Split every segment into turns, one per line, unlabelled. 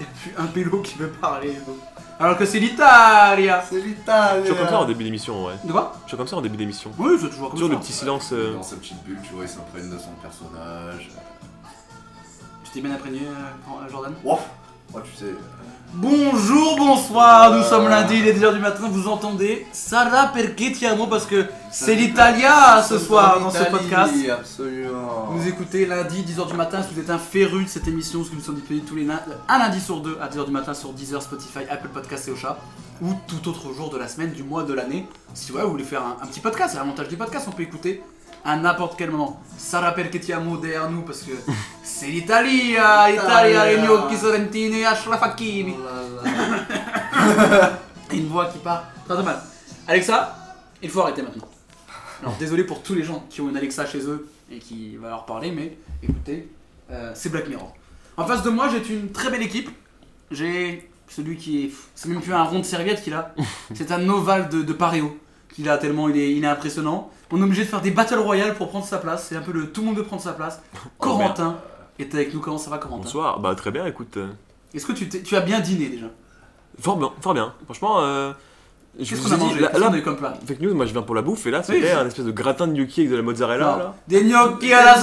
Et puis un pélo qui veut parler. bon. Alors que c'est l'Italia
C'est l'Italie.
Je suis comme
Euh,
ça en début d'émission, ouais.
De quoi
Je suis comme ça en début d'émission.
Oui, c'est toujours comme
Toujours
ça.
le petit silence. euh,
Dans sa petite bulle, tu vois, il s'imprègne de son personnage.
Tu t'es bien imprégné, euh, Jordan
Ouf Oh, tu sais.
Bonjour, bonsoir, nous sommes lundi, il est 10h du matin, vous entendez Sarà perché ti amo parce que c'est l'Italia Ah, ce soir dans ce podcast.
Absolument.
Nous écoutez lundi 10h du matin si vous êtes un féru de cette émission parce que nous sommes disponibles tous les lundis, un lundi sur deux à 10h du matin sur Deezer, Spotify, Apple Podcasts et Ocha ou tout autre jour de la semaine, du mois, de l'année. Si ouais, vous voulez faire un, un petit podcast, c'est l'avantage du podcast, on peut écouter à n'importe quel moment. Ça rappelle que ti amo derrière nous parce que c'est l'Italie, ah, Italia,
Italia.
les gnocchi sorrentini, Ashraf Hakimi.
Oh
Et une voix qui part. Très très mal. Alexa, il faut arrêter maintenant. Alors désolé pour tous les gens qui ont une Alexa chez eux et qui va leur parler, mais écoutez, euh, c'est Black Mirror. En face de moi, j'ai une très belle équipe. J'ai celui qui est. C'est même plus un rond de serviette qu'il a. C'est un ovale de, de Pareo qu'il a tellement il est, il est impressionnant. On est obligé de faire des battles royales pour prendre sa place. C'est un peu le tout le monde veut prendre sa place. Corentin est avec nous. Comment ça va, Corentin
Oh, Bonsoir. Bah très bien, écoute. euh,
Est-ce que tu, t'es- tu as bien dîné déjà
Fort bien, fort bien. Franchement, euh, je
Qu'est-ce
vous
qu'on a
ai dit,
mangé
là,
Qu'est-ce qu'on
là,
a eu comme plat
fake news, moi je viens pour la bouffe et là c'était
je-
un espèce de gratin de gnocchi avec de la mozzarella.
Non.
là.
Des gnocchi alla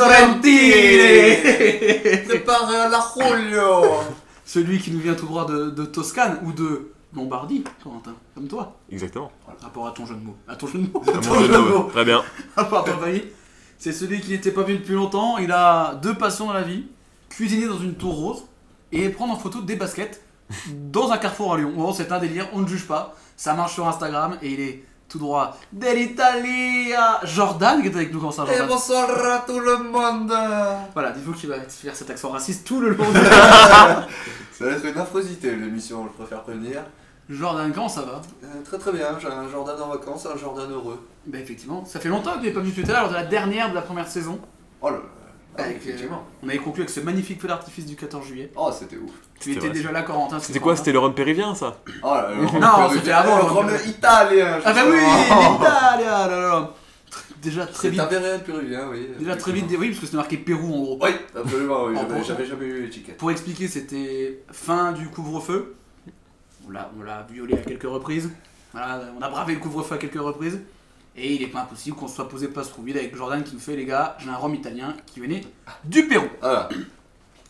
sorrentine
C'est par euh, la Julio
Celui qui nous vient tout droit de, de Toscane ou de Lombardie, Corentin, comme toi,
Exactement.
par rapport à ton jeu de mots. À ton jeu de mots
Ah, mon Dieu,
Pardon.
ouais. Très bien.
À part ton pays. C'est celui qui n'était pas vu depuis longtemps, il a deux passions dans la vie, cuisiner dans une tour rose et prendre en photo des baskets dans un carrefour à Lyon. Bon, c'est un délire, on ne juge pas, ça marche sur Instagram et il est tout droit dell'Italia Jordan qui est avec nous comme ça,
Et
Jordan.
bonsoir à tout le monde
Voilà, dis-vous qu'il va faire cet accent raciste tout le long de
Ça va être une affreusité l'émission, je préfère prévenir.
Jordan, comment ça va
Euh, très très bien, j'ai un Jordan en vacances, un Jordan heureux.
Bah effectivement, ça fait longtemps que tu n'es pas venu, tu étais là lors de la dernière de la première saison.
Oh là là. Ah,
Bah, Avec, euh,
effectivement.
On avait conclu avec ce magnifique feu d'artifice du 14 juillet.
Oh, c'était ouf.
Tu
C'est
étais
vrai,
déjà là, Corentin.
C'était quoi C'était le rhum péruvien ça
Oh là là. le
Non,
Rome
c'était
péruvien,
avant,
Le
le
Rome
Rome.
italien. Oh.
Ah bah oui,
Oh.
l'Italie ah là là. Tr- Déjà très
C'est
vite.
un péruvien, péruvien, oui.
Déjà très vite, oui, parce que c'était marqué Pérou en gros.
Oui, absolument, oui.
En
j'avais-
gros.
J'avais jamais eu l'étiquette.
Pour expliquer, c'était fin du couvre-feu. On l'a, on l'a violé à quelques reprises. Voilà, on a bravé le couvre-feu à quelques reprises. Et il est pas impossible qu'on se soit posé place Trouville avec Jordan qui nous fait les gars, j'ai un rhum italien qui venait du Pérou,
Voilà,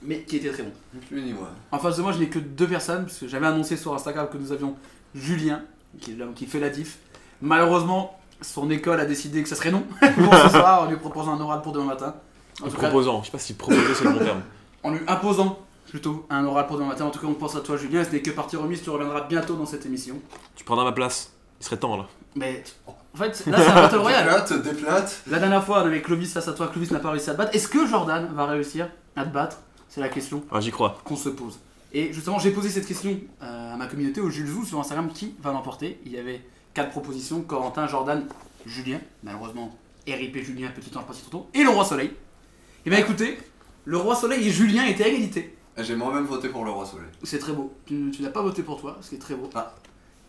mais qui était très bon.
ni plus ni moins.
En face de moi, je n'ai que deux personnes, parce que j'avais annoncé sur Instagram que nous avions Julien, qui, est là- qui fait la diff. Malheureusement, son école a décidé que ça serait non pour ce soir, en lui proposant un oral pour demain matin. En
En
tout cas,
proposant. Je sais pas si proposer c'est le bon terme.
en lui imposant plutôt un oral pour demain matin. En tout cas, on pense à toi, Julien. Ce n'est que partie remise, tu reviendras bientôt dans cette émission.
Tu prendras ma place. Il serait temps là.
Mais en fait, là, c'est un battle
Des
royal.
plaintes, des plaintes.
La dernière fois, on avait Clovis face à toi, Clovis n'a pas réussi à te battre. Est-ce que Jordan va réussir à te battre C'est la question.
Ah, j'y crois.
qu'on se pose. Et justement, j'ai posé cette question euh, à ma communauté, au Jules Zou, sur Instagram, qui va l'emporter Il y avait quatre propositions Corentin, Jordan, Julien, malheureusement, RIP Julien, petit ange, petit tonton, et le Roi Soleil. Et bien écoutez, le Roi Soleil et Julien étaient à égalité.
J'ai moi-même voté pour le roi soleil.
C'est très beau. Tu, tu n'as pas voté pour toi, ce qui est très beau.
Ah.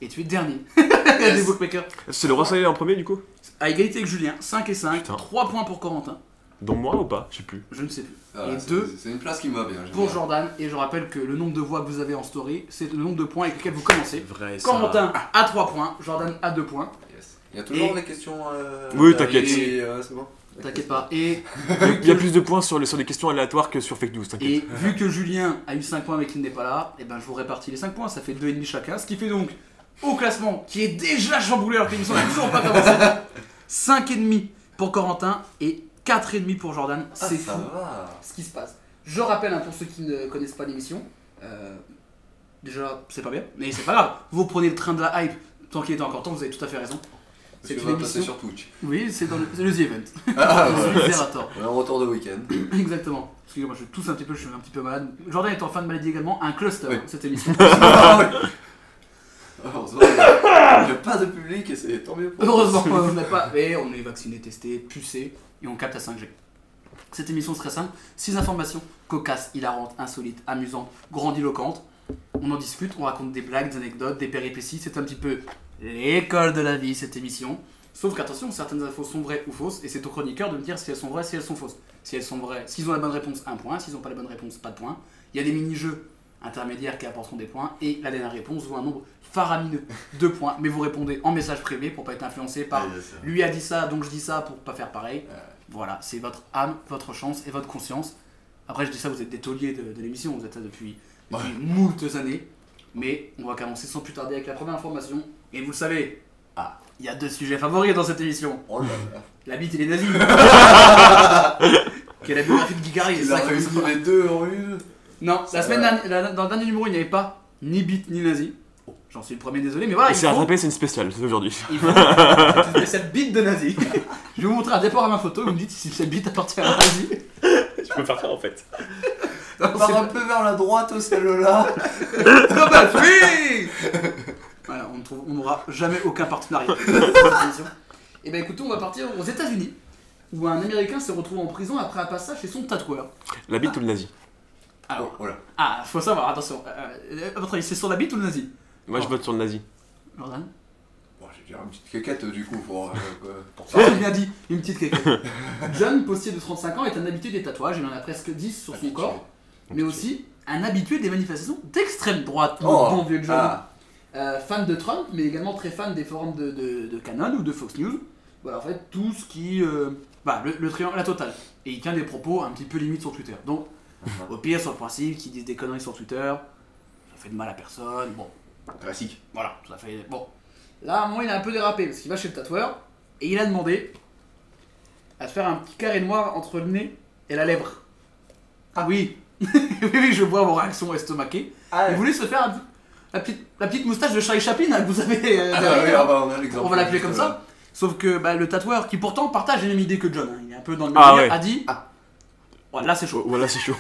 Et tu es dernier des
Yes.
bookmakers.
C'est le roi soleil en premier du coup
À égalité avec Julien, 5 et 5,
Putain.
3 points pour Corentin,
Dont moi ou pas Je sais plus.
je ne sais plus.
Voilà,
Et
c'est-
deux.
C'est une place qui me va bien. j'aime
Pour
bien.
Jordan, et je rappelle que le nombre de voix que vous avez en story, c'est le nombre de points avec lesquels vous commencez.
Vrai. ça.
Corentin à 3 points, Jordan à 2 points.
Yes. Il y a toujours
Et-
les questions. euh,
Oui,
euh,
t'inquiète.
et, euh, c'est bon.
T'inquiète pas. Et
Il y a plus de points sur les, sur les questions aléatoires que sur fake news, t'inquiète.
Et vu que Julien a eu 5 points mais qu'il n'est pas là, et ben je vous répartis les 5 points, ça fait 2,5 chacun, ce qui fait donc au classement qui est déjà chamboulé alors que l'émission n'a toujours pas commencé. 5,5 pour Corentin et 4,5 pour Jordan.
Ah,
C'est
ça
fou
va.
ce qui se passe. Je rappelle hein, pour ceux qui ne connaissent pas l'émission, euh, déjà c'est pas bien, mais c'est pas grave. Vous prenez le train de la hype tant qu'il est encore temps, vous avez tout à fait raison.
C'est
C'est
une
une
va passer
émission.
sur Twitch.
Oui, c'est dans le, c'est le The Event.
Ah,
C'est
voilà.
le Zerator.
On est en retour de week-end.
Exactement. Excusez-moi, je tousse un petit peu, je suis un petit peu malade. Jordan est en fin de maladie également, un cluster, hein,
Oui.
cette émission. Ah,
Ah, Heureusement, il n'y a pas de public et c'est tant mieux pour nous.
Heureusement, on n'a pas. Mais on est vacciné, testé, pucé, et on capte à 5G. Cette émission serait simple 6 informations cocasses, hilarantes, insolites, amusantes, grandiloquentes. On en discute, on raconte des blagues, des anecdotes, des péripéties. C'est un petit peu l'école de la vie, cette émission. Sauf qu'attention, certaines infos sont vraies ou fausses, et c'est au chroniqueur de me dire si elles sont vraies, si elles sont fausses. Si elles sont vraies, s'ils ont la bonne réponse, un point. S'ils n'ont pas la bonne réponse, pas de point. Il y a des mini-jeux intermédiaires qui apporteront des points, et la dernière réponse vaut un nombre faramineux de points. Mais vous répondez en message privé pour pas être influencé par
Ouais, c'est ça.
lui a dit ça, donc je dis ça pour pas faire pareil.
Ouais.
Voilà, c'est votre âme, votre chance et votre conscience. Après, je dis ça, vous êtes des tauliers de, de l'émission, vous êtes ça depuis, depuis moultes années. Mais on va commencer sans plus tarder avec la première information. Et vous le savez, ah, il y a deux sujets favoris dans cette émission
Oh là là.
la bite et les nazis. Qui est la biographie de Guigari, c'est
Il
ça
a
qui vous
réussi
parle.
les deux en une.
Non, la
Ça
semaine
va.
dernière, la- dans le dernier numéro, il n'y avait pas ni bite ni nazi. Oh, J'en suis le premier, désolé, mais voilà,
Et
Ah, il
c'est
faut,
rattrapé, c'est une spéciale c'est aujourd'hui.
il faut- c'est une spéciale bite de nazi. Je vais vous montrer un départ à ma photo, vous me dites si cette bite appartient à un nazi.
Je peux partir en fait.
Non,
On
c'est
part un peu vers la droite, celle-là.
pas mal, oui Voilà, on ne trouve- on n'aura jamais aucun partenariat. Et ben écoutez, on va partir aux États-Unis, où un Américain se retrouve en prison après un passage chez son tatoueur.
La bite ou le nazi
Alors,
voilà.
ah, faut savoir, attention, euh, euh, à votre avis, c'est sur la bite ou le nazi
Moi, je vote sur le nazi.
Jordan
Bon, j'ai déjà une petite quéquette du coup pour. euh, quoi, pour ça.
Ça, j'ai bien dit, une petite quéquette. John, postier de 35 ans, est un habitué des tatouages, il en a presque 10 sur son corps, mais aussi un habitué des manifestations d'extrême droite, mon
Oh.
bon vieux John.
Ah,
Euh, fan de Trump, mais également très fan des forums de, de, de Canon ou de Fox News. Voilà, en fait, tout ce qui. euh, voilà, le, le triangle, la totale. Et il tient des propos un petit peu limites sur Twitter. Donc,
Ah.
au pire, sur le principe, qu'ils disent des conneries sur Twitter, ça fait de mal à personne. Bon,
classique.
voilà, ça fait. Bon. Là, à un moment, il a un peu dérapé, parce qu'il va chez le tatoueur, et il a demandé à se faire un petit carré noir entre le nez et la lèvre. Ah oui Oui, oui, je vois vos réactions estomaquées.
Ah,
Il voulait se faire un- la petite, la petite moustache de Charlie Chaplin hein, que vous avez euh,
ah,
derrière,
oui,
hein.
ah bah, on a l'exemple.
On va l'appeler comme
juste,
ça. Sauf que bah, le tatoueur, qui pourtant partage la même idée que John, hein, il est un peu dans le même
Ah
délire,
ouais.
a dit
Ah.
Ouais, là c'est
Oh,
chaud.
Voilà, c'est chaud.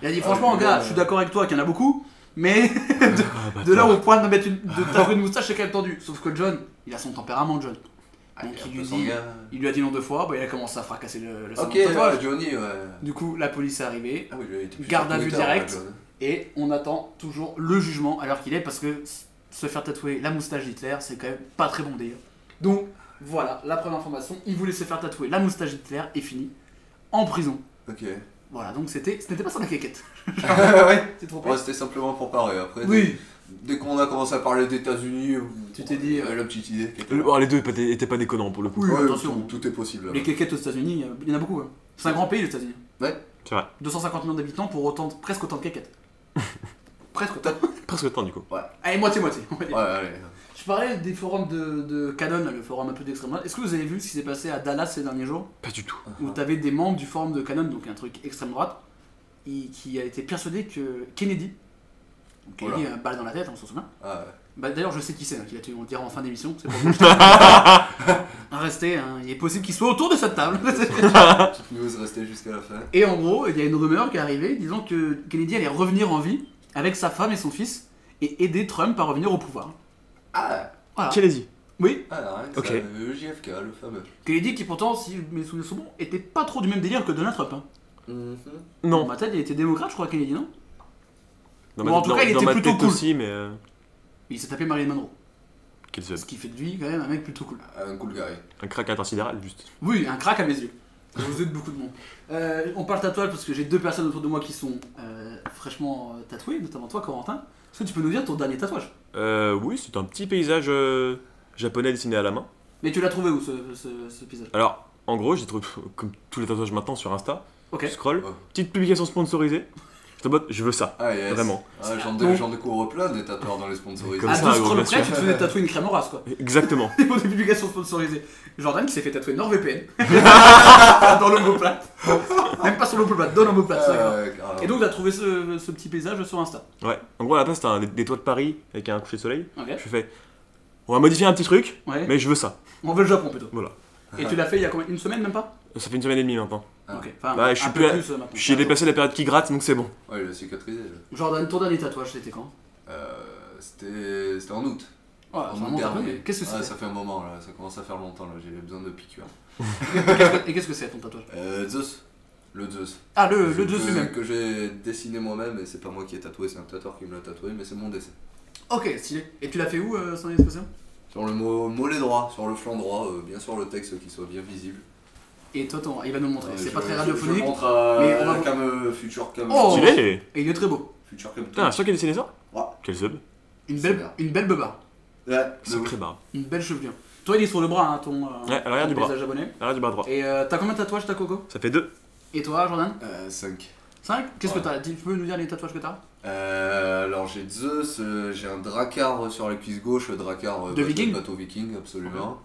Il a dit
Ah,
Franchement,
mais
gars,
bon,
je suis
euh.
d'accord avec toi qu'il y en a beaucoup, mais de, de là au point de mettre une, de tatouer une moustache, c'est quand même tendu. Sauf que John, il a son tempérament, John.
Ah,
Donc, il
il est un
lui
peu
dit-
sanguin.
Il lui a dit non deux fois, bah, il a commencé à fracasser le, le
Ok,
salon de tatouage.
ouais, Johnny, ouais.
Du coup, la police est arrivée,
Ah oui, il était plus
Garde
sur
à vue
Twitter,
directe.
ouais, Johnny.
Et on attend toujours le jugement à l'heure qu'il est parce que s- se faire tatouer la moustache d'Hitler, c'est quand même pas très bon délire. Donc voilà, la première information, il voulait se faire tatouer la moustache d'Hitler et fini en prison.
Ok.
Voilà, donc c'était, ce n'était pas ça la quéquette.
ouais,
C'est trop
Ouais, c'était simplement pour parler. Après,
Oui,
dès, dès qu'on a commencé à parler d'États-Unis,
Tu t'es dit,
euh, la petite idée. qui était
Le-
là.
oh, les deux étaient pas- étaient pas déconnants pour le coup.
Oui,
Ouais,
attention.
Tout, tout est possible.
les quéquettes aux États-Unis, euh, il y en a beaucoup. hein. C'est un grand pays, les États-Unis.
Ouais,
c'est vrai.
250 millions d'habitants pour autant, de- presque autant de quéquettes. presque autant.
Presque autant du coup.
Allez, moitié-moitié. on va dire.
Ouais, allez.
Je parlais des forums de, de Canon, le forum un peu d'extrême droite. Est-ce que vous avez vu ce qui s'est passé à Dallas ces derniers jours
Pas du tout.
Ah.
où tu avais des membres du forum de Canon, donc un truc extrême droite, et qui a été persuadé que Kennedy, donc Kennedy,
Oula.
euh, balle dans la tête, on s'en souvient.
Ah, ouais.
Bah, D'ailleurs, je sais qui c'est, hein, qui l'a tué, on le dira en fin d'émission, c'est pour vous. Restez, hein, il est possible qu'il soit autour de cette table.
Petite news restez jusqu'à la fin.
et en gros, il y a une rumeur qui est arrivée disant que Kennedy allait revenir en vie avec sa femme et son fils et aider Trump à revenir au pouvoir.
Ah,
Voilà.
Kennedy.
Oui,
ah ouais,
Ok.
ça, le JFK, le fameux.
Kennedy qui pourtant, si mes souvenirs sont bons, était pas trop du même délire que Donald Trump. hein. Dans
Non.
ma tête, il était démocrate, je crois, Kennedy, non
Dans
Bon, en tout cas, il était
ma
plutôt
tête
cool.
aussi, mais. euh,
Il s'est tapé Marilyn Monroe.
Quel seul.
Ce qui fait de lui quand même un mec plutôt cool.
Un cool guy.
Un crack intersidéral, juste.
Oui, un crack à mes yeux. Vous êtes beaucoup de monde. Euh, on parle tatouage parce que j'ai deux personnes autour de moi qui sont euh, fraîchement euh, tatouées, notamment toi, Corentin. Est-ce que tu peux nous dire ton dernier tatouage
Euh, oui, c'est un petit paysage euh, japonais dessiné à la main.
Mais tu l'as trouvé où ce, ce, ce paysage
Alors, en gros, j'ai trouvé, comme tous les tatouages maintenant sur Insta,
Ok.
je scroll,
Oh.
petite publication sponsorisée. Je te botte, je veux ça.
Ah, yes.
Vraiment.
Ah, j'en
Non.
de, j'en découvre plein des tatoueurs dans les sponsorisés.
Comme
à
ça,
deux
gros,
scrolls
bien
près,
sûr.
tu te faisais tatouer une crème en race, quoi.
Exactement.
Pour des publications sponsorisées. Jordan qui s'est fait tatouer NordVPN. dans l'omoplate. Même pas sur l'omoplate, dans l'omoplate. c'est grave.
Euh, carrément.
Et donc, tu as trouvé ce, ce petit paysage sur Insta.
Ouais. En gros, à la place, t'as un- des, des toits de Paris avec un coucher de soleil.
Ok.
Je fais, on va modifier un petit truc,
Ouais.
mais je veux ça.
On veut le Japon plutôt.
Voilà.
Et tu l'as fait il y a combien Une semaine, même pas
Ça fait une semaine et demie maintenant.
Ah.
Ok. Enfin,
Bah, je
un
suis
peu
plus à-
plus euh, maintenant.
J'ai dépassé la période qui gratte, donc c'est bon.
Ouais, il a cicatrisé. là.
Jordan, ton dernier tatouage, c'était quand
Euh, C'était c'était en août.
Ouais,
en
ça
août
remonte un peu, mais
dernier.
qu'est-ce que
Ah,
c'est
Ça fait un moment là, ça commence à faire longtemps là, j'ai besoin de piqûres.
Et qu'est-ce que c'est ton tatouage
Euh, Zeus. Le Zeus.
Ah, le, le
Que-
dessus même.
Que j'ai dessiné moi-même et c'est pas moi qui ai tatoué, c'est un tatoueur qui me l'a tatoué, mais c'est mon dessin.
Ok, stylé. Et tu l'as fait où, euh, sans expression
Sur le mo- mollet droit, sur le flanc droit, euh, bien sûr le texte qui soit bien visible.
Et toi, ton- il va nous le montrer.
Euh,
c'est
je-
pas très
je- Je
radiophonique.
montre à
mais on va
la
vous-
cam, euh, future cam.
Oh
Stylé
Et il est très beau.
Futur comme tout.
Putain, sûr qu'il a dessiné ça
Ouais.
Quel sub
Une
C'est
belle,
bien.
une belle beubar.
Ouais, de
Sacré barbe.
Une belle chevelure. Toi, il est sur le bras, hein, ton, euh,
Ouais, à l'arrière
ton
du bras.
paysage abonné.
L'arrière du bras droit.
Et euh, t'as combien de tatouages, ta Coco
Ça fait deux.
Et toi, Jordan
5.
5 Qu'est-ce
Ouais.
que t'as Dis- Tu peux nous dire les tatouages que t'as
Euh, alors j'ai Zeus, euh, j'ai un Drakkar euh, sur la cuisse gauche, euh, Drakkar euh,
De
bateau-
viking
bateau viking, absolument.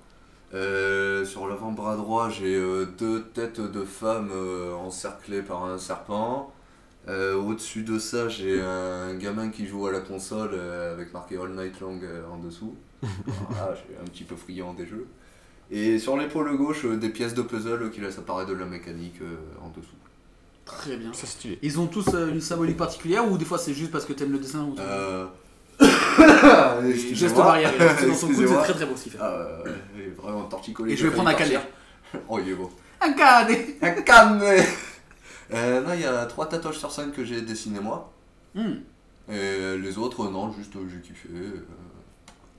Euh, sur l'avant-bras droit, j'ai euh, deux têtes de femmes euh, encerclées par un serpent. Euh, Au-dessus de ça, j'ai un gamin qui joue à la console euh, avec marqué All Night Long euh, en dessous. Voilà, j'ai un petit peu friand des jeux. Et sur l'épaule gauche, euh, des pièces de puzzle euh, qui laissent apparaître de la mécanique euh, en dessous.
Très bien.
Ça, c'est stylé.
Ils ont tous euh, une symbolique particulière ou des fois c'est juste parce que t'aimes le dessin ou
Euh...
Geste
Excusez-moi.
barrière. il a lancé dans son coude, c'est
Excusez-moi.
très très beau ce qu'il fait.
Ah, euh, il est vraiment torticolé.
Et je vais prendre un
calé.
calé.
Oh, il est beau.
Un cadet
Un canne euh, Non, il y a trois tatouages sur scène que j'ai dessiné moi.
Hmm.
Et les autres, non, juste euh, j'ai kiffé. euh.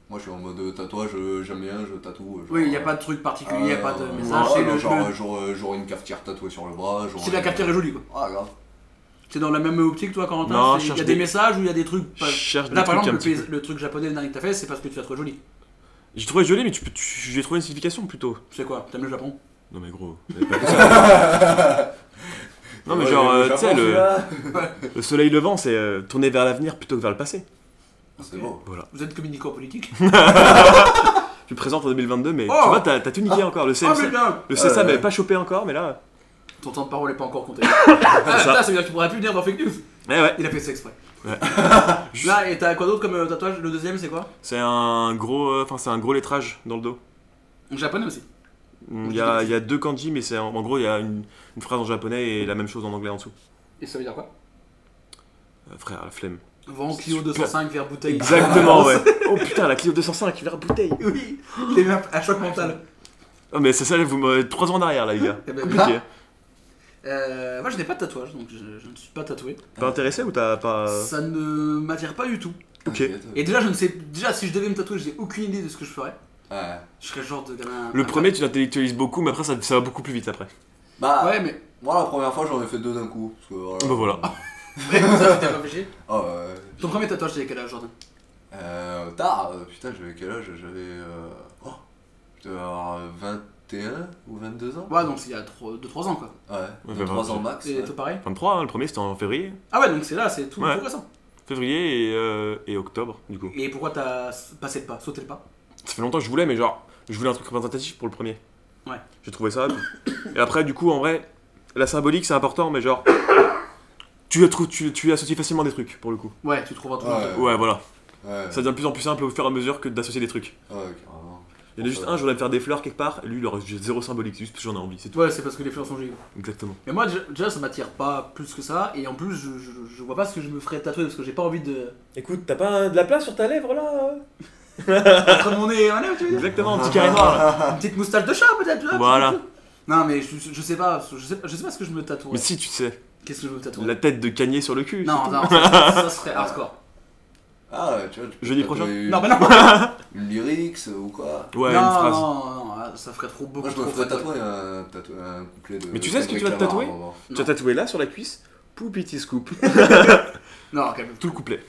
Moi, je suis en mode tatouage, euh, j'aime bien, je tatoue. euh,
Oui, il n'y a pas de truc particulier, il a pas de message.
c'est
c'est le,
euh, genre,
le-
euh, genre, euh, genre une cafetière tatouée sur le bras. Genre,
Si la capture est jolie quoi.
Ah, grave.
C'est dans la même optique toi,
Non,
Corentin c'est-
je
Il y a
cherche
des
des-
messages ou il y a des trucs.
Je
pas-
cherche des
Là par
trucs un
exemple, le,
petit
pays-
peu.
le truc japonais le dernier que t'as fait, c'est parce que tu as trouvé joli.
J'ai trouvé joli, mais tu peux- tu- j'ai trouvé une signification plutôt.
C'est quoi T'aimes le Japon
Non, mais gros. t'avais pas fait ça. Non, mais
Ouais,
genre, euh, tu sais,
Japon,
le,
celui-là.
le soleil levant, c'est euh, tourner vers l'avenir plutôt que vers le passé.
C'est beau.
Voilà.
Vous êtes communicant politique
Tu le présentes en 2022, mais
Oh
tu vois, t'as t'as tout niqué encore. Le
Oh
CSA,
putain
le CSA
Euh.
m'avait pas chopé encore, mais là.
Ton temps de parole est pas encore compté. ah, ça, ça veut dire que tu pourrais plus venir dans Fake News.
Eh ouais.
Il a fait ça exprès.
Ouais.
Là, et t'as quoi d'autre comme euh, tatouage Le deuxième, c'est quoi
C'est un gros, euh, enfin c'est un gros lettrage dans le dos.
En japonais aussi.
Il y a, il y a deux kanji, mais c'est en, en gros il y a une, une phrase en japonais et la même chose en anglais en dessous.
Et ça veut dire quoi
Euh, frère, la flemme.
Vent Clio 205 vers bouteille.
Exactement, ouais. Oh putain, la Clio 205 vers bouteille.
oui, les meufs à choc mental.
Oh mais c'est ça, vous me trois ans en arrière là les gars.
Eh ben,
Compliqué.
euh, moi, je n'ai pas de tatouage, donc je, je ne suis pas tatoué.
Pas intéressé ou t'as pas euh,
Ça ne m'attire pas du tout.
Ok.
Et déjà, je ne sais. Déjà, si je devais me tatouer, j'ai aucune idée de ce que je ferais.
Ouais.
Je serais le genre de gamin.
Le premier, tu l'intellectualises beaucoup, mais après ça, ça va beaucoup plus vite après.
Bah,
Ouais, mais.
moi, la première fois, j'en ai fait deux d'un coup. Parce que, voilà.
Bah voilà.
ça, tu t'es pas fait chier.
Ah, ouais.
Ton premier tatouage, c'était quel âge, Jordan
Euh, tard, euh, putain, j'avais quel âge J'avais. Euh... Oh Je devais avoir euh, 21 ou 22 ans
Ouais, donc c'est il y a 2-3 ans quoi.
Ouais,
Ouais,
de
bah,
3 ans
vingt-deux.
max.
C'est
ouais.
tout pareil
23, hein, le premier c'était en février.
Ah ouais, donc c'est là, c'est tout,
Ouais.
tout récent.
Février et, euh, et octobre du coup.
Et pourquoi t'as s- passé le pas, sauté le pas
Ça fait longtemps que je voulais, mais genre, je voulais un truc représentatif pour le premier.
Ouais.
J'ai trouvé ça. Et après, du coup, en vrai, la symbolique, c'est important, mais genre, tu, trou- tu, tu associes facilement des trucs, pour le coup.
Ouais, tu trouveras tout.
Ouais,
Ouais, voilà.
ouais,
Ça devient de plus en plus simple au fur et à mesure que d'associer des trucs.
ouais, carrément.
Il y en a juste un, je voulais me faire des fleurs quelque part, et lui, il aurait j'ai zéro symbolique, c'est juste parce que j'en ai envie, c'est tout.
Ouais, c'est parce que les fleurs sont jolies.
Exactement.
Mais moi, déjà- déjà, ça m'attire pas plus que ça. Et en plus, je, je, je vois pas ce que je me ferais tatouer parce que j'ai pas envie de.
Écoute, t'as pas de la place sur ta lèvre là euh Ah.
Entre mon nez et ma lèvre, tu veux dire
Exactement, un petit carré noir là.
Une petite moustache de chat, peut-être là,
Voilà.
tu sais. Non, mais je, je sais pas, je sais, je sais pas ce que je me tatoue.
Mais si, tu sais,
Qu'est-ce que je me tatoue
la tête de Kanye sur le cul.
Non, non, ça, ça serait hardcore.
Ah, ouais, tu vois, tu peux
Jeudi
taper
prochain
Une,
Non, bah non
une lyrics ou quoi
Ouais,
non,
une phrase.
non, non, ah, ça ferait trop beaucoup
Moi, je me
trop
ferais
tatouer.
tatouer un, tatou- un couplet de.
Mais tu sais ce que tu vas te
Clara,
tatouer
à un moment.
Tu as tatoué là sur la cuisse, Poupity Scoop.
Non, quand même.
Tout le couplet.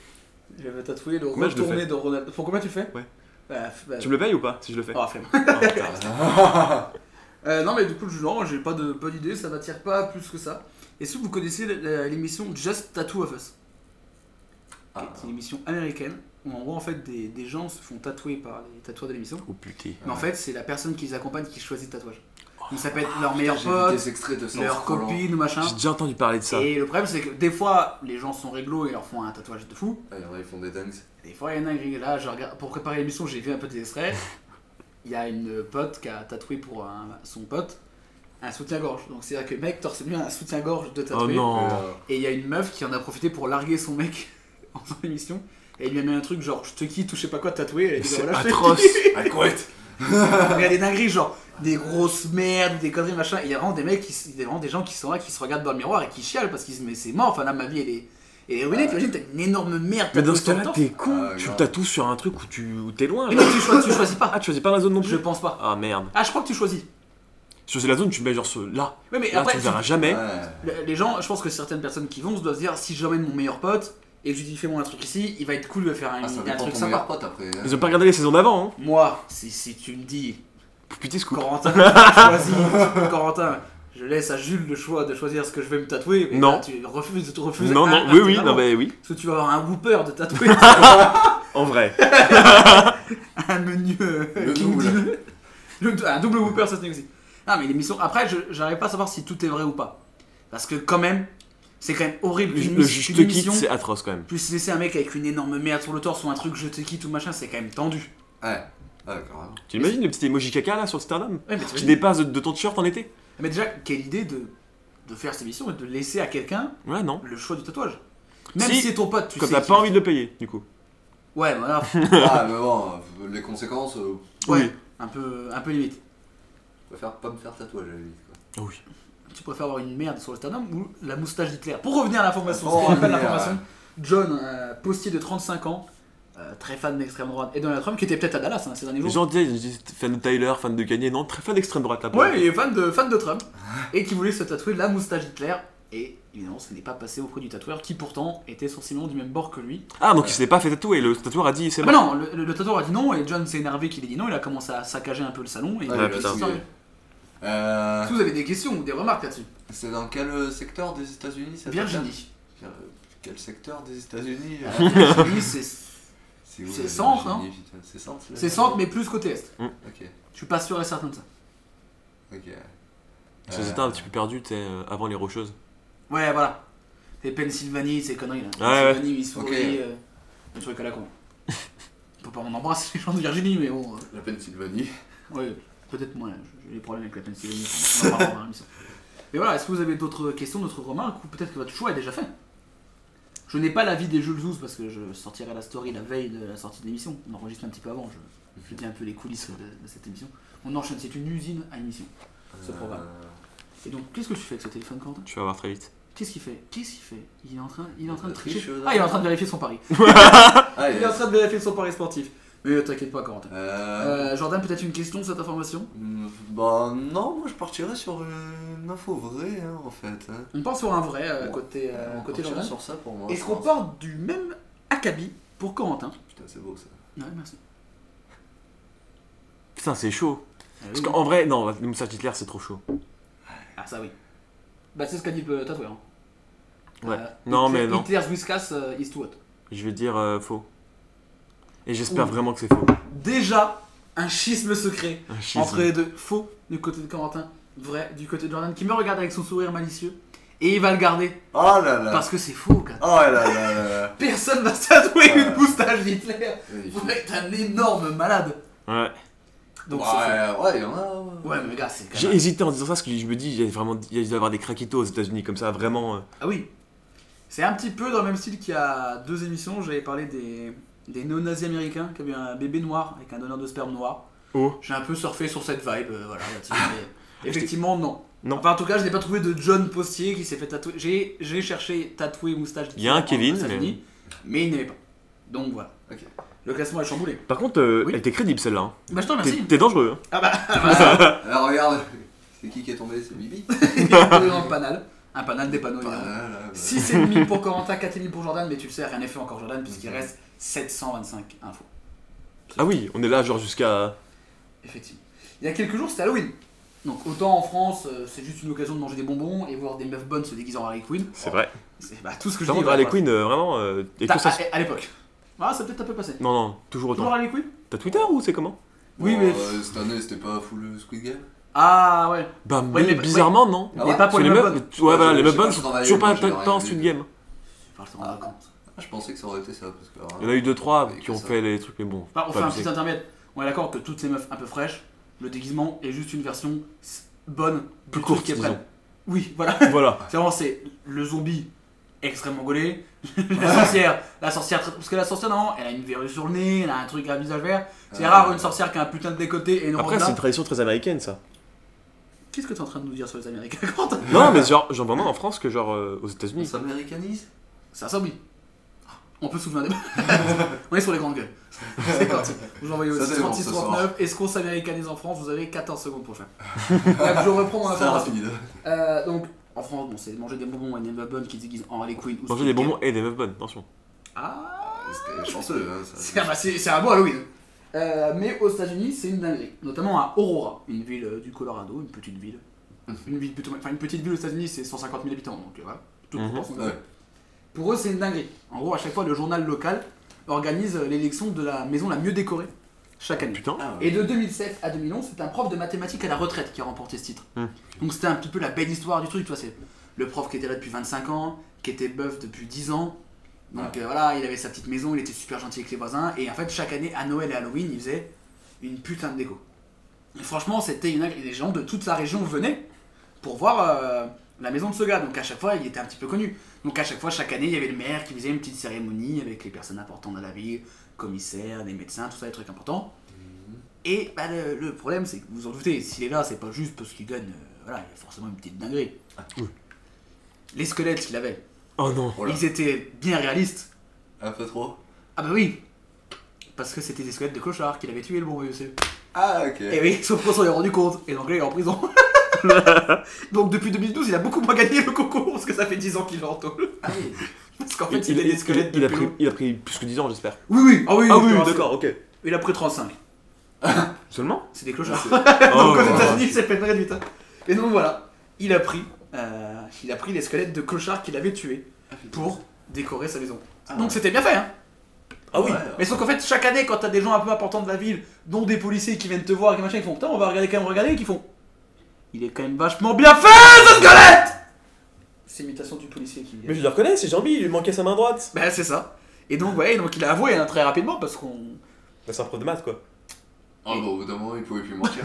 Je vais me tatouer le
Combien je le
retourné
fais
de Ronaldo. Pour combien tu le fais
Ouais.
Bah, f- bah,
Tu me le payes ou pas si je le fais
oh, flemme.
Ah, putain.
Euh, non, mais du coup, je- non, j'ai pas de bonne idée, ça m'attire pas plus que ça. Est-ce que vous connaissez l- la- l'émission Just Tattoo of Us
Ah.
C'est une émission américaine où en gros, en fait, des, des gens se font tatouer par les tatoueurs de l'émission.
Oh putain.
Mais en
Ouais. Oh,
fait, c'est la personne qui les accompagne qui choisit le tatouage. Donc ça peut être leur
J'ai
meilleur
vu
pote,
des extraits de ça. en
leur
scrollant.
copine ou machin.
J'ai déjà entendu parler de ça.
Hein Et le problème, c'est que des fois, les gens sont réglo et leur font un tatouage de fou.
Ah, il y en a, ils font des dingues.
Des fois, il y en a un gris. Là, je regarde, pour préparer l'émission, j'ai vu un peu des extraits. Il y a une pote qui a tatoué pour un- son pote un soutien-gorge. Donc, c'est-à-dire que le mec torse nu a un soutien-gorge de
Oh
tatoué.
non.
Euh,
Et il y a une meuf qui en a profité pour larguer son mec en fin d'émission. Et il lui a mis un truc genre je te quitte ou je sais pas quoi tatoué. Elle a dit,
C'est
bah voilà, je te
atroce.
quitte.
I quit.
Il y a des dingueries, genre des grosses merdes, des conneries machin. Et Il y a vraiment des mecs, qui, s- il y a vraiment des gens qui sont là, qui se regardent dans le miroir et qui chialent parce qu'ils se disent mais c'est mort. Enfin là, ma vie elle est, elle est ruinée.
Ouais.
T'imagines, t'as une énorme merde.
Ah, Mais dans
tatouée
ce
sur le
cas-là,
torse.
t'es con.
Ah,
tu
grave.
tatoues sur un truc où tu où t'es loin.
Mais
genre.
non, tu choisis, tu choisis pas.
Ah, tu choisis pas la zone non
Je
plus
pense pas.
Ah merde.
Ah, je crois que tu choisis.
Sur la zone, tu mets genre ce là.
Oui, mais
Là,
après,
tu le verras jamais.
Ouais.
le- les gens, je pense que certaines personnes qui vont se doivent se dire si j'emmène mon meilleur pote, et je lui dis fais-moi un truc ici, il va être cool de faire un,
Ah, ça
un
dépend de
truc
ton meilleur
sympa.
pote après. hein.
Ils ont pas regardé les saisons d'avant, hein
Moi, si, si tu me dis
Putain, scoop.
Corentin, choisis, Corentin, je laisse à Jules le choix de choisir ce que je vais me tatouer. mais
Non.
là, tu refuses, tu refuses. Ah,
Non,
un-
non, oui, oui,
intégralement.
non, mais oui.
Parce que tu vas avoir un whooper de tatouer,
En vrai.
un menu euh,
Le
King
double.
Deal. Le- un double whooper, ça se négocie. Ah, mais l'émission. Après, je j'arrive pas à savoir si tout est vrai ou pas. Parce que quand même, c'est quand même horrible.
Le
qu'une
le
miss-
je
qu'une
te quitte,
émission
c'est atroce quand même.
Plus laisser un mec avec une énorme merde sur le torse ou un truc je te quitte ou machin, c'est quand même tendu.
Ouais, hein. ouais, carrément.
Tu imagines le petit emoji caca là sur Stardom
Ouais, mais, tu
Qui
vois-
dépasse de, de ton t-shirt en été
mais déjà, quelle idée de, de faire cette émission et de laisser à quelqu'un
Ouais, non.
le choix du tatouage. Même si,
Si,
c'est ton pote, tu
Quand
sais.
t'as
qu'il-
pas envie de le payer, du coup.
Ouais, voilà.
Ah, mais bon, euh, les conséquences, euh,
Ouais,
Oui.
un, peu, un peu limite.
je préfère pas me faire tatouage à la limite. Quoi.
Ah oui.
Tu préfères avoir une merde sur le sternum ou la moustache d'Hitler Pour revenir à l'information,
Oh,
ce qu'on rappelle
merde.
l'information, John, euh, postier de 35 ans, euh, très fan d'extrême droite et Donald Trump, qui était peut-être à Dallas hein, ces derniers
Les
jours.
gens disaient, ils disaient, fan de Tyler, fan de Kanye, non, très fan d'extrême droite là. pour le
Ouais,
coup.
il est fan de, fan de Trump et qui voulait se tatouer la moustache d'Hitler. Et évidemment, ce n'est pas passé auprès du tatoueur qui pourtant était sensiblement du même bord que lui.
Ah, donc il s'est pas fait tatouer, le tatoueur a dit, c'est
Ah
bon.
bah non, le, le- le tatoueur a dit non et John s'est énervé qu'il ait dit non. Il a commencé à saccager un peu le salon. Et
Ouais,
Ouais,
bah,
putain.
c'est-
Sérieux.
Euh,
Est-ce que vous avez des questions ou des remarques là-dessus
c'est dans quel euh, secteur des États-Unis ça
Virginie.
t'appelle Euh, Quel secteur des États-Unis euh,
Virginie, c'est
C'est où,
C'est
la
centre,
Virginie, putain C'est centre là
c'est centre, mais plus côté est.
Ok,
Je suis pas sûr et certain de ça.
ok.
Ils étaient un petit peu perdus, tu sais, euh, avant les Rocheuses.
Ouais, voilà. C'est Pennsylvanie, ces conneries là.
Ouais, ouais.
Pennsylvanie, Missouri,
Ok.
euh, un truc à la con. On peut pas, on embrasse les gens de Virginie, mais bon.
La Pennsylvanie.
euh, ouais, peut-être moins. hein. J'ai des problèmes avec la Pennsylvanie. On en parlera dans l'émission. mais voilà, est-ce que vous avez d'autres questions, d'autres remarques ou peut-être que votre choix est déjà fait Je n'ai pas l'avis des Jules Zouz parce que je sortirai la story la veille de la sortie de l'émission. On enregistre un petit peu avant. Je, je dis un peu les coulisses de, de cette émission. On enchaîne, c'est une usine à émission.
euh,
Ce programme. Et donc, qu'est-ce que tu fais avec ce téléphone, Quentin
Tu vas voir très vite.
Qu'est-ce qu'il fait Qu'est-ce qu'il fait Il est en train, il est en train de
Triche,
tricher.
euh,
Ah, il est en train de vérifier son pari.
Ah,
Il est en train de vérifier son pari sportif. Mais euh, t'inquiète pas, Corentin.
Euh...
Euh, Jordan, peut-être une question sur cette information
mm, Bah non, moi je partirais sur euh, une info vraie hein, en fait. hein.
On part sur un vrai euh,
Ouais.
côté, euh,
On
côté
partirait
Jordan.
sur ça pour moi.
Est-ce qu'on
pense.
part du même acabit pour Corentin
Putain, c'est beau ça.
Ouais, merci.
Putain, c'est chaud.
Ah, oui.
Parce qu'en vrai, non, le moustache d'Hitler, c'est trop chaud.
Ah, ça oui. Bah, c'est ce qu'a dit le tatoueur. hein.
Ouais.
Euh,
Non,
Hitler-
mais non.
Hitler's Whiskas euh, is too hot.
Je vais dire euh, faux. Et j'espère
Ouh.
vraiment que c'est faux. Ah,
Déjà, un schisme secret
Un schisme.
entre les deux. Faux du côté de Corentin, vrai du côté de Jordan, qui me regarde avec son sourire malicieux. Et il va le garder
Oh là
Euh.
là
parce que c'est faux, gars.
Oh là là là là
Personne va se tatouer
Ouais.
une
Euh.
moustache d'Hitler.
Magnifique.
Vous êtes un énorme malade.
Ouais.
Donc
ouais,
c'est
ouais, il y en a. Ouais,
faux. Ouais, mais gars, c'est quand
J'ai
même...
hésité en disant ça parce que je me dis, il y a vraiment, il doit y avoir des craquitos aux États-Unis comme ça, vraiment. euh.
Ah oui. C'est un petit peu dans le même style qu'il y a deux émissions. J'avais parlé des, des néo-nazis américains qui avaient un bébé noir avec un donneur de sperme noir.
Oh.
J'ai un peu surfé sur cette vibe. euh, voilà, là-dessus, mais Effectivement, non.
Ah. Non.
Enfin, en tout cas, je n'ai pas trouvé de John Postier qui s'est fait tatouer. J'ai j'ai cherché tatouer moustache d'Hitler.
Il y a un
en
Kevin,
États-Unis, mais... il n'aimait pas. Donc voilà.
Ok.
Le classement est chamboulé.
Par contre, euh,
Oui.
elle était crédible celle-là. hein.
Bah, je t'en
T'es
remercie.
t'es dangereux. hein.
Ah bah, Bah,
Alors Euh, regarde, c'est qui qui est tombé C'est Bibi.
Il est tombé dans le panal. Un panal des panneaux.
Pas
évidemment.
mal, là, ouais.
6,5 pour Corentin, 4,5 pour Jordan, mais tu le sais, rien n'est fait encore Jordan puisqu'il reste 725 infos.
Ah oui, on est là genre jusqu'à.
Effectivement. Il y a quelques jours, c'était Halloween. Donc autant en France, euh, c'est juste une occasion de manger des bonbons et voir des meufs bonnes se déguisant en Harley Quinn.
C'est vrai.
C'est bah, tout ce que je
Par
dis.
contre,
voilà,
Harley
voilà.
Quinn, euh, vraiment. euh, y a
T'as-
que ça-
à, à l'époque. Ah, ça peut-être un peu passé.
Non, non, toujours
Toujours
autant.
Harley Quinn
T'as Twitter ou c'est comment
Oui,
Bon,
mais-
euh, cette année, c'était pas full Squid Game
Ah ouais.
Bah,
Ouais, mais-
mais bizarrement, non.
Ah
mais
ouais,
pas
Parce
pour
que
les meufs bonnes.
ouais, voilà,
je-
les
je
meufs
sais pas
bonnes
si
sont
on va y
toujours
aller, moi,
pas
j'ai rien
temps
vu.
Sud Game.
Enfin, je te rends
Ah.
compte.
Je pensais que ça aurait été ça parce que. hein.
Il y en a eu 2-3
Et
qui
que
ont
ça.
fait les trucs, mais bon.
Enfin, on
pas
fait un
abusé.
petit intermède. On est d'accord que toutes ces meufs un peu fraîches, le déguisement est juste une version s- bonne du
Plus
truc
courte,
qu'elles
disons.
prennent. Oui, voilà.
Voilà.
C'est vraiment, c'est le zombie extrêmement gaulé, la sorcière, la sorcière, très- parce que la sorcière, non, elle a une verrue sur le nez, elle a un truc à visage vert. C'est
Ah.
rare une sorcière qui a un putain de décoté et une
Après, c'est une
robe
tradition très américaine ça.
Qu'est-ce que t'es en train de nous dire sur les Américains, Quentin
Non, mais genre, genre vraiment en France que genre euh, aux
On
États-Unis.
s'américanise
Ça s'oublie. On peut soulever un débat. On est sur les grandes gueules. C'est parti. Vous envoyez au
Ça, c'est bon, ce
36 39. Est-ce qu'on s'américanise en France Vous avez 14 secondes pour le faire. Bref, je reprends mon
C'est
information.
rapide.
Euh, donc, en France, bon, c'est manger des bonbons et des bonbons qui se déguisent en Harley Quinn. ou
Manger
Squid
des
Game.
bonbons et des meufs bonnes, attention.
Ah,
C'était chanceux, hein,
c'est
ça.
ah bah, c'est- c'est un beau Halloween. Euh, mais aux États-Unis, c'est une dinguerie, notamment à Aurora, une ville euh, du Colorado, une petite ville. Une, ville plutôt- enfin, une petite ville aux États-Unis, c'est 150 000 habitants, donc euh, voilà. Toute
Mhm.
proportion.
Ouais.
Pour eux, c'est une dinguerie. En gros, à chaque fois, le journal local organise euh, l'élection de la maison la mieux décorée chaque année.
Putain.
Ah, ouais.
Et de 2007 à 2011, c'est un prof de mathématiques à la retraite qui a remporté ce titre.
Hmm.
Donc c'était un petit peu la belle histoire du truc, tu vois. C'est le prof qui était là depuis 25 ans, qui était bœuf depuis 10 ans. Donc euh, voilà, il avait sa petite maison, il était super gentil avec les voisins. Et en fait, chaque année, à Noël et Halloween, il faisait une putain de déco. Et franchement, c'était une. et Les gens de toute la région venaient pour voir euh, la maison de ce gars. Donc à chaque fois, il était un petit peu connu. Donc à chaque fois, chaque année, il y avait le maire qui faisait une petite cérémonie avec les personnes importantes de la ville, commissaires, des médecins, tout ça, des trucs importants. Et bah, le, le problème, c'est que vous vous en doutez, s'il est là, c'est pas juste parce qu'il gagne. euh, voilà, il y a forcément une petite dinguerie.
oui.
Les squelettes qu'il avait,
Oh non.
Voilà.
ils étaient bien réalistes.
Un peu trop.
Ah bah oui Parce que c'était des squelettes de clochards qu'il avait tué le bon vieux monsieur.
Ah, ok.
Eh
Et oui, sauf qu'on s'en est rendu compte. Et donc là, il est en prison. donc depuis 2012, il a beaucoup moins gagné le concours parce que ça fait 10 ans qu'il est en taule.
Ah oui.
Parce qu'en fait,
Il,
il, a
il-
des squelettes
il a
de
pris,
pélos.
il a pris plus que 10 ans, j'espère.
Oui, oui, ah oui,
Ah
je
oui,
te rassure.
d'accord, ok.
Il a pris 35.
Seulement
C'est des clochards.
Oh,
Donc aux
ouais.
États-Unis, c'est peine réduite. hein. Et donc voilà, il a pris, euh, il a pris les squelettes de clochards qu'il avait tués pour décorer sa maison. Donc c'était bien fait, hein.
Ah oui.
Mais sauf qu'en fait, chaque année, quand t'as des gens un peu importants de la ville, dont des policiers qui viennent te voir et qui machin, ils font putain, on va regarder quand même, regarder, et qui font. Il est quand même vachement bien fait, ce squelette C'est l'imitation du policier qui.
Mais je le reconnais, c'est Jambi, il lui manquait sa main droite.
Bah, c'est ça. Et donc, ouais, donc il a avoué hein, très rapidement parce qu'on.
Bah, c'est un prof de maths quoi.
Ah, bah, au bout d'un moment, il pouvait plus mentir.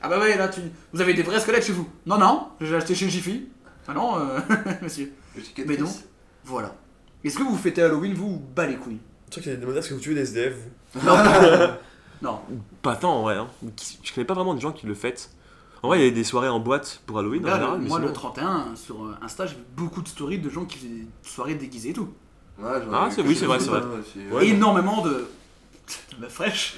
Ah bah ouais, là, tu... vous avez des vrais squelettes chez vous. Non, non, j'ai acheté chez Jiffy. Ah non, euh, monsieur. Mais Eh ben non. Voilà. Est-ce que vous fêtez Halloween, vous, ou bas les couilles
Je crois qu'il y a des menaces que vous tuez des SDF. vous.
Non.
Pas tant en vrai. hein. Je connais pas vraiment de gens qui le fêtent. En vrai, il y a des soirées en boîte pour Halloween. en
Là,
général, Eh ben mais
Bah, moi, le
sinon-
31, sur euh, Insta, j'ai vu beaucoup de stories de gens qui faisaient des soirées déguisées et tout.
Ouais, j'en ai
Ah,
vu
c'est- oui,
quelques-uns
c'est vrai, c'est vrai.
aussi.
Ouais. bah.
Énormément de... de meufs fraîches.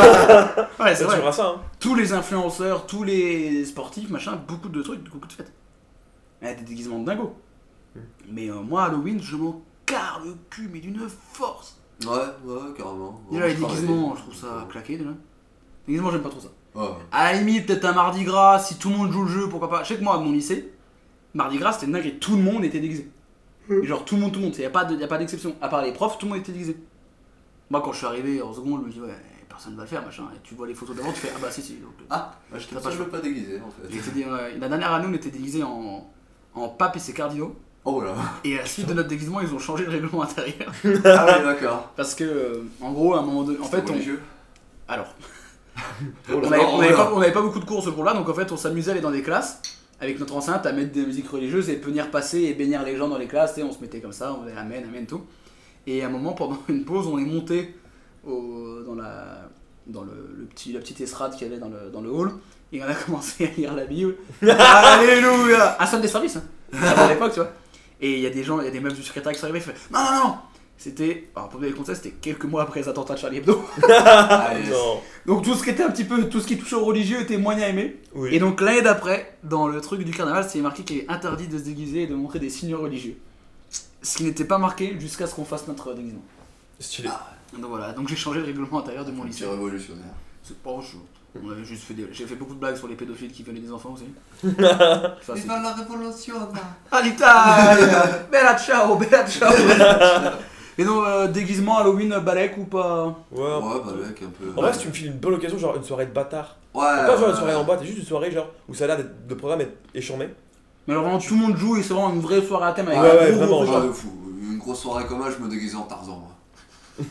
ouais, c'est
Ça, tu
vrai.
verras ça, hein.
Tous les influenceurs, tous les sportifs, machin, beaucoup de trucs, beaucoup de fêtes. Ouais, des déguisements de dingo.
Hmm.
Mais euh, moi, Halloween, je m'en carre le cul, mais d'une force.
Ouais, ouais, carrément.
Oh,
Déjà, les
Je travaille.
déguisements, je trouve ça claqué déjà. Les déguisements, j'aime pas trop ça.
Ouais.
À la limite, peut-être un Mardi Gras, si tout le monde joue le jeu, pourquoi pas. Je sais que moi, à mon lycée, Mardi Gras, c'était une dinguerie. Tout le monde était déguisé. Et genre, tout le monde, tout le monde. Il n'y a pas de- y a pas d'exception. à part les profs, tout le monde était déguisé. Moi, quand je suis arrivé en seconde, je me dis, ouais, personne va le faire, machin. Et tu vois les photos d'avant, tu fais, ah bah si, si. Donc, euh,
Ah, bah, je
T'as
t'ai
pas
pas,
chaud.
pas déguisé en fait.
j'étais dé- euh, la dernière année, on était déguisé en, en pape et ses cardinaux.
Oh là.
Et à la suite de notre déguisement, ils ont changé le règlement intérieur.
ah, ouais, d'accord.
Parce que, euh, en gros, à un moment donné. En fait, on.
Religieux.
Alors.
Oh là
On avait,
là,
on
oh
avait
là.
pas, on avait pas beaucoup de cours ce jour-là, donc en fait on s'amusait à aller dans des classes avec notre enceinte à mettre des musiques religieuses et venir passer et bénir les gens dans les classes. Et on se mettait comme ça, on faisait amen, amen, tout. Et à un moment, pendant une pause, on est monté au- dans, la, dans le, le petit, la petite estrade qu'il y avait dans le, dans le hall et on a commencé à lire la Bible. Alléluia Un somme des services, hein. à l'époque, tu vois. Et il y a des gens, il y a des meufs du secrétariat qui sont arrivés, ils font, non, non, non C'était, alors pour donner le contexte, c'était quelques mois après les attentats de Charlie Hebdo.
Ah, yes.
Non.
Donc tout ce qui était un petit peu, tout ce qui touchait au religieux était moyen aimé.
Oui.
Et donc l'année d'après, dans le truc du carnaval, c'est marqué qu'il est interdit de se déguiser et de montrer des signes religieux. Ce qui n'était pas marqué jusqu'à ce qu'on fasse notre déguisement.
Stylé.
Donc voilà, donc j'ai changé le règlement intérieur de mon
C'est
lycée.
révolutionnaire.
C'est pas chaud. On avait juste fait des... J'ai fait beaucoup de blagues sur les pédophiles qui violaient des enfants aussi. Ça, c'est-
la révolution là.
Ah l'Italie Bella ciao, bella ciao Et donc euh, déguisement Halloween, balèque ou pas
Ouais.
Ouais,
En
bah, mec, un peu.
vrai, si tu me files une bonne occasion, genre une soirée de bâtard.
Ouais.
Pas genre
ouais.
une soirée en boîte, c'est juste une soirée genre où ça a l'air d'être- le programme est échangé.
Mais alors vraiment tout le monde joue et c'est vraiment une vraie soirée à thème avec
Ouais,
un
ouais,
gros, gros,
vraiment,
gros
Ouais, Oh, bah, de fou. Une grosse soirée comme ça, je me déguisais en Tarzan, moi.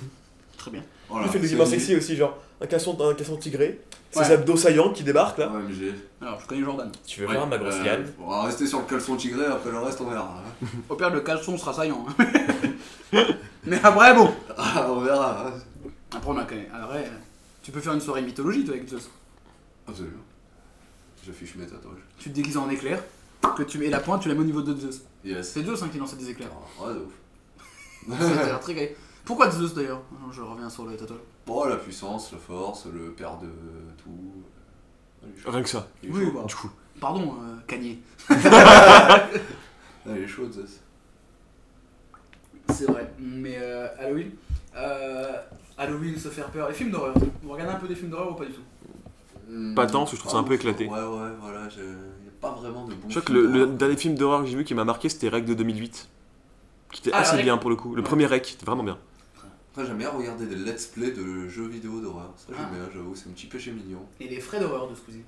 Très bien.
Voilà,
Il fait des
Ah, c'est
déguisement
dit.
sexy aussi, genre un casson, un casson tigré, ses
Ouais.
abdos saillants qui débarquent là.
OMG.
Alors je connais Jordan.
Tu veux voir ma grosse
euh,
Yann
On va rester sur le caleçon tigré, après le reste on verra. hein.
Au pire le caleçon sera saillant. hein. Mais après bon
Ah, on verra. hein.
Après, on a quand même- alors, ouais, tu peux faire une soirée mythologie, toi, avec Zeus.
Absolument. J'affiche mes tatouages.
Tu te déguises en éclair, que tu mets la pointe, tu la mets au niveau de Zeus.
Yes.
C'est Zeus hein, qui lançait des éclairs.
Ouais, de ouf.
Ça a l'air très gay. Pourquoi Zeus d'ailleurs Je reviens sur le tatouage.
Bon, Oh, la puissance, la force, le père de tout. Elle est chaude.
Rien que ça,
Elle est
Oui,
chaude.
bah,
du coup.
pardon, euh, Kanye.
Elle est chaude, Zeus.
C'est vrai. Mais euh, Halloween. euh, Halloween, se faire peur. Les films d'horreur. Vous regardez un peu des films d'horreur ou pas du tout
Pas tant, parce que je trouve ça un
Mm. Ah,
peu
ouf.
éclaté.
Ouais, ouais, voilà, je... il n'y a pas vraiment de bon.
Je crois que le, le dernier film d'horreur que j'ai vu qui m'a marqué, c'était Rec de 2008. Qui était
Ah,
assez
Rec.
bien pour le coup. Le
Ouais.
premier Rec, c'était vraiment bien.
Après, j'aime bien regarder des let's play de jeux vidéo d'horreur. Ça, j'aime
Ah.
bien, j'avoue, c'est un petit péché mignon.
Et les frais d'horreur de Squeezie.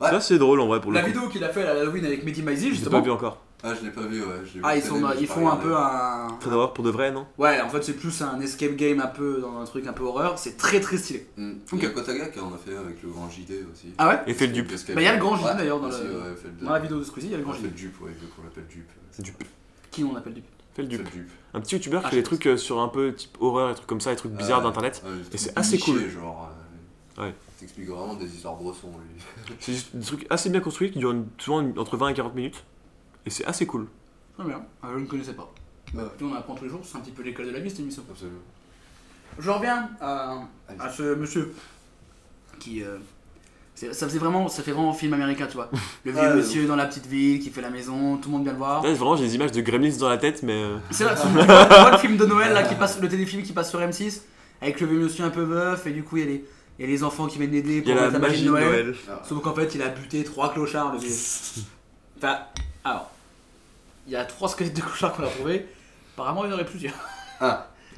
Ouais.
Ça, c'est drôle en vrai pour le
La
coup.
vidéo qu'il a fait à Halloween avec Mehdi Maizi,
Je l'ai pas
justement.
vu encore.
Ah, je l'ai pas vu, ouais. je l'ai vu
Ah, ils,
traîner,
sont,
mais j'ai
ils
pas
font un
regardé.
peu un.
Très d'horreur pour de vrai, non
Ouais, en fait, c'est plus un escape game un peu dans un truc un peu horreur. C'est très très stylé.
Mm.
Ok.
Il y a Kotaga qui en a fait avec le grand JD aussi.
Ah ouais
Et fait le dupe.
Parce qu'elle-
Bah, il y a le grand JD,
Ouais,
d'ailleurs, dans
aussi,
le-
ouais, fait le-
Dans la vidéo de Squeezie, il y a le grand
Ouais, fait
Gilles.
le dupe, ouais, vu qu'on l'appelle dupe.
C'est du
Qui on appelle du
Fait le
Fait
dupe.
le dupe.
Un petit youtubeur
Ah,
qui fait des
je-
trucs euh, sur un peu type horreur, des trucs comme ça, des trucs bizarres
Ah,
d'internet.
ouais,
Et c'est
des
assez
clichés,
cool.
Genre, euh,
Ouais.
il T'explique vraiment des histoires brossons, lui.
C'est juste des trucs assez bien construits qui durent une- souvent une- entre 20 et 40 minutes. Et c'est assez cool.
Très bien. Ah, je ne connaissais pas.
Bah
Puis on apprend tous les jours, c'est un petit peu l'école de la vie cette émission.
Absolument.
Je reviens à,
Allez.
à ce monsieur qui. euh, c'est- ça faisait vraiment, ça fait vraiment film américain, tu vois. Le vieux
Ah, oui.
monsieur dans la petite ville qui fait la maison, tout le monde vient le voir.
Là, vraiment, j'ai des images de Gremlins dans la tête, mais. euh,
C'est là, tu vois, tu vois le film de Noël là qui passe, le téléfilm qui passe sur M6 avec le vieux monsieur un peu veuf et du coup il y a les, il y a les enfants qui viennent l'aider
Il
pour
y a la
mettre
magie de Noël.
Ah,
Sauf qu'en fait, il a buté trois clochards. Le vieux. enfin, alors, il y a trois squelettes de clochards qu'on a trouvés. Apparemment, il y en aurait plusieurs.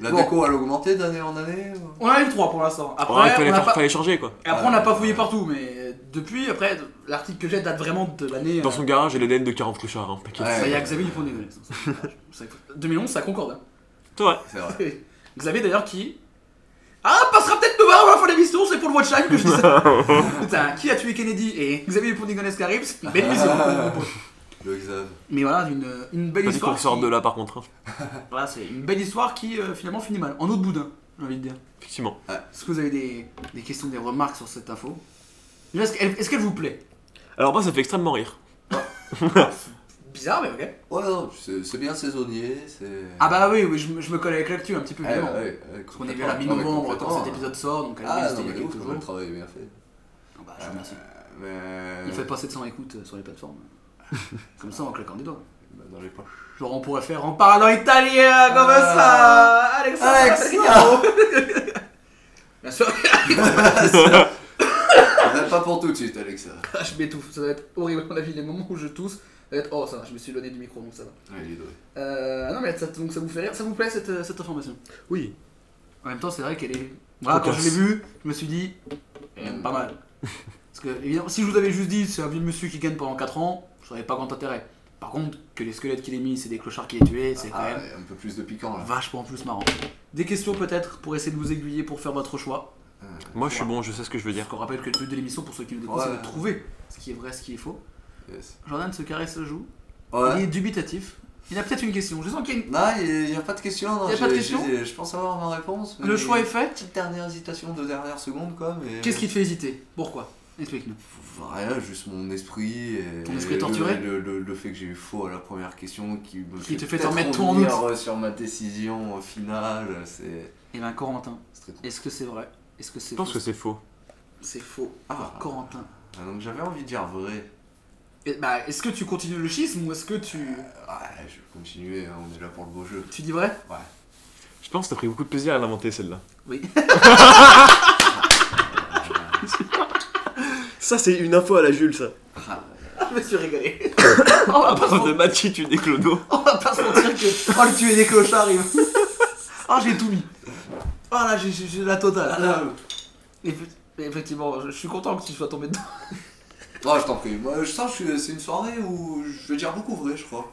La
Bon.
déco, elle a augmenté d'année en année ou-
On en a eu trois pour l'instant. Après,
Ouais, il fallait,
on n'a
faire-
pas...
fallait changer quoi.
après, on n'a pas fouillé
Ouais.
partout, mais depuis, après, l'article que j'ai date vraiment de l'année.
Dans
euh,
son garage, il y a l'ADN de 40 clochards, hein, t'inquiète.
Ouais.
bah, il y a Xavier Dupont des Noël. ça, ça- ça- 2011, ça concorde. hein.
C'est vrai.
C'est vrai.
Xavier d'ailleurs qui. Ah, passera peut-être nous voir à la fin de l'émission, c'est pour le watch time que je dis ça. Putain, qui a tué Kennedy et Xavier Dupont des Noël qui arrive C'est une belle mission.
Le Xav.
mais voilà, une, une belle
Pas dit
histoire.
qu'on sort
qui-
de là par contre, hein.
Voilà, c'est une belle histoire qui euh, finalement finit mal. En eau de boudin, j'ai envie de dire.
effectivement.
Est-ce que vous avez des, des questions, des remarques sur cette info Déjà, Est-ce qu'elle est-ce qu'elle vous plaît
Alors moi ça fait extrêmement rire.
Bizarre, mais ok.
Ouais, non, c'est c'est bien saisonnier, c'est.
Ah bah oui, oui je, me- je me colle avec l'actu un petit peu,
Eh Ouais,
évidemment.
ouais, ouais,
Parce qu'on est bien à
complètement,
mi-novembre
complètement.
quand cet épisode sort, donc à la
Ah,
limite,
non,
il y
mais
a
de ouf,
quelques
le
jours.
travail est bien fait.
Ah bah, je vous remercie.
Mais.
Il fait pas 700 écoutes euh, sur les plateformes. Comme ça, en claquant des doigts.
Bah, Dans les poches.
Genre, on pourrait faire en parlant italien, comme
Ah.
ça Alexandre Alexandre. Bien sûr, Ah,
Ouais, Bah, pas pour tout de suite, Alexa.
je m'étouffe, ça va être horrible à mon avis, les moments où je tousse. Ça va être... Oh, ça va, je me suis éloigné du micro, donc ça va.
Ouais, il est doué.
Euh, non mais ça, donc ça vous fait rire, ça vous plaît cette, euh, cette information
Oui.
En même temps c'est vrai qu'elle est... Voilà, quand
Cocasse.
je l'ai vue, je me suis dit, eh, pas mal. Parce que évidemment, si je vous avais juste dit c'est un vieux monsieur qui gagne pendant 4 ans, je n'aurais pas grand intérêt. Par contre, que les squelettes qu'il a mis, c'est des clochards qu'il a tués, c'est quand
Ah,
même
ouais, un peu plus de piquant là.
vachement plus marrant. Des questions peut-être pour essayer de vous aiguiller pour faire votre choix.
Ah,
Moi je suis bon, je sais ce que je veux dire.
Parce qu'on rappelle que le but de l'émission pour ceux qui nous découvrent, c'est
Ouais.
de trouver ce qui est vrai, ce qui est faux.
Yes.
Jordan se caresse le joue, il
Ouais.
est dubitatif. Il a peut-être une question, je sens qu'il y a une-
Non, il n'y a pas de question. non,
Il y a pas de
j'ai-
question
j'ai- Je pense avoir ma réponse. mais-
Le choix est fait.
Petite dernière hésitation de dernière seconde, quoi. Mais...
Qu'est-ce qui te fait hésiter Pourquoi Explique-nous.
Rien, juste mon esprit. Et
Ton esprit
et
torturé
le, le, le fait que j'ai eu faux à la première question qui me
Qui te fait te
peut-être
remettre tout en
revenir, euh, sur ma décision euh, finale. C'est
Et ben Corentin,
c'est très con.
est-ce que c'est vrai Est-ce que c'est
Je pense
faux
que c'est faux.
C'est faux.
Ah.
Corentin.
Ah, donc j'avais envie de dire vrai.
Et bah, est-ce que tu continues le schisme ou est-ce que tu.
Ouais, je vais continuer, hein, on est là pour le beau jeu.
Tu dis vrai
Je pense que t'as pris beaucoup de plaisir à l'inventer celle-là.
Oui.
Ça c'est une info à la Jules ça.
Je me suis régalé. on, va pas se...
de
men-
Matitude et Clodo.
on va pas se mentir que. Oh, le tuer des clochards arrive. Ah, j'ai tout mis. Oh là, j'ai- j'ai j'ai la totale.
Ah, euh,
Eff- Effectivement, je je suis content que tu sois tombé dedans.
Non, ah, je t'en prie. Moi, je sens que je suis- c'est une soirée où je vais dire beaucoup vrai, je crois.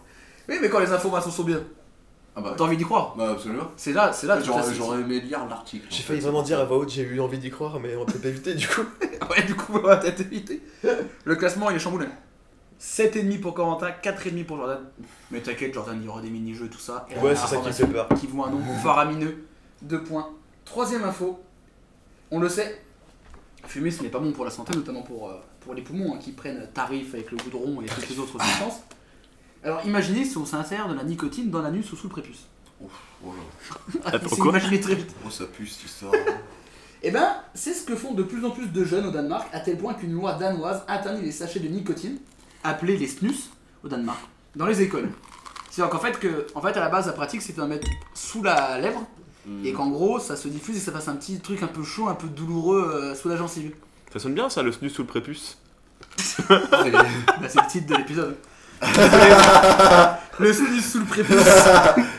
Oui, mais quand les informations sont bien,
Ah bah,
t'as envie d'y croire.
bah absolument.
C'est là, c'est là.
J'aurais-
toute la-
J'aurais aimé lire l'article.
J'ai
en
failli
fait.
vraiment dire à voix haute, j'ai eu envie d'y croire, mais on va peut-être éviter du coup.
Ah Ouais, du coup, on va peut-être éviter. Le classement, il est chamboulé. 7,5 pour Corentin, 4,5 pour Jordan. Mais t'inquiète, Jordan, il y aura des mini-jeux, tout ça. Et
Ouais,
la
c'est ça qui me
formation
fait peur.
Qui vaut un nombre faramineux. 2 points. Troisième info. On le sait, fumer, ce n'est pas bon pour la santé, notamment pour, euh, pour les poumons hein, qui prennent tarif avec le goudron et toutes les autres substances. Alors imaginez si on s'insère de la nicotine dans l'anus ou sous le prépuce.
Oh, là.
Attends,
C'est
quoi
imaginé très vite.
Oh, ça pue cette histoire. hein.
Eh ben, c'est ce que font de plus en plus de jeunes au Danemark, à tel point qu'une loi danoise interdit les sachets de nicotine, appelés les snus, au Danemark, dans les écoles. C'est-à-dire qu'en fait, que, en fait, à la base, la pratique, c'était de la mettre sous la lèvre et qu'en gros, ça se diffuse et que ça fasse un petit truc un peu chaud, un peu douloureux euh, sous la gencive.
Ça sonne bien ça, le snus sous le prépuce.
Bah, c'est le titre de l'épisode. le snus sous le prépuce.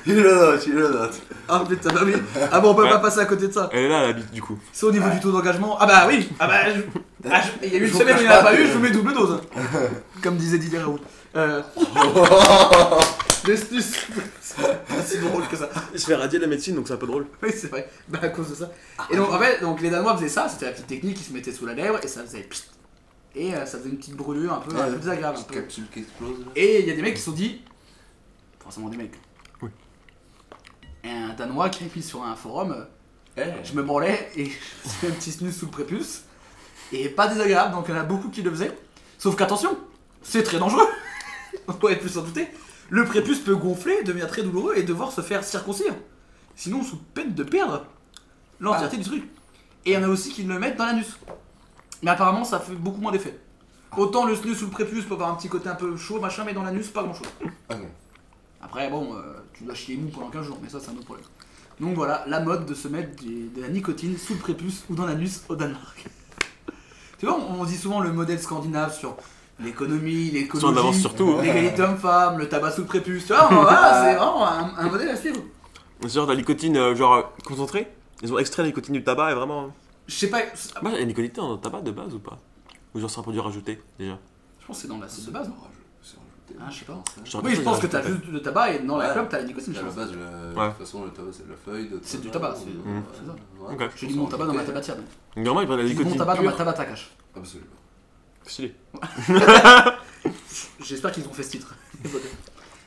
Il le note, il le note.
Ah putain, bah oui. Ah bon, on peut
Ouais.
pas passer à côté de ça.
Elle est là la bite du coup.
C'est au niveau du taux d'engagement. Ah bah oui. Ah bah. je- ah, je- Il y a eu une semaine où il n'y en a pas eu. Je vous mets double dose. Comme disait Didier Raoult. Euh... le snus sous le prépuce. Ah, C'est pas si drôle que ça.
Il se fait radier de la médecine donc c'est un peu drôle.
Oui, c'est vrai, bah, à cause de ça. Et donc, en fait, donc, les Danois faisaient ça, c'était la petite technique, ils se mettaient sous la lèvre et ça faisait pssst. Et euh, ça faisait une petite brûlure un peu, un peu
Ouais.
désagréable. un
Petite
peu.
capsule qui explose. là.
Et il y a des mecs qui se sont dit, forcément des mecs,
Oui.
Et un Danois qui a mis sur un forum, euh,
Eh,
je me branlais et je fais un petit snus sous le prépuce. Et pas désagréable, donc il y en a beaucoup qui le faisaient. Sauf qu'attention, c'est très dangereux. On pourrait plus s'en douter. Le prépuce peut gonfler, devenir très douloureux et devoir se faire circoncire. Sinon, sous peine de perdre l'entièreté du truc. Et il y en a aussi qui le mettent dans l'anus. Mais apparemment, ça fait beaucoup moins d'effet. Autant le snus sous le prépuce peut avoir un petit côté un peu chaud, machin, mais dans l'anus, pas grand chose.
Ok.
Après, bon, euh, tu dois chier mou pendant 15 jours, mais ça, c'est un autre problème. Donc voilà, la mode de se mettre du- de la nicotine sous le prépuce ou dans l'anus au Danemark. tu vois, on, on dit souvent le modèle scandinave sur l'économie,
Soit on avance
l'écologie,
surtout. hein.
l'égalité homme-femme, le tabac sous le prépuce. Tu vois, voilà, c'est vraiment un, un modèle à suivre.
C'est genre de la nicotine euh, genre euh, concentrée. Ils ont extrait la nicotine du tabac et vraiment. hein.
Je sais pas,
Bah, la nicotine dans le tabac de base ou pas Ou genre c'est un produit rajouté déjà
je pense que c'est dans l'acide de base. non
C'est rajouté.
Ah, je sais pas.
C'est-
Genre,
Oui, je pense que
rajouté.
t'as juste le tabac et dans la
Ouais.
clope, t'as la
Parce
nicotine.
qu'à
je
la
pense.
base, le- de
Ouais.
toute façon, le tabac, c'est de la feuille. de
C'est du tabac, c'est-
ouais,
c'est ça.
ouais.
Ok.
Je dis mon tabac dans ma tabatière. donc.
Normalement, ils prennent la
Je dis mon
nicotine.
tabac dans ma
pure.
tabac cache.
Absolument.
Stylé.
J'espère qu'ils ont fait ce titre.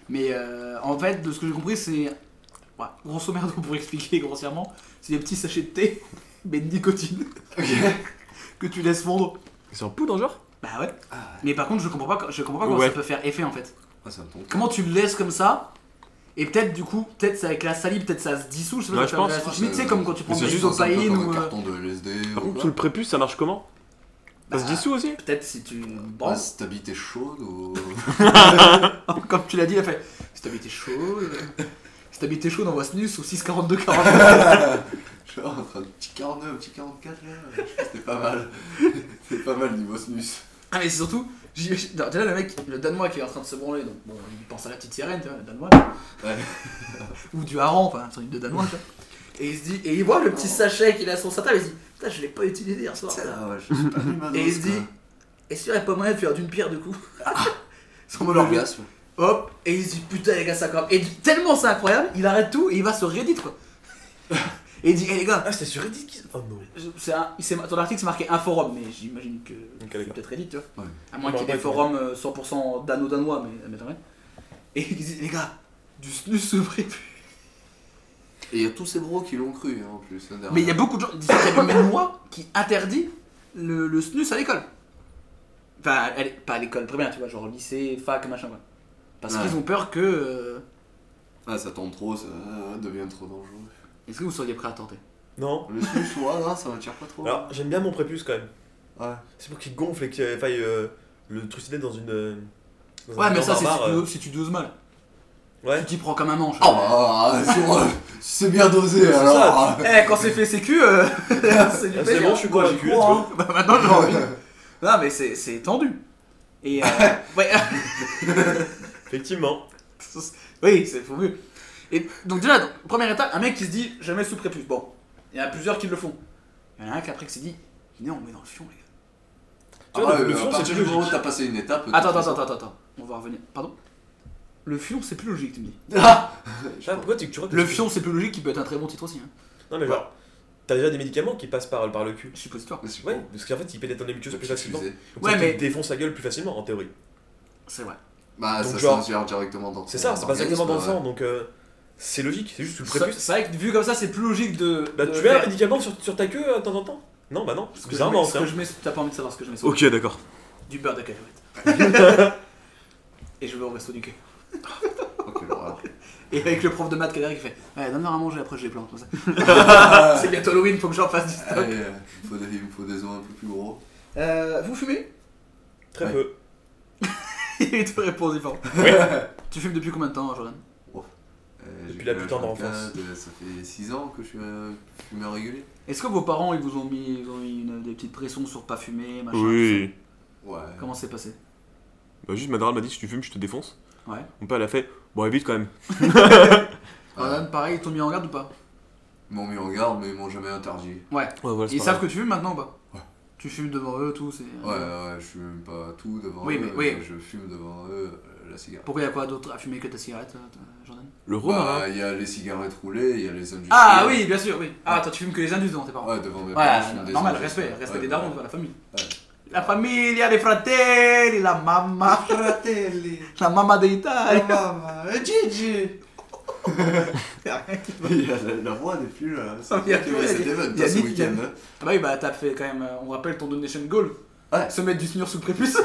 Mais euh, en fait, de ce que j'ai compris, c'est. ouais, grosso merdo pour expliquer grossièrement, c'est des petits sachets de thé, mais de nicotine, que tu laisses fondre.
C'est en poudre genre
Bah ouais.
Ah, ouais.
Mais par contre, je comprends pas, co- je comprends pas comment
Ouais.
ça peut faire effet en fait.
Ah, ça me tombe.
Comment tu le laisses comme ça et peut-être du coup, peut-être c'est avec la salive, peut-être ça se dissout, je sais pas,
Ouais,
ça
je
fait de la
Ah,
pense.
salive. Mais tu sais, comme quand tu prends
Mais
de
c'est
la
juste
lidocaïne
un
ou. euh,
carton de LSD.
Bah,
Par
ou
contre,
quoi.
sous le prépuce, ça marche comment Ça se
Bah,
dissout aussi
Peut-être si tu
Bah,
branches.
si ta bite est chaude ou.
Comme tu l'as dit, elle fait Si t'habitais chaud, euh, si t'habitais chaud, on voit Snus ou 642-40.
Genre, en train de petit 42, petit 44 là. Je pense que C'était pas mal. C'était pas mal niveau snus.
Ah mais c'est surtout, j'ai- j'ai- non, déjà le mec, le Danois qui est en train de se branler, donc bon, il pense à la petite sirène, tu vois, le Danois.
Ouais.
Ou du hareng, enfin un truc de Danois, tu vois. Et il se dit, et il voit le petit sachet qu'il a sur sa table, il se dit, putain je l'ai pas utilisé hier soir.
Ah ouais, je sais pas vu ma
Et il se
dose, quoi.
dit, est-ce qu'il n'y aurait pas moyen de faire d'une pierre de coup Sans
Comme
l'enlever.
l'orgasme.
Hop, et il se dit putain les gars ça crame. Et tellement c'est incroyable, il arrête tout et il va sur Reddit quoi. et il dit, hé les gars,
Ah, c'était sur Reddit qui. Oh non.
je- c'est un- c'est- ton article c'est marqué un forum, mais j'imagine que
Ok,
c'est
d'accord.
peut-être Reddit, tu vois.
Ouais.
À moins
Bah,
qu'il y ait des
après,
forums euh, 100% dano-danois, mais ça m'étonnerait. Et ils disent, les gars, du snus se prépuce.
Et il y a tous ces bros qui l'ont cru hein, en plus. hein, derrière.
Mais il y a beaucoup de gens, il y a même une loi qui interdit le, le snus à l'école. Enfin, à l'é- pas à l'école, très bien, tu vois, genre lycée, fac, machin, quoi. Parce
Ouais.
qu'ils ont peur que... euh,
Ah, ça tombe trop, ça euh, devient trop dangereux.
Est-ce que vous seriez prêt à tenter
Non.
Le snus, ouais, non, ça m'attire pas trop.
Alors, j'aime bien mon prépuce quand même.
Ouais.
C'est pour qu'il gonfle et qu'il euh, faille euh, le trucider dans une. euh, dans
Ouais,
un
mais
bidon
ça, c'est si,
barbare,
tu
euh.
do- si tu doses mal.
Ouais.
Tu t'y prends comme un manche.
Ah
Oh bah, si on- si c'est bien dosé
C'est
alors.
ça.
Eh, quand c'est fait sécu, euh, c'est du
Ah, c'est
plaisir.
bon, je suis
Moi,
convaincu, let's
cours,
go.
hein. Bah,
Ah,
maintenant, j'ai envie. Non, mais c'est c'est tendu. Et euh, ouais,
Effectivement.
oui, c'est faut mieux. Et donc déjà, donc, première étape, un mec qui se dit jamais sous prépuce. Bon, il y en a plusieurs qui le font. Il y en a un qui après qui s'est dit, venez, on met dans le fion, les gars.
Ah
Tu vois,
ouais,
le- le
mais à
fond, c'est
partir
plus
du moment où
logique.
t'as passé une étape.
Attends, attends, attends, attends, attends. On va revenir. Pardon. Le fion, c'est plus logique, tu me dis.
Ah
Ah, pourquoi tu, tu crois que
Le fion, c'est plus logique, qui peut être un très bon titre aussi. Hein.
Non, mais genre, t'as déjà des médicaments qui passent par, par le cul.
Suppositoire.
Ouais, parce qu'en fait, ils pénètrent dans les muqueuses plus facilement.
fusée.
Donc,
Ouais,
ça te
mais-
défonce la gueule plus facilement, en théorie.
C'est vrai.
Bah,
Donc,
ça
genre-
s'ingère directement dans ton
C'est ça, c'est pas
organisme,
exactement dans le
ouais.
sang, donc euh, c'est logique, c'est juste sous le
C'est
prépuce.
c'est vrai que vu comme ça, c'est plus logique de.
Bah,
de
tu mets un
faire-
médicament sur, sur ta queue euh, de temps en temps Non, bah non,
Ce que je
bizarrement,
mets- ce
c'est
que
un-
je mets, t'as pas envie de savoir ce que je mets. sur-
Ok, d'accord.
Du beurre de cacahuète. Et je vais au resto du cœur.
Ok, voilà.
Et avec le prof de maths qui est derrière qui fait Ouais, donne-leur à manger après je les plante. comme
Ah,
Ah.
ça. c'est bientôt Halloween, faut que j'en fasse du stock.
Allez, euh, il faut des- il me faut des os un peu plus gros.
Euh, vous fumez
très
Ouais.
peu.
Il y a eu deux réponses différentes. Tu fumes depuis combien de temps, Jordan
Euh,
Depuis
j'ai
la
quel
plus
âge
tendre
24, euh, Ça fait 6 ans que je suis euh, fumeur régulier.
Est-ce que vos parents ils vous ont mis, ils ont mis une- des petites pressions sur pas fumer, machin tout
Oui.
Ouais.
ça Comment c'est passé
Bah, juste, ma daronne m'a dit si tu fumes, je te défonce.
Ouais.
Mon père, elle a fait bon, évite quand même.
Voilà.
Jordan, pareil, ils t'ont mis en garde ou pas
Ils m'ont mis en garde, mais ils m'ont jamais interdit.
Ouais, voilà, c'est
Ils
pas
savent
grave.
que tu fumes maintenant ou pas
Ouais.
Tu fumes devant eux, tout, c'est. euh,
Ouais, ouais, je fume même pas tout devant
Oui,
eux.
mais- oui.
Je fume devant eux euh, la cigarette.
Pourquoi y a quoi d'autre à fumer que ta cigarette, euh, t- Jordan
Le romarin.
hein.
Bah, il y a les cigarettes roulées, il y a les industriels.
hein. Ah oui, bien sûr, oui. Ah, toi tu fumes que les indus devant tes parents.
Ouais, devant mes parents, je fume
Ouais,
des
normal,
indus.
respect, respect
Ouais, bah
des
ouais.
darons, quoi, la famille.
Ouais.
La famiglia, les fratelli, la mamma,
Fratelli,
la mamma d'Italie.
maman, Gigi
ah
Il y a la, la voix hein. n'est plus là. C'est
Il y a
toi qui
plus,
vois
il y a-
cet event,
il y a
toi, ce
Nick, il y a
week-end.
Nick.
hein.
bah oui, bah t'as fait quand même, euh, on rappelle ton donation goal.
Ouais.
Se mettre du snur sous le prépuce.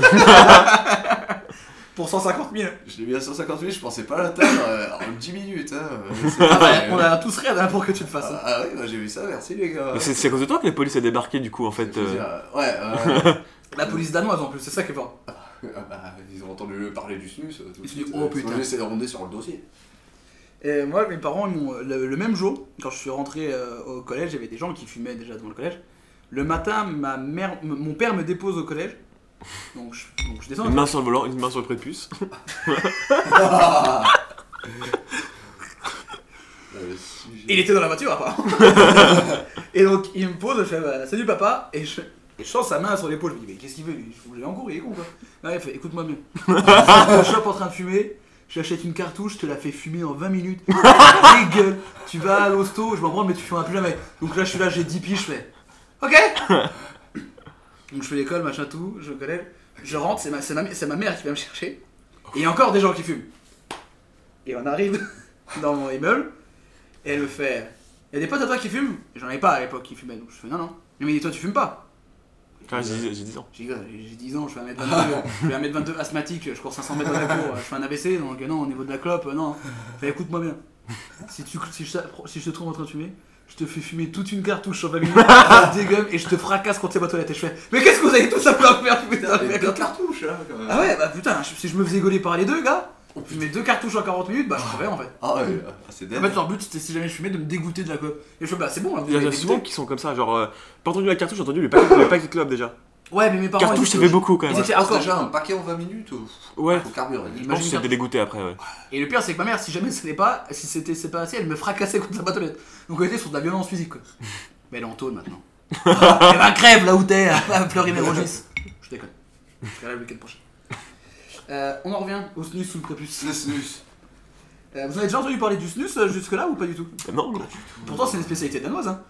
Pour 150 000.
Je l'ai mis à 150 000, je pensais pas l'atteindre euh, en 10 minutes. Hein. Euh, c'est
Ah,
pareil,
on
hein.
a tous rêve hein, pour que tu le fasses. hein.
Ah, ah oui, moi j'ai vu ça, merci les gars.
Mais C'est c'est à cause de toi que la police a débarqué, du coup, en fait.
Je veux
euh,
dire, euh, Ouais, euh,
La police danoise en plus, c'est ça qui est fort.
ah bah, ils ont entendu parler du snus. euh, Tout de
Ils se disent,
suite,
oh,
euh, ils
putain.
ont essayé de ronder sur le dossier.
Et moi, mes parents, ils m'ont- le, le même jour, quand je suis rentré euh, au collège, il y avait des gens qui fumaient déjà devant le collège. Le matin, ma mère, m- mon père me dépose au collège. Donc je, donc je
euh,
descends.
Une main sur le volant, une main sur le prépuce.
Le
Il
sujet.
était dans la voiture, apparemment. et donc, il me pose, je fais bah, Salut papa. Et je, et je sens sa main sur l'épaule. Je me dis Mais qu'est-ce qu'il veut lui Je voulais en cours, il est con quoi. Là, il fait Écoute-moi bien. je te chope en train de fumer. Je t'achète une cartouche, je te la fais fumer en 20 minutes. Dégueule. Tu vas à l'hosto, je m'en prends, mais tu fumeras plus jamais. Donc là, je suis là, j'ai 10 piges, je fais Ok Donc je fais l'école, machin tout, je connais. Je rentre, c'est ma, c'est ma- c'est ma mère qui va me chercher. Et il y a encore des gens qui fument. Et on arrive dans mon immeuble. Et elle me fait Il y a des potes à toi qui fument J'en avais pas à l'époque qui fumaient, donc je fais Non, non. Elle me dit Toi, tu fumes pas
Ah, J'ai j'ai 10 ans.
J'ai dit, Gars, j'ai- j'ai 10 ans, je fais 1m22, je fais 1m22 asthmatique, je cours 500 mètres dans la cour, je fais un ABC, donc non, au niveau de la clope, euh, non. Fait écoute-moi bien. Si, tu, si, je, si je te trouve en train de fumer, je te fais fumer toute une cartouche sur 20 minutes, je dégomme et je te fracasse contre tes boîtes aux lettres. Et je fais Mais qu'est-ce que vous avez tous à faire, putain, putain,
Il y a
merde.
deux cartouches là quand même.
hein, Ah ouais, bah putain, je- si je me faisais gauler par les deux, gars, je mets deux cartouches en 40 minutes, bah je crevais en fait.
Ah ouais, ah, c'est
En
dingue.
fait, leur but c'était si jamais je fumais de me dégoûter de la clope. Et je fais bah c'est bon, là, vous
Il y en
m'avez
a
dégoûté.
souvent qui sont comme ça, genre. euh, Pas entendu la cartouche, j'ai entendu le paquet, le paquet club déjà.
Ouais, mais mes parents.
Cartouche,
ils-
ça fait beaucoup quand
Ils
même.
étaient
Je pense
hardcore.
déjà un paquet en 20 minutes au,
Ouais.
au carburant.
Je pense que c'était dégoûté après, ouais.
Et le pire, c'est que ma mère, si jamais ce n'est pas, si c'était c'est pas assez, elle me fracassait contre sa batonnette. Donc on était sur de la violence physique, quoi. Mais elle est en taule maintenant. Elle va crève là où t'es, à pas pleurer mes rogis. Je déconne. Je serai là le week-end prochain. Euh, on en revient au snus sous le prépuce.
Le snus.
Euh, vous avez déjà entendu parler du snus euh, jusque-là ou pas du tout
Ah Non, non.
Pourtant, c'est une spécialité danoise, hein.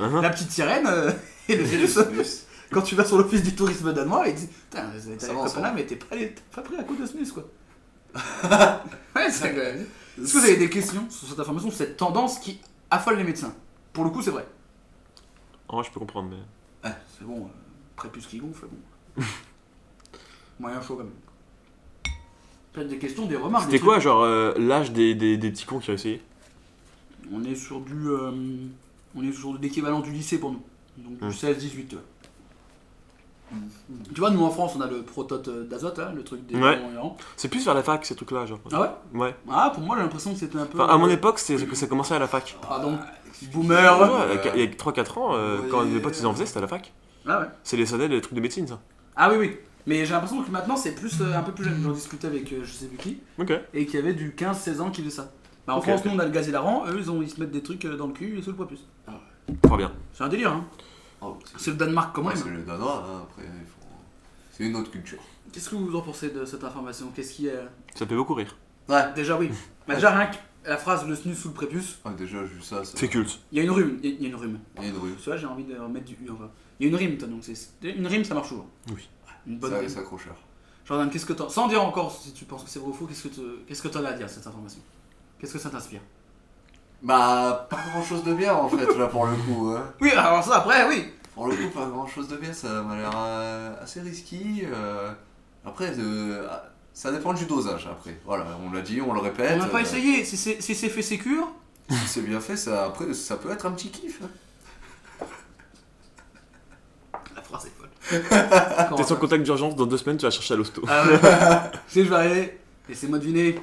Hein, hein.
La petite sirène euh, et le snus.
snus.
Quand tu vas sur l'office du tourisme danois, ils disent Putain, vous êtes
Ça
allé à
va ensemble.
Copenhague, mais t'es pas, allé- t'es pas pris à coup de snus, quoi. ouais, c'est incroyable. Est-ce que vous avez des questions sur cette information, sur cette tendance qui affole les médecins Pour le coup, c'est vrai.
En vrai, je peux comprendre, mais.
C'est bon, euh, prépuce qui gonfle, bon. Moyen chaud, quand même. Peut-être des questions, des remarques.
C'était
des
quoi,
trucs.
genre, euh, l'âge des, des, des petits cons qui ont essayé
On est sur du. euh, on est sur de l'équivalent du lycée pour nous. Donc du
Hmm.
16-18. tu vois. Tu vois, nous en France, on a le protote euh, d'azote, là, le truc des.
Ouais.
ballons errants.
C'est plus vers la fac, ces trucs-là, genre.
Ah ouais
Ouais.
Ah, pour moi, j'ai l'impression que c'était un peu.
Enfin, à mon
euh,
époque, c'est que ça commençait à la fac.
Pardon.
Ouais,
Boomer.
Euh,
ouais, il y a 3-4 ans, euh,
ouais.
quand mes potes ils en faisaient, c'était à la fac.
Ah ouais.
C'est les sonnets, les trucs de médecine, ça.
Ah oui, oui. Mais j'ai l'impression que maintenant, c'est plus euh, un peu plus jeune. J'en discutais avec euh, je sais plus qui.
Ok.
Et qu'il y avait du 15-16 ans qui faisaient ça. Bah, en
Ok,
France,
ok.
nous, on a le gaz et la rang. Eux, ils, ont, ils se mettent des trucs euh, dans le cul et sous le prépuce.
Très bien.
C'est un délire, hein.
Oh,
C'est le Danemark quand
Ouais,
même.
c'est le danois, hein, après. il faut- C'est une autre culture.
Qu'est-ce que vous en pensez de cette information Qu'est-ce qui est. euh,
Ça fait beaucoup rire.
Ouais.
Déjà, oui. Bah, déjà, rien que la phrase le snus sous le prépuce,
Ah, déjà, j'ai vu ça. ça-
C'est culte.
il y a une rhume. Il y a- il y a une rhume.
Il y a une rue.
Pour cela, j'ai envie de remettre du U encore. Il y a une rime, toi, donc c'est. Une rime, ça marche toujours.
Oui.
Une bonne
Ça,
rime.
les accrocheurs.
Jordan, qu'est-ce que t'en... Sans dire encore si tu penses que c'est vrai ou faux, qu'est-ce que te- qu'est-ce que t'en as à dire cette information Qu'est-ce que ça t'inspire
Bah, pas grand chose de bien en fait, là pour le coup. Hein.
Oui, alors ça après, oui
Pour le coup, pas grand chose de bien, ça m'a l'air euh, assez risqué. euh, Après, de... ah, ça dépend du dosage après. Voilà, on l'a dit, on le
On
répète.
n'a pas
euh,
essayé, si c'est, si c'est fait sécure,
Si c'est bien fait, ça, après, ça peut être un petit kiff. hein.
la phrase est folle.
T'es sans contact d'urgence, dans deux semaines, tu vas chercher à l'hosto.
Ah ouais. Si je vais arriver, laissez-moi deviner.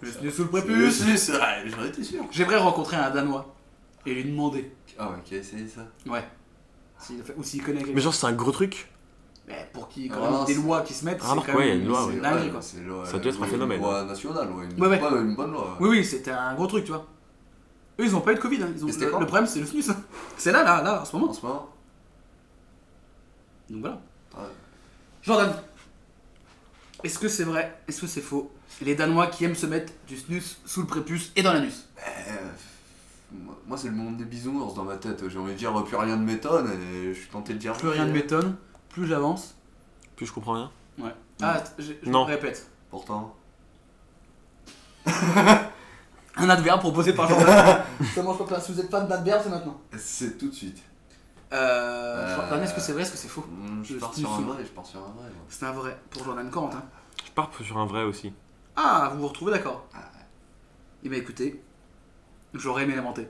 Je suis sous le prépuce.
C'est- c'est- ouais, J'en étais sûr.
J'aimerais rencontrer un Danois et lui demander.
Ah ouais, qui a essayé ça
Ouais. S'il a fait- ou s'il connaît
Mais
quelqu'un.
genre, c'est un gros truc.
Mais pour qu'il y ait
Ah,
quand même des
c'est-
lois qui se mettent.
Ah,
c'est
remarque,
quand
ouais,
même
il y a une loi,
c'est
ouais.
une dinguerie, quoi.
Ça doit être un phénomène.
Une loi nationale, ouais. Une,
hein. Ouais, ouais.
bonne- une bonne loi.
Oui, oui, c'était un gros truc, tu vois. Eux, ils ont pas eu de Covid. hein. Ils ont...
Mais c'était
le,
quand
le problème, c'est le SNUS. hein. C'est là, là, là, en ce
En
moment.
ce moment
Donc voilà.
Ouais.
Jordan, est-ce que c'est vrai Est-ce que c'est faux Les Danois qui aiment se mettre du snus sous le prépuce et dans l'anus.
Euh, moi, moi, c'est le monde des bisounours dans ma tête. J'ai envie de dire plus rien ne m'étonne et je suis tenté de dire.
Plus rien ne m'étonne, plus j'avance.
Puis je comprends rien.
Ouais. Ah, t- je, je
Non.
répète.
Pourtant.
Un adverbe proposé par Jordan. Comment je peux pas Si vous êtes fan d'adverbe, c'est maintenant.
C'est tout de suite.
Euh,
Euh,
Jordan, est-ce que c'est vrai Est-ce que c'est faux
Hmm, Je
Le
pars
style
sur un
sous-
vrai, je pars sur un vrai. moi.
C'est un vrai pour Jordan Corentin.
Je pars sur un vrai aussi.
Ah, vous vous retrouvez d'accord
Ah
Eh bien écoutez, j'aurais aimé l'inventer.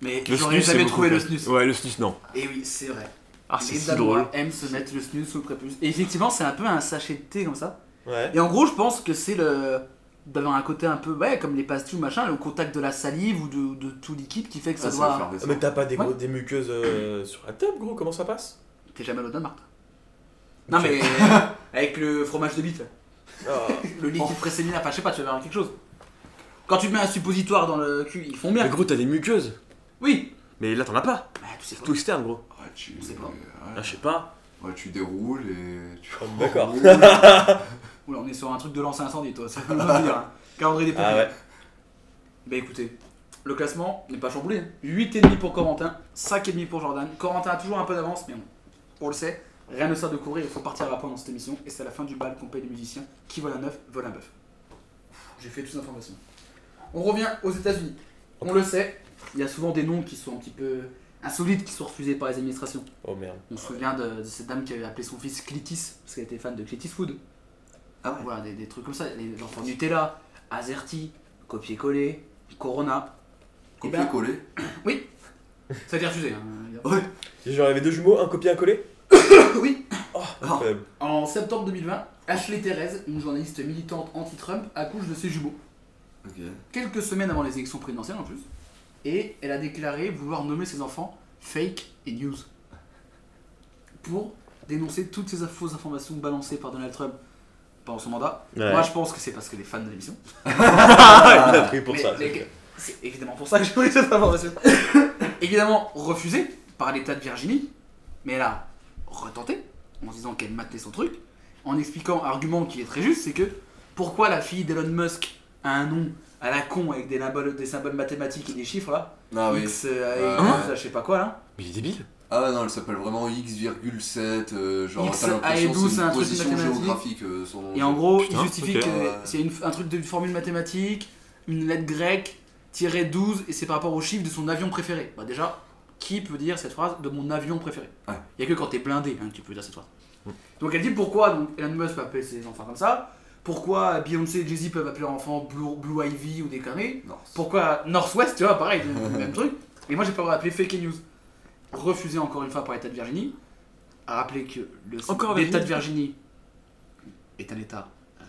Mais
Le
j'aurais
snus, c'est
jamais
beaucoup
trouvé le
plus-
snus.
Ouais, le snus, non.
Et oui, c'est vrai.
Ah, c'est
les
si
Danois
drôle.
aiment se mettre le snus sous le prépuce. Et effectivement, c'est un peu un sachet de thé comme ça.
Ouais.
Et en gros, je pense que c'est le d'avoir un côté un peu ouais comme les pastilles ou machin, le contact de la salive ou de, de tout liquide qui fait que ça
Ah,
doit.
va faire
Mais
des
t'as pas des, gros-
Ouais.
des muqueuses euh, sur la table, gros Comment ça passe
T'es jamais allé au Danemark. toi. Non mais avec le fromage de bite,
Ah.
le liquide
Oh.
préséminaire, enfin je sais pas, tu vas avoir quelque chose. Quand tu te mets un suppositoire dans le cul, ils font bien.
Mais gros, t'as des muqueuses.
Oui.
Mais là, t'en as pas.
Bah tu sais
C'est
pas.
tout externe, gros.
Ouais, tu...
On sait pas.
Là,
ouais.
je sais pas.
Ouais, tu déroules et tu.
D'accord.
Oula, on est sur un truc de lancer incendie toi, ça veut rien dire. hein. Calendrier des pompiers.
Ah ouais.
Bah écoutez, le classement n'est pas chamboulé. hein. 8,5 pour Corentin, 5,5 pour Jordan. Corentin a toujours un peu d'avance, mais bon, on le sait, rien ne sert de courir, il faut partir à point dans cette émission. Et c'est à la fin du bal qu'on paye les musiciens. Qui vole un œuf, vole un bœuf. J'ai fait toutes les informations. On revient aux États-Unis. On le sait, il y a souvent des noms qui sont un petit peu insolites, qui sont refusés par les administrations.
Oh merde.
On se souvient de, de cette dame qui avait appelé son fils Clitis, parce qu'elle était fan de Clitis Food.
Ah ouais.
Voilà, des, des trucs comme ça. Les- L'enfant Nutella, Azerty, copier-coller, Corona. Eh ben,
Copier-coller.
ça a été refusé. hein.
Et Genre, il y avait deux jumeaux, un copier, un collé
Oui.
Oh,
Ah.
incroyable.
En septembre 2020, Ashley Thérèse, une journaliste militante anti-Trump, accouche de ses jumeaux. Ah
Ok.
Quelques semaines avant les élections présidentielles en plus. Et elle a déclaré vouloir nommer ses enfants fake et news. Pour dénoncer toutes ces fausses informations balancées par Donald Trump pendant son mandat.
Ouais.
Moi je pense que c'est parce que les fans de l'émission.
Ah, il a pris pour
Mais
ça.
les gars, C'est évidemment pour ça que j'ai voulu cette information. évidemment refusée par l'État de Virginie, mais elle a retenté en se disant qu'elle matait son truc, en expliquant un argument qui est très juste, c'est que pourquoi la fille d'Elon Musk a un nom à la con avec des symboles, des symboles mathématiques et des chiffres là,
Ah oui.
X, euh,
Euh,
et
hein
tout ça, je sais pas quoi là,
Mais il est débile.
Ah ouais, non, elle s'appelle vraiment X,7. euh, genre,
X,
t'as l'impression
A et
que
douze,
c'est
c'est un
une
truc
position
mathématique.
géographique. euh, son nom.
et en gros
Putain,
il justifie
ok.
que c'est une- un truc de formule mathématique, une lettre grecque, tirée 12, et c'est par rapport au chiffre de son avion préféré. Bah déjà, qui peut dire cette phrase de mon avion préféré
Ouais.
Il n'y a que quand t'es blindé hein, que tu peux dire cette phrase.
Mm.
Donc elle dit pourquoi donc, Elon Musk peut appeler ses enfants comme ça, pourquoi Beyoncé et Jay-Z peuvent appeler leur enfant Blue, Blue Ivy ou des conneries,
Non.
pourquoi Northwest, tu vois, pareil, le même truc, et moi j'ai pas appelé fake news. Refusé encore une fois par l'État de Virginie, à rappeler que le-
Encore
l'État de Virginie est un État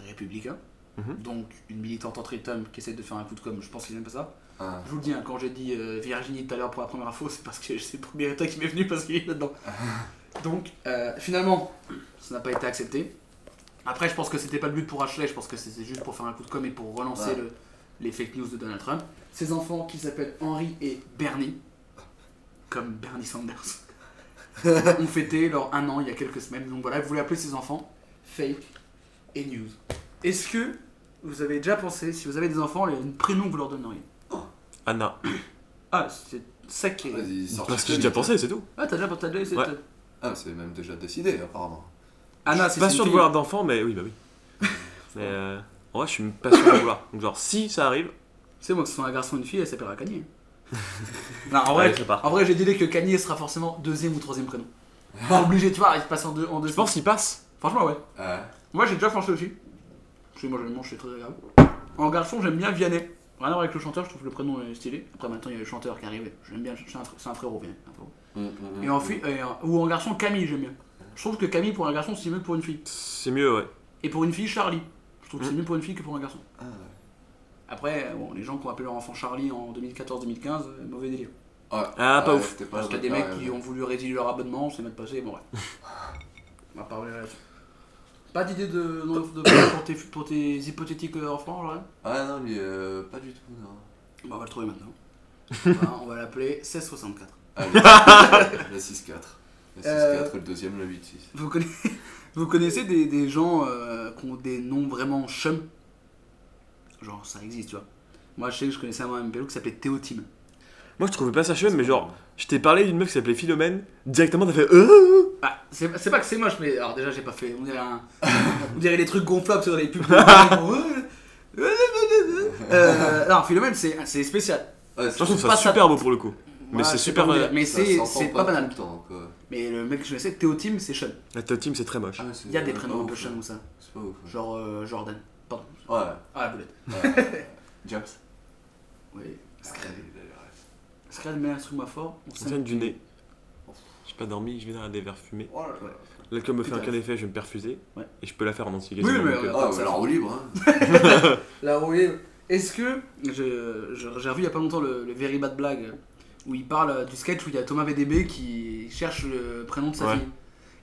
républicain,
Mhm.
donc une militante anti-Trump qui essaie de faire un coup de com, je pense qu'ils aiment pas ça.
Ah.
Je vous le dis, hein, quand j'ai dit euh, Virginie tout à l'heure pour la première info, c'est parce que c'est le premier état qui m'est venu parce qu'il est là-dedans. Donc, euh, finalement, ça n'a pas été accepté. Après, je pense que c'était pas le but pour Ashley, je pense que c'était juste pour faire un coup de com et pour relancer
Ouais.
le- les fake news de Donald Trump. Ses enfants qui s'appellent Henry et Bernie, comme Bernie Sanders, ont fêté leur un an il y a quelques semaines. Donc voilà, vous voulez appeler ses enfants fake et news. Est-ce que vous avez déjà pensé, si vous avez des enfants, le prénom que vous leur donneriez
Anna.
ah, c'est ça qui est.
Vas-y, sors
Parce
tes
que j'ai
trucs.
déjà pensé, c'est tout.
Ah, t'as déjà t'as déjà essayé
Ouais.
de-
Ah, c'est même déjà décidé, apparemment.
Anna,
Je
Ah, c'est
suis pas
c'est une
sûr de
fille.
vouloir d'enfant, mais oui, bah oui. mais euh, en vrai, je suis pas sûr de vouloir. Donc, genre, si ça arrive,
C'est moi, que ce soit un garçon ou une fille, elle s'appellera Kanye. non, en
ouais,
vrai,
je sais pas.
en vrai j'ai l'idée que Kanye sera forcément deuxième ou troisième prénom. Pas obligé, tu vois, il passe en deux. En deux
Je pense qu'il passe.
Franchement, ouais.
Ah.
Moi, j'ai déjà pensé aussi. Parce que moi, j'aime je suis très agréable. En garçon, j'aime bien Vianney. Rien à voir avec le chanteur, je trouve le prénom est stylé. Après, maintenant, il y a le chanteur qui arrive. J'aime bien, c'est un, tr- c'est un frérot, Vianney. un frérot.
Mm, mm,
Et
mm,
en
mm.
fille, et en- ou en garçon, Camille, j'aime bien. Je trouve que Camille pour un garçon, c'est mieux que pour une fille.
C'est mieux, ouais.
Et pour une fille, Charlie. Je trouve que c'est
Mm.
mieux pour une fille que pour un garçon.
Ah,
Après, euh, bon, les gens qui ont appelé leur enfant Charlie en 2014-2015, euh, mauvais délire.
Ah, pas
ouais,
ouf.
c'était pas
Parce qu'il y a des
vrai,
mecs
ouais,
qui ont voulu résilier leur abonnement, c'est mal passé, bon ouais. On va parler là-dessus. Pas d'idée de, de- de- pour, tes, pour tes hypothétiques euh, enfants, là
Ah non, lui, euh, pas du tout, non.
Bah, On va le trouver maintenant. Hein, on va l'appeler 1664.
Allez, Ah, la 6-4. La 6-4
Euh,
et le deuxième, la 8-6.
Vous connaissez, vous connaissez des, des gens euh, qui ont des noms vraiment chum Genre, ça existe, tu vois. Moi, je sais que je connaissais un mec à MPLO qui s'appelait Théotime.
Moi, je trouvais pas ça chum, mais genre, je t'ai parlé d'une meuf qui s'appelait Philomène. Directement, t'as fait. Euh
Ah, c'est c'est pas que c'est moche, mais alors déjà, j'ai pas fait. On dirait, un- on dirait des trucs gonflables sur les pubs. euh, non, Philomène, c'est c'est spécial.
Ouais,
je trouve
pas
ça
ça-
super beau pour le coup. Mais
Voilà,
c'est
je sais
super,
pas comment
euh,
dire, Mais
ça
c'est
s'entend
c'est pas banal.
tout le temps, quoi.
Mais le mec que je connaissais, Théotime, c'est chum.
La Totim, c'est très moche.
Ah, c'est-
Il y a des
c'est
prénoms
pas
un peu
ouf,
chum
ouais.
comme ça.
C'est pas ouf. ouais.
Genre euh, Jordan. Pardon. Ah, la boulette. Ah.
Ouais. ouais. James.
Oui, Scred.
Allez, d'ailleurs, ouais.
Scred met un truc moi fort. On
On tient du nez. J'ai pas dormi, je vais dans un des verres fumés.
Oh là là.
L'alcool me fait
Tout à
aucun
fait.
effet, je vais me perfuser.
Ouais.
Et je peux la faire en entier.
Oui,
quasiment,
mais
donc, euh,
on-
Ah, ouais, mais alors au libre, hein.
La rouille. Est-ce que. je- je- J'ai revu il y a pas longtemps le, le Very Bad Blague, où il parle euh, du sketch où il y a Thomas VDB qui cherche le prénom de sa
Ouais.
fille.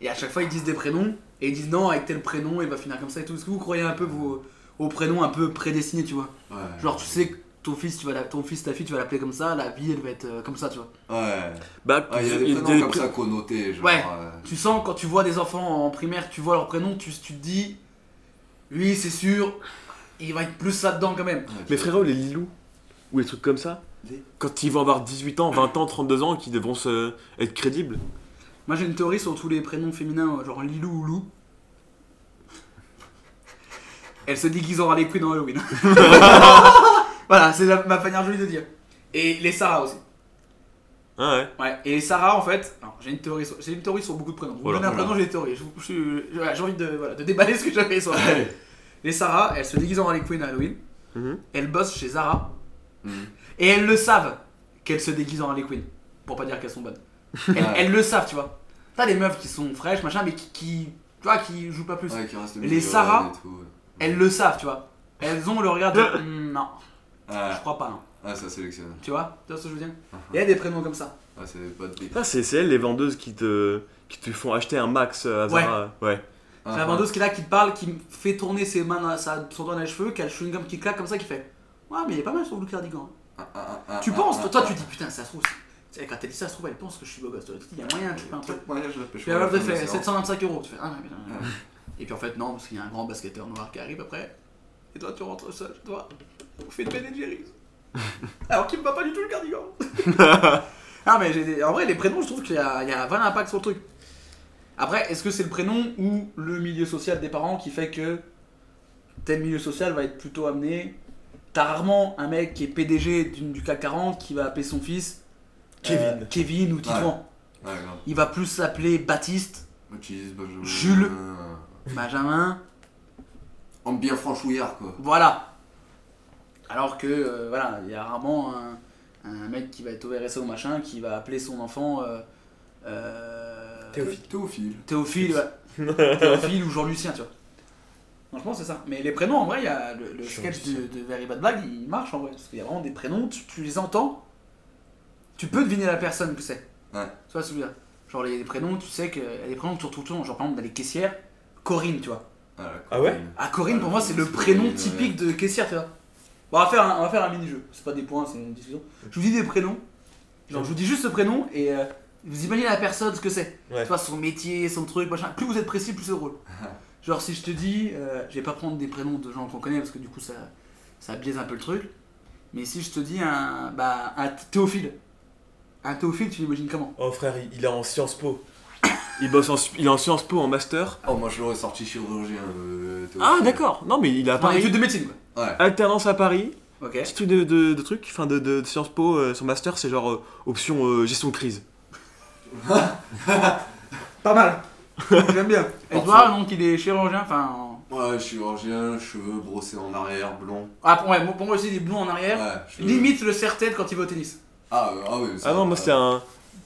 Et à chaque fois, ils disent des prénoms, et ils disent non, avec tel prénom, il va finir comme ça et tout. Est-ce que vous croyez un peu vos, aux prénoms un peu prédestinés, tu vois
Ouais.
Genre, tu sais que ton fils, tu vas la- ton fils ta fille, tu vas l'appeler comme ça, la vie, elle va être euh, comme ça, tu vois.
Ouais.
Bah,
Ah, il y a
il
des
y a
prénoms
des
comme
pré-
ça connotés, genre.
Ouais.
euh,
Tu sens, quand tu vois des enfants en primaire, tu vois leur prénom, tu, tu te dis, lui, c'est sûr, il va être plus là-dedans quand même.
ouais,
Mais
tu-
frérot, les Lilou, ou les trucs comme ça,
Les-
quand ils vont avoir 18 ans, 20 ans, 32 ans, qui devront se... être crédibles.
Moi j'ai une théorie sur tous les prénoms féminins, euh, genre Lilou ou Lou. Elle se dit qu'ils auront les Queen dans Halloween. voilà, c'est la- ma manière jolie de dire. Et les Sarah aussi.
Ah ouais.
Ouais, et les Sarah en fait, alors, j'ai une, théorie sur- j'ai une théorie sur beaucoup de prénoms. Vous
Oh là,
me donnez un
oh là.
prénom, j'ai des théories. Je vous- je suis- je- voilà, J'ai envie de, voilà, de déballer ce que j'avais sur Les Sarah, elles se déguisent en Harley Quinn à Halloween.
Mhm.
Elles bossent chez Zara.
Mhm.
Et elles le savent qu'elles se déguisent en Harley Quinn. Pour pas dire qu'elles sont bonnes. Elles,
Ouais.
elles le savent, tu vois. T'as des meufs qui sont fraîches, machin, mais qui, qui- tu vois, qui jouent pas plus.
Ouais, qui reste
Les
milieu,
Sarah,
ouais, et tout, ouais.
Elles le savent, tu vois. Elles ont le regard de. Hmm, non, je
Ah,
crois pas, non.
ah, ça sélectionne.
Tu vois Tu vois ce que je veux dire
Uh-huh.
Il y a des prénoms comme ça.
Ah, c'est pas de pique.
Ah, c'est c'est elles, les vendeuses qui te... qui te font acheter un max euh, à
Ouais.
Zara. Ouais.
Ah,
C'est la vendeuse qui est là, qui parle, qui me fait tourner ses mains dans sa, son doigt dans les cheveux, qui a le chewing-gum qui claque comme ça, qui fait Ouais, mais il est pas mal son look cardigan.
Ah, ah, ah,
tu
ah,
penses,
ah,
toi, toi,
ah.
tu dis Putain, ça se trouve. c'est- eh, Quand t'as dit ça, ça se trouve, elle pense que je suis beau gosse. Toi, tu dis, Il y a moyen, tu fais un truc.
Peut-être moyen, je la pêche.
Puis la meuf te fait
Ouais,
725 euros. Tu fais ah, putain.
Ouais.
Et puis en fait, non, parce qu'il y a un grand basketteur noir qui arrive après. Et toi, tu rentres seul, toi, on fait de Ben Jerry's. Alors qu'il me va pas du tout le cardigan. ah, mais j'ai des- en vrai, les prénoms, je trouve qu'il y a, il y a un vrai impact sur le truc. Après, est-ce que c'est le prénom ou le milieu social des parents qui fait que tel milieu social va être plutôt amené T'as rarement un mec qui est PDG d'une- du CAC 40 qui va appeler son fils euh,
Kevin.
Kevin ou Titouan.
grave.
Il va plus s'appeler Baptiste
Baptiste, Benjamin,
Jules.
euh,
Benjamin,
Homme bien franchouillard, quoi.
voilà. Alors que, euh, voilà, il y a rarement un, un mec qui va être au RSA ou machin qui va appeler son enfant euh, euh,
Théophile.
Théophile.
Théophile, ouais. Théophile ou Jean-Lucien, tu vois. Non, je pense que c'est ça. Mais les prénoms, en vrai, il y a le, le sketch de, de Very Bad Blague, il marche en vrai. Parce qu'il y a vraiment des prénoms, tu, tu les entends, tu peux deviner la personne que c'est.
Ouais.
Tu vois ce que je veux dire Genre les, les prénoms, tu sais que. Il y a des prénoms que tu retrouves tout le temps. Genre par exemple, dans les caissières, Corinne, tu vois.
Ah, la
Ah ouais
Corinne.
Ah, Corinne, pour moi, c'est le
C'est
prénom
Corinne,
typique de caissière, tu vois. Bon, on va faire un, on va faire un mini-jeu. C'est pas des points, c'est une discussion. Je vous dis des prénoms. Genre, je vous dis juste ce prénom et euh, vous imaginez la personne, ce que c'est.
Ouais.
Tu vois, son métier, son truc, machin. Plus vous êtes précis, plus c'est drôle. Genre, si je te dis, euh, je vais pas prendre des prénoms de gens qu'on connaît parce que du coup, ça, ça biaise un peu le truc. Mais si je te dis un, bah, un Théophile. Un Théophile, tu l'imagines comment
Oh frère, il il est en Sciences Po.
Il bosse en, il est en Sciences Po en master.
Oh, moi je l'aurais sorti chirurgien. euh, Théophile.
Ah, d'accord. Non, mais il a à
En études
Paris.
de médecine, quoi.
Ouais.
Alternance à Paris.
Ok.
Petit truc de, de, de truc, enfin de, de, de Sciences Po, euh, son master c'est genre euh, option euh, gestion de crise.
Pas mal. J'aime bien. Edouard, donc, il est chirurgien, enfin.
Ouais, chirurgien, cheveux brossés en arrière, blond.
Ah, pour, ouais, moi- pour moi aussi, des blonds en arrière.
Ouais, cheveux-
Limite le serre-tête quand il va au tennis.
Ah, euh, ah oui.
Ah non, moi c'est un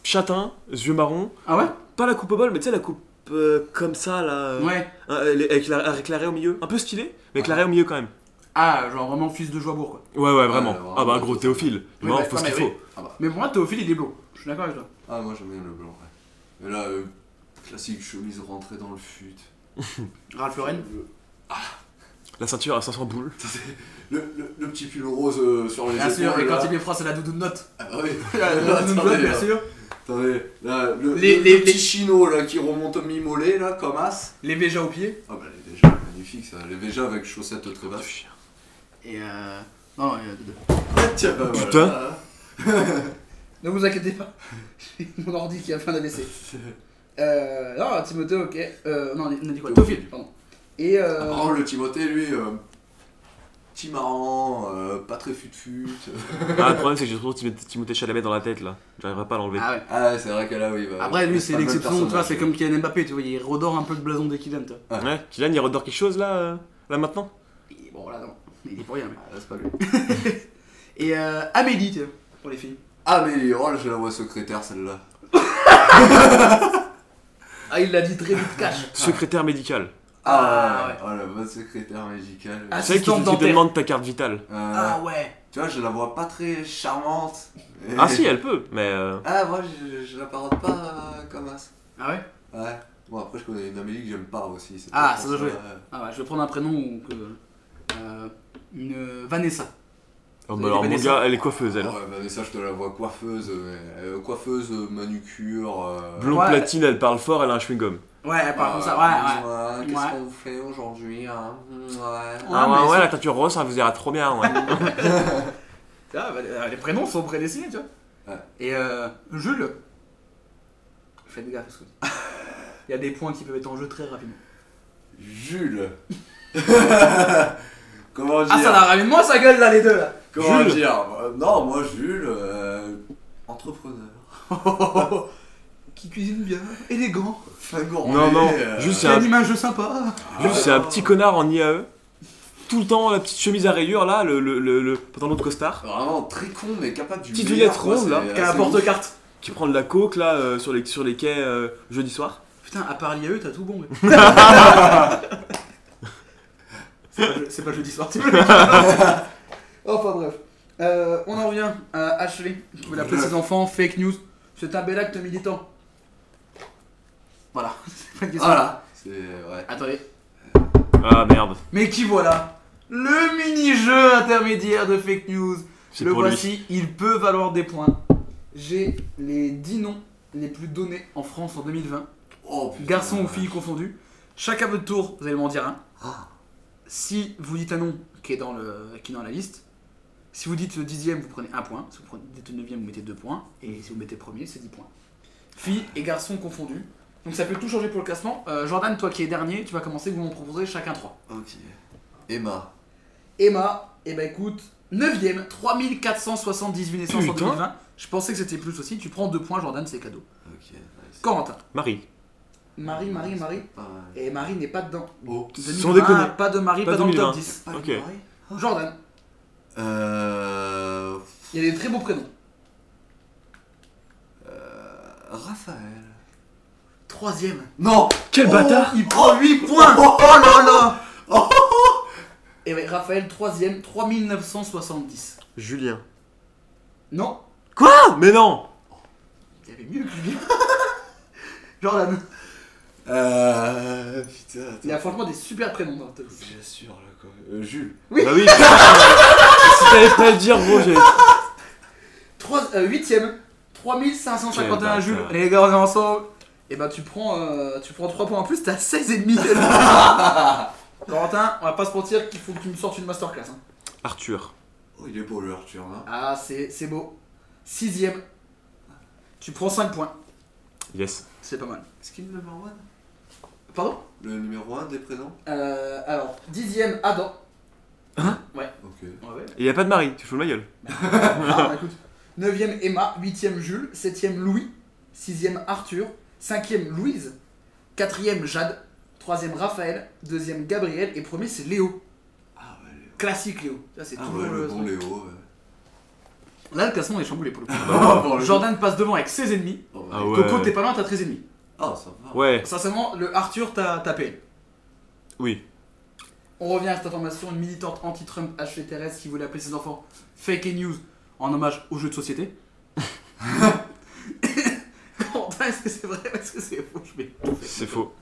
châtain, yeux marron,
Ah ouais
pas la coupe au bol, mais tu sais la coupe euh, comme ça, là. euh,
Ouais.
hein, elle est- avec, la- avec l'arrêt au milieu. Un peu stylé, mais avec
Ouais.
l'arrêt au milieu quand même.
Ah, genre vraiment fils de Joibourg quoi.
Ouais, ouais, vraiment.
Ouais, vraiment.
ah bah, gros théophile.
Oui,
Vraiment,
bah,
faut
non,
ce qu'il
mais
faut.
oui. Mais pour moi, Théophile, il est blond. Je suis d'accord avec toi.
Ah, moi j'aime bien le blanc, ouais. Mais là, euh, classique chemise rentrée dans le fut.
Ralph Lauren.
La ceinture à 500 boules.
Le, le, le petit pull rose euh, sur les
Bien
épaules.
sûr, et
là.
quand il est froid, c'est la doudoune note.
Ah, bah oui.
La doudoune note,
Attendez, euh.
bien
là.
sûr.
Attendez, là, le,
Les-
le-
les-
le petit
les-
chino là, qui remonte au mi-mollet, là, comme as.
Les Véja au pied.
Ah bah les Véja, magnifique ça. Les Véja avec chaussettes très basses.
Et euh. Non, euh, deux.
Tiens, bah, voilà.
Putain.
Ne vous inquiétez pas, j'ai mon ordi qui a fait un AVC. Euh, non, Timothée, ok. Euh, non, on a dit quoi Théophile, pardon. Et euh,
Oh, le Timothée, lui, euh, petit marrant, euh, pas très fut-fut.
Ah, le problème, c'est que j'ai toujours Tim- Timothée Chalamet dans la tête, là. J'arriverai pas à l'enlever.
ah ouais.
ah, ouais, c'est vrai que là, oui. Bah,
Après, lui,
c'est
c'est
pas le même
l'exception, tu vois,
personnage. euh.
c'est comme Kylian Mbappé, tu vois, il redore un peu le blason dès qu'il aime, tu vois.
Ah.
Ouais, Kylian, il redore quelque chose, là, euh, là maintenant
Et bon, là, non, il est pour rien, mec.
Ah, là, c'est pas lui.
Et euh, Amélie, tu vois, pour les filles.
Ah, mais oh, là, je la vois secrétaire, celle-là.
Ah, il l'a dit très vite, cash.
Secrétaire médicale.
Ah, ouais.
Oh, la bonne secrétaire médicale.
Ah,
Celle qui,
Assistante
qui te
dentaire.
demande ta carte vitale.
Euh,
Ah ouais.
Tu vois, je la vois pas très charmante. Et-
Ah si, elle peut, mais... euh,
Ah, moi, je, je la parle pas euh, comme as.
Ah ouais
Ouais. Bon, après, je connais une Amélie que j'aime pas aussi. c'est
Ah,
peut-être
ça doit
pour
jouer. Ah ouais, je vais prendre un prénom ou que. Euh, une euh, Vanessa.
Oh,
Vous avez
bah alors,
des
mon
connaissances
gars, elle est coiffeuse, elle.
Ah ouais, bah, mais ça, je te la vois coiffeuse. mais, euh, coiffeuse, manucure. euh,
Blond
Ouais.
platine, elle parle fort, elle a un chewing-gum.
Ouais, par
Ah,
contre, ça, ouais, ouais.
ouais, Qu'est-ce
Ouais.
qu'on vous fait aujourd'hui hein Ouais.
Ouais,
Ah ouais,
mais
ouais,
ça-
la teinture rose, ça vous ira trop bien, ouais.
Ah, bah, euh, les prénoms sont prédessinés, tu vois.
Ouais.
Et euh, Jules. Faites gaffe, parce que. Il y a des points qui peuvent être en jeu très rapidement.
Jules. Comment dire
Ah, ça la ramène moi, sa gueule, là, les deux, là.
Comment
Jules.
dire Euh, Non, moi, Jules, euh, entrepreneur.
Qui cuisine bien, élégant,
Fin gourmet,
Non, non,
euh, ah,
Jules,
qui
c'est
a
un,
anime un jeu sympa.
Jules, c'est un petit connard en IAE. Tout le temps, la petite chemise à rayures, là, le, le, le, le pantalon de costard.
Vraiment très con, mais capable du
Petite
meilleur,
Juliette
quoi,
Rose, là,
c'est
Qui a un
assez ouf.
porte-carte.
Qui prend de la coke, là, euh, sur, les, sur les quais euh, jeudi soir.
Putain, à part l'IAE, t'as tout bon, mec. C'est pas je- C'est pas jeudi soir, tu peux le dire. Enfin bref. Euh, on en revient à Ashley, qui voulait appeler ses enfants fake news. C'est un bel acte militant. Voilà. Pas de question.
Voilà. C'est ouais.
Attendez.
Ah merde,
Mais qui voilà Le mini-jeu intermédiaire de fake news.
c'est
Le
pour lui.
voici, il peut valoir des points. J'ai les 10 noms les plus donnés en France en 2020.
Oh, putain,
Garçons ou
ouais.
filles confondus. Chacun à votre tour, vous allez m'en dire un.
Ah.
Si vous dites un nom qui est dans, le, qui est dans la liste, si vous dites le dixième, vous prenez un point. Si vous prenez- dites le neuvième, vous mettez deux points. Et si vous mettez premier, c'est 10 points. Filles et garçons confondus. Donc ça peut tout changer pour le classement. Euh, Jordan, toi qui es dernier, tu vas commencer, vous m'en proposerez chacun trois.
Ok. Emma.
Emma, et bah écoute, 9ème, 3478 naissances en
Putain.
2020. Je pensais que c'était plus aussi. Tu prends deux points, Jordan, c'est cadeau.
Ok. Nice.
Corentin.
Marie,
Marie, Marie, Marie.
Pas mal.
Et Marie n'est pas dedans.
Ah, Oh.
2020,
Sans déconner.
Pas de Marie, pas,
Pas
dans le
2020.
top 10.
Pas
Ok.
de Marie.
Jordan,
Euh.
il y a des très beaux prénoms.
euh, Raphaël.
Troisième.
Non
Quel
Oh,
bâtard
Il prend 8 points
Oh,
là là Oh, Et ouais, Raphaël, troisième, 3970.
Julien.
Non,
Quoi Mais non
il y avait mieux que lui. Jordan,
Euh. Putain, attends.
il y a franchement des super prénoms dans le top 10.
Bien sûr, là, quoi. Euh, Jules.
Bah oui, putain, Si t'allais pas le dire, gros, j'ai...
Trois- euh, Huitième, 3551
Quel
Jules.
bâtard.
Allez les gars, on est ensemble. Et bah tu prends, euh, tu prends 3 points en plus, t'as 16 et demi. Corentin, on va pas se mentir qu'il faut que tu me sortes une masterclass. hein.
Arthur.
Oh, il est beau, le Arthur, là.
Ah, c'est c'est beau. Sixième, tu prends 5 points.
Yes.
C'est pas mal.
Est-ce qu'il est le numéro 1
Pardon
Le numéro 1 des prénoms
Euh, alors, dixième, Adam.
Ok.
Ouais, ouais.
Et y a pas de Marie, tu fous le ma gueule.
Ah, bah, écoute. Neuvième, Emma. Huitième, Jules. Septième, Louis. Sixième, Arthur. Cinquième, Louise. Quatrième, Jade. Troisième, Raphaël. Deuxième, Gabriel. Et premier, c'est Léo.
Ah ouais, Léo.
Classique, Léo. Ça, c'est
Ah
toujours
ouais,
le-
le bon Léo. ouais.
Là, le classement est chamboulé pour le coup.
Ah, bon, le-
Jordan passe devant avec 16 ennemis.
Oh, ouais.
Ah ouais.
Coco, t'es pas loin, t'as 13 ennemis.
Ah, ça va.
Ouais,
Sincèrement, le Arthur t'a tapé.
oui.
On revient à cette information, une militante anti-Trump HTRS qui voulait appeler ses enfants fake news en hommage aux jeux de société. Quentin, est-ce que c'est vrai ou est-ce que c'est faux Je vais tout faire.
C'est faux.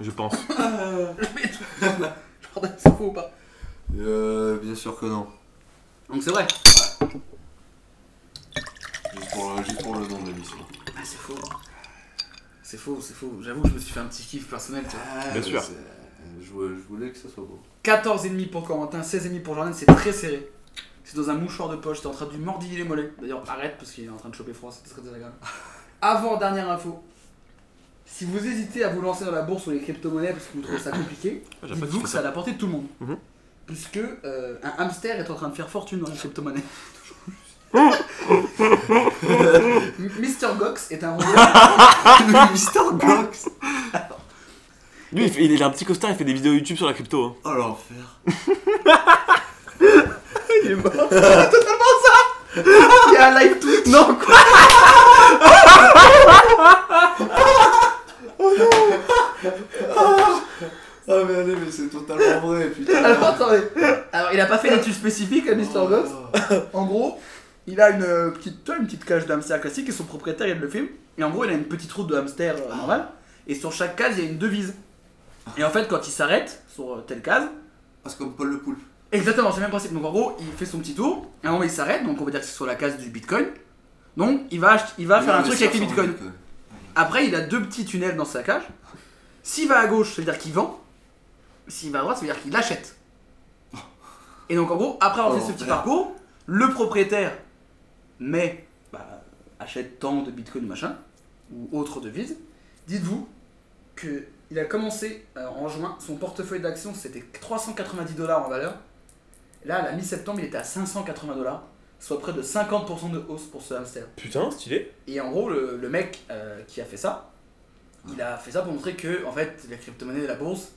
Je pense.
Euh, je vais tout faire, là. Jordan, c'est faux ou pas
Euh, bien sûr que non.
Donc c'est vrai.
Juste pour, euh, juste pour le nom de l'émission.
Ah, c'est faux. C'est faux, c'est faux. J'avoue, que je me suis fait un petit kiff personnel. tu vois.
Bien sûr.
Ah, c'est- euh, Je, voulais- je voulais que ça soit beau.
14,5 pour Corentin, 16,5 pour Jordan, c'est très serré. C'est dans un mouchoir de poche, t'es en train de lui mordiller les mollets. D'ailleurs, arrête parce qu'il est en train de choper froid, c'est très désagréable. Avant, dernière info. Si vous hésitez à vous lancer dans la bourse ou les crypto-monnaies parce que vous trouvez ça compliqué,
Ah, j'ai pas
dites-vous
kiffé
que
ça.
ça à la portée de tout le monde.
Mhm.
Puisque euh, un hamster est en train de faire fortune dans les crypto-monnaies. Mr. Gox est un robot.
le Mr. Gox
Lui, il, fait- il est un petit costard, il fait des vidéos YouTube sur la crypto. hein.
Oh l'enfer.
Il est mort. C'est totalement ça Il y a un live Twitch. Non, quoi
Ah, mais allez, mais c'est totalement vrai, putain.
Alors attendez. Alors il a pas fait d'études spécifiques à Mr.
Oh.
Gox.
Oh.
En gros, il a une euh, petite, tu vois, une petite cage d'hamster classique et son propriétaire il le filme. Et en gros, il a une petite route de hamster euh, normale. Et sur chaque case, il y a une devise. Et en fait, quand il s'arrête sur euh, telle case,
Parce comme Paul le Poulpe.
exactement, c'est le même principe. Donc en gros, il fait son petit tour. Et à un moment, il s'arrête. Donc on va dire que c'est sur la case du bitcoin. Donc il va, ach- il va faire un truc avec les bitcoins. Après, il a deux petits tunnels dans sa cage. S'il va à gauche, ça veut dire qu'il vend. S'il va à droite, ça veut dire qu'il achète. Et donc, en gros, après avoir
Oh,
fait ce petit
merde.
parcours, le propriétaire met, bah, achète tant de bitcoin, machin, ou autre devise. Dites-vous que il a commencé euh, en juin, son portefeuille d'actions c'était 390 dollars en valeur. Là, à la mi-septembre, il était à 580 dollars, soit près de 50% de hausse pour ce hamster.
Putain, stylé.
Et en gros, le, le mec euh, qui a fait ça, il a fait ça pour montrer que, en fait, la crypto-monnaie et la bourse,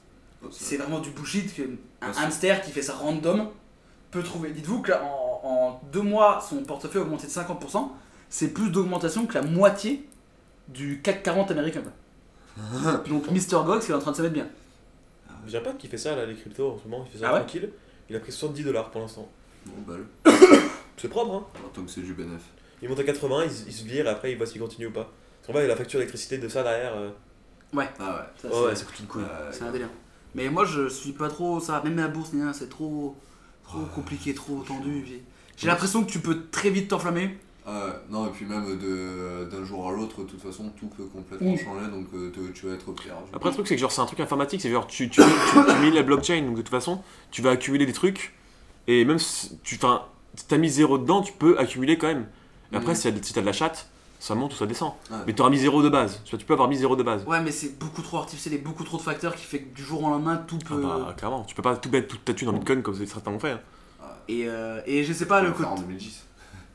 c'est vraiment du bullshit qu'un
Bien sûr.
hamster qui fait ça random peut trouver. Dites-vous que là, en, en deux mois, son portefeuille a augmenté de 50%, c'est plus d'augmentation que la moitié du CAC 40 américain. quoi. Donc Mr. Gox, il est en train de se mettre bien.
J'ai un pote qui fait ça, là, les cryptos en ce moment, il fait ça
Ah ouais
tranquille. Il a pris 70 dollars pour l'instant.
Bon, bah, balle.
C'est propre, hein.
Alors, tant que c'est du bénéf.
Il monte à 80, il, se- il se vire et après il voit s'il continue ou pas. En bas, il a la facture d'électricité de ça derrière. euh,
Ah ouais.
Ça,
ouais,
c'est
ça coûte une couille.
Euh,
c'est un délire. Mais moi, je suis pas trop ça. Même la bourse, ni rien, c'est trop, trop compliqué, trop tendu. J'ai- J'ai l'impression que tu peux très vite t'enflammer.
Ah ouais, non, et puis même de- d'un jour à l'autre, de toute façon, tout peut complètement
Oui.
changer, donc euh, te- tu vas être perdu.
Après, le truc, c'est que genre, c'est un truc informatique, c'est genre, tu, tu, tu, tu mets la blockchain, donc de toute façon, tu vas accumuler des trucs, et même si tu enfin, si t'as mis zéro dedans, tu peux accumuler quand même. Et après,
Mhm.
si t'as si t'as de la chatte, ça monte ou ça descend.
Ouais.
Mais t'auras mis zéro de base. Tu vois, tu peux avoir mis zéro de base.
Ouais, mais c'est beaucoup trop artificiel et beaucoup trop de facteurs qui fait que du jour au lendemain tout
Ah
peut.
bah, clairement, tu peux pas tout mettre toute ta thune dans Bitcoin comme certains ont fait. hein.
et, euh, et je sais pas, le,
Faut faire
côté
en 2010.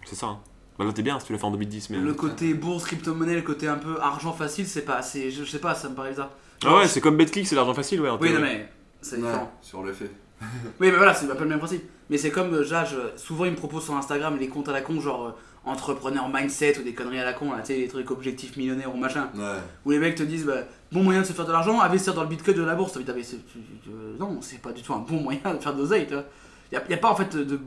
C'est ça. hein. Bah là, t'es bien si tu l'as fait en 2010, mais. hein.
le côté bourse, crypto-monnaie, le côté un peu argent facile, c'est pas assez. Je, je sais pas, ça me paraît bizarre.
Ah ouais, c'est comme BetClick, c'est l'argent facile, ouais. en
Oui, non,
théorie.
mais c'est
Ouais,
différent.
sur le fait.
Oui, mais voilà, c'est un peu le même principe. Mais c'est comme, euh, là, je- souvent ils me proposent sur Instagram les comptes à la con, genre euh, entrepreneur mindset ou des conneries à la con, là, tu sais, les trucs objectifs millionnaires ou machin.
Ouais.
Où les mecs te disent, bah, bon moyen de se faire de l'argent, investir dans le bitcoin de la bourse. T'as envie d'investir- tu- tu- tu- non, c'est pas du tout un bon moyen de faire de l'oseille, tu vois. Y a, y a pas en fait de.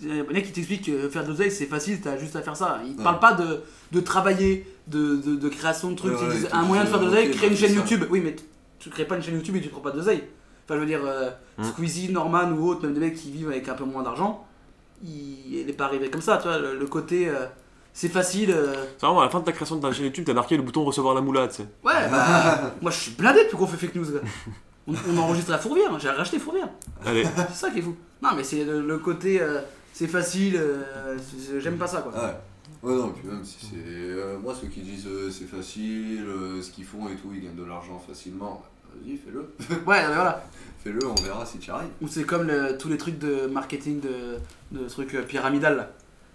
y a un mec qui t'explique que faire de l'oseille c'est facile, t'as juste à faire ça. Ils te
Ouais.
parlent pas de, de travailler, de, de- de création de trucs.
Ouais,
Ils
ouais,
disent,
ils te
un moyen de
disent,
faire de
euh,
l'oseille,
ok,
crée une
bah,
chaîne
fais ça.
YouTube. Oui, mais tu- tu crées pas une chaîne YouTube et tu prends pas d'oseille. Enfin, je veux dire, euh,
Hmm.
Mm.
Squeezie, Norman ou autres, même des mecs qui vivent avec un peu moins d'argent, il n'est pas arrivé comme ça, tu vois. Le, le côté euh, c'est facile. euh,
C'est vraiment à la fin de ta création de ta chaîne YouTube, t'as marqué le bouton recevoir la moula, tu sais.
Ouais, bah, moi je suis blindé depuis qu'on fait fake news. gars. On, on enregistre à Fourvière, hein, j'ai racheté Fourvière.
Allez,
C'est ça qui est fou. Non, mais c'est le, le côté euh, c'est facile, euh, c'est- c'est- j'aime pas ça quoi.
Ah Ouais. Ouais, non, et puis même si c'est. euh, moi, ceux qui disent euh, c'est facile, euh, ce qu'ils font et tout, ils gagnent de l'argent facilement. bah, Vas-y, fais-le.
Ouais, non, mais voilà.
Fais-le, on verra si tu arrives.
Ou c'est comme le- tous les trucs de marketing de, de trucs euh, pyramidal là.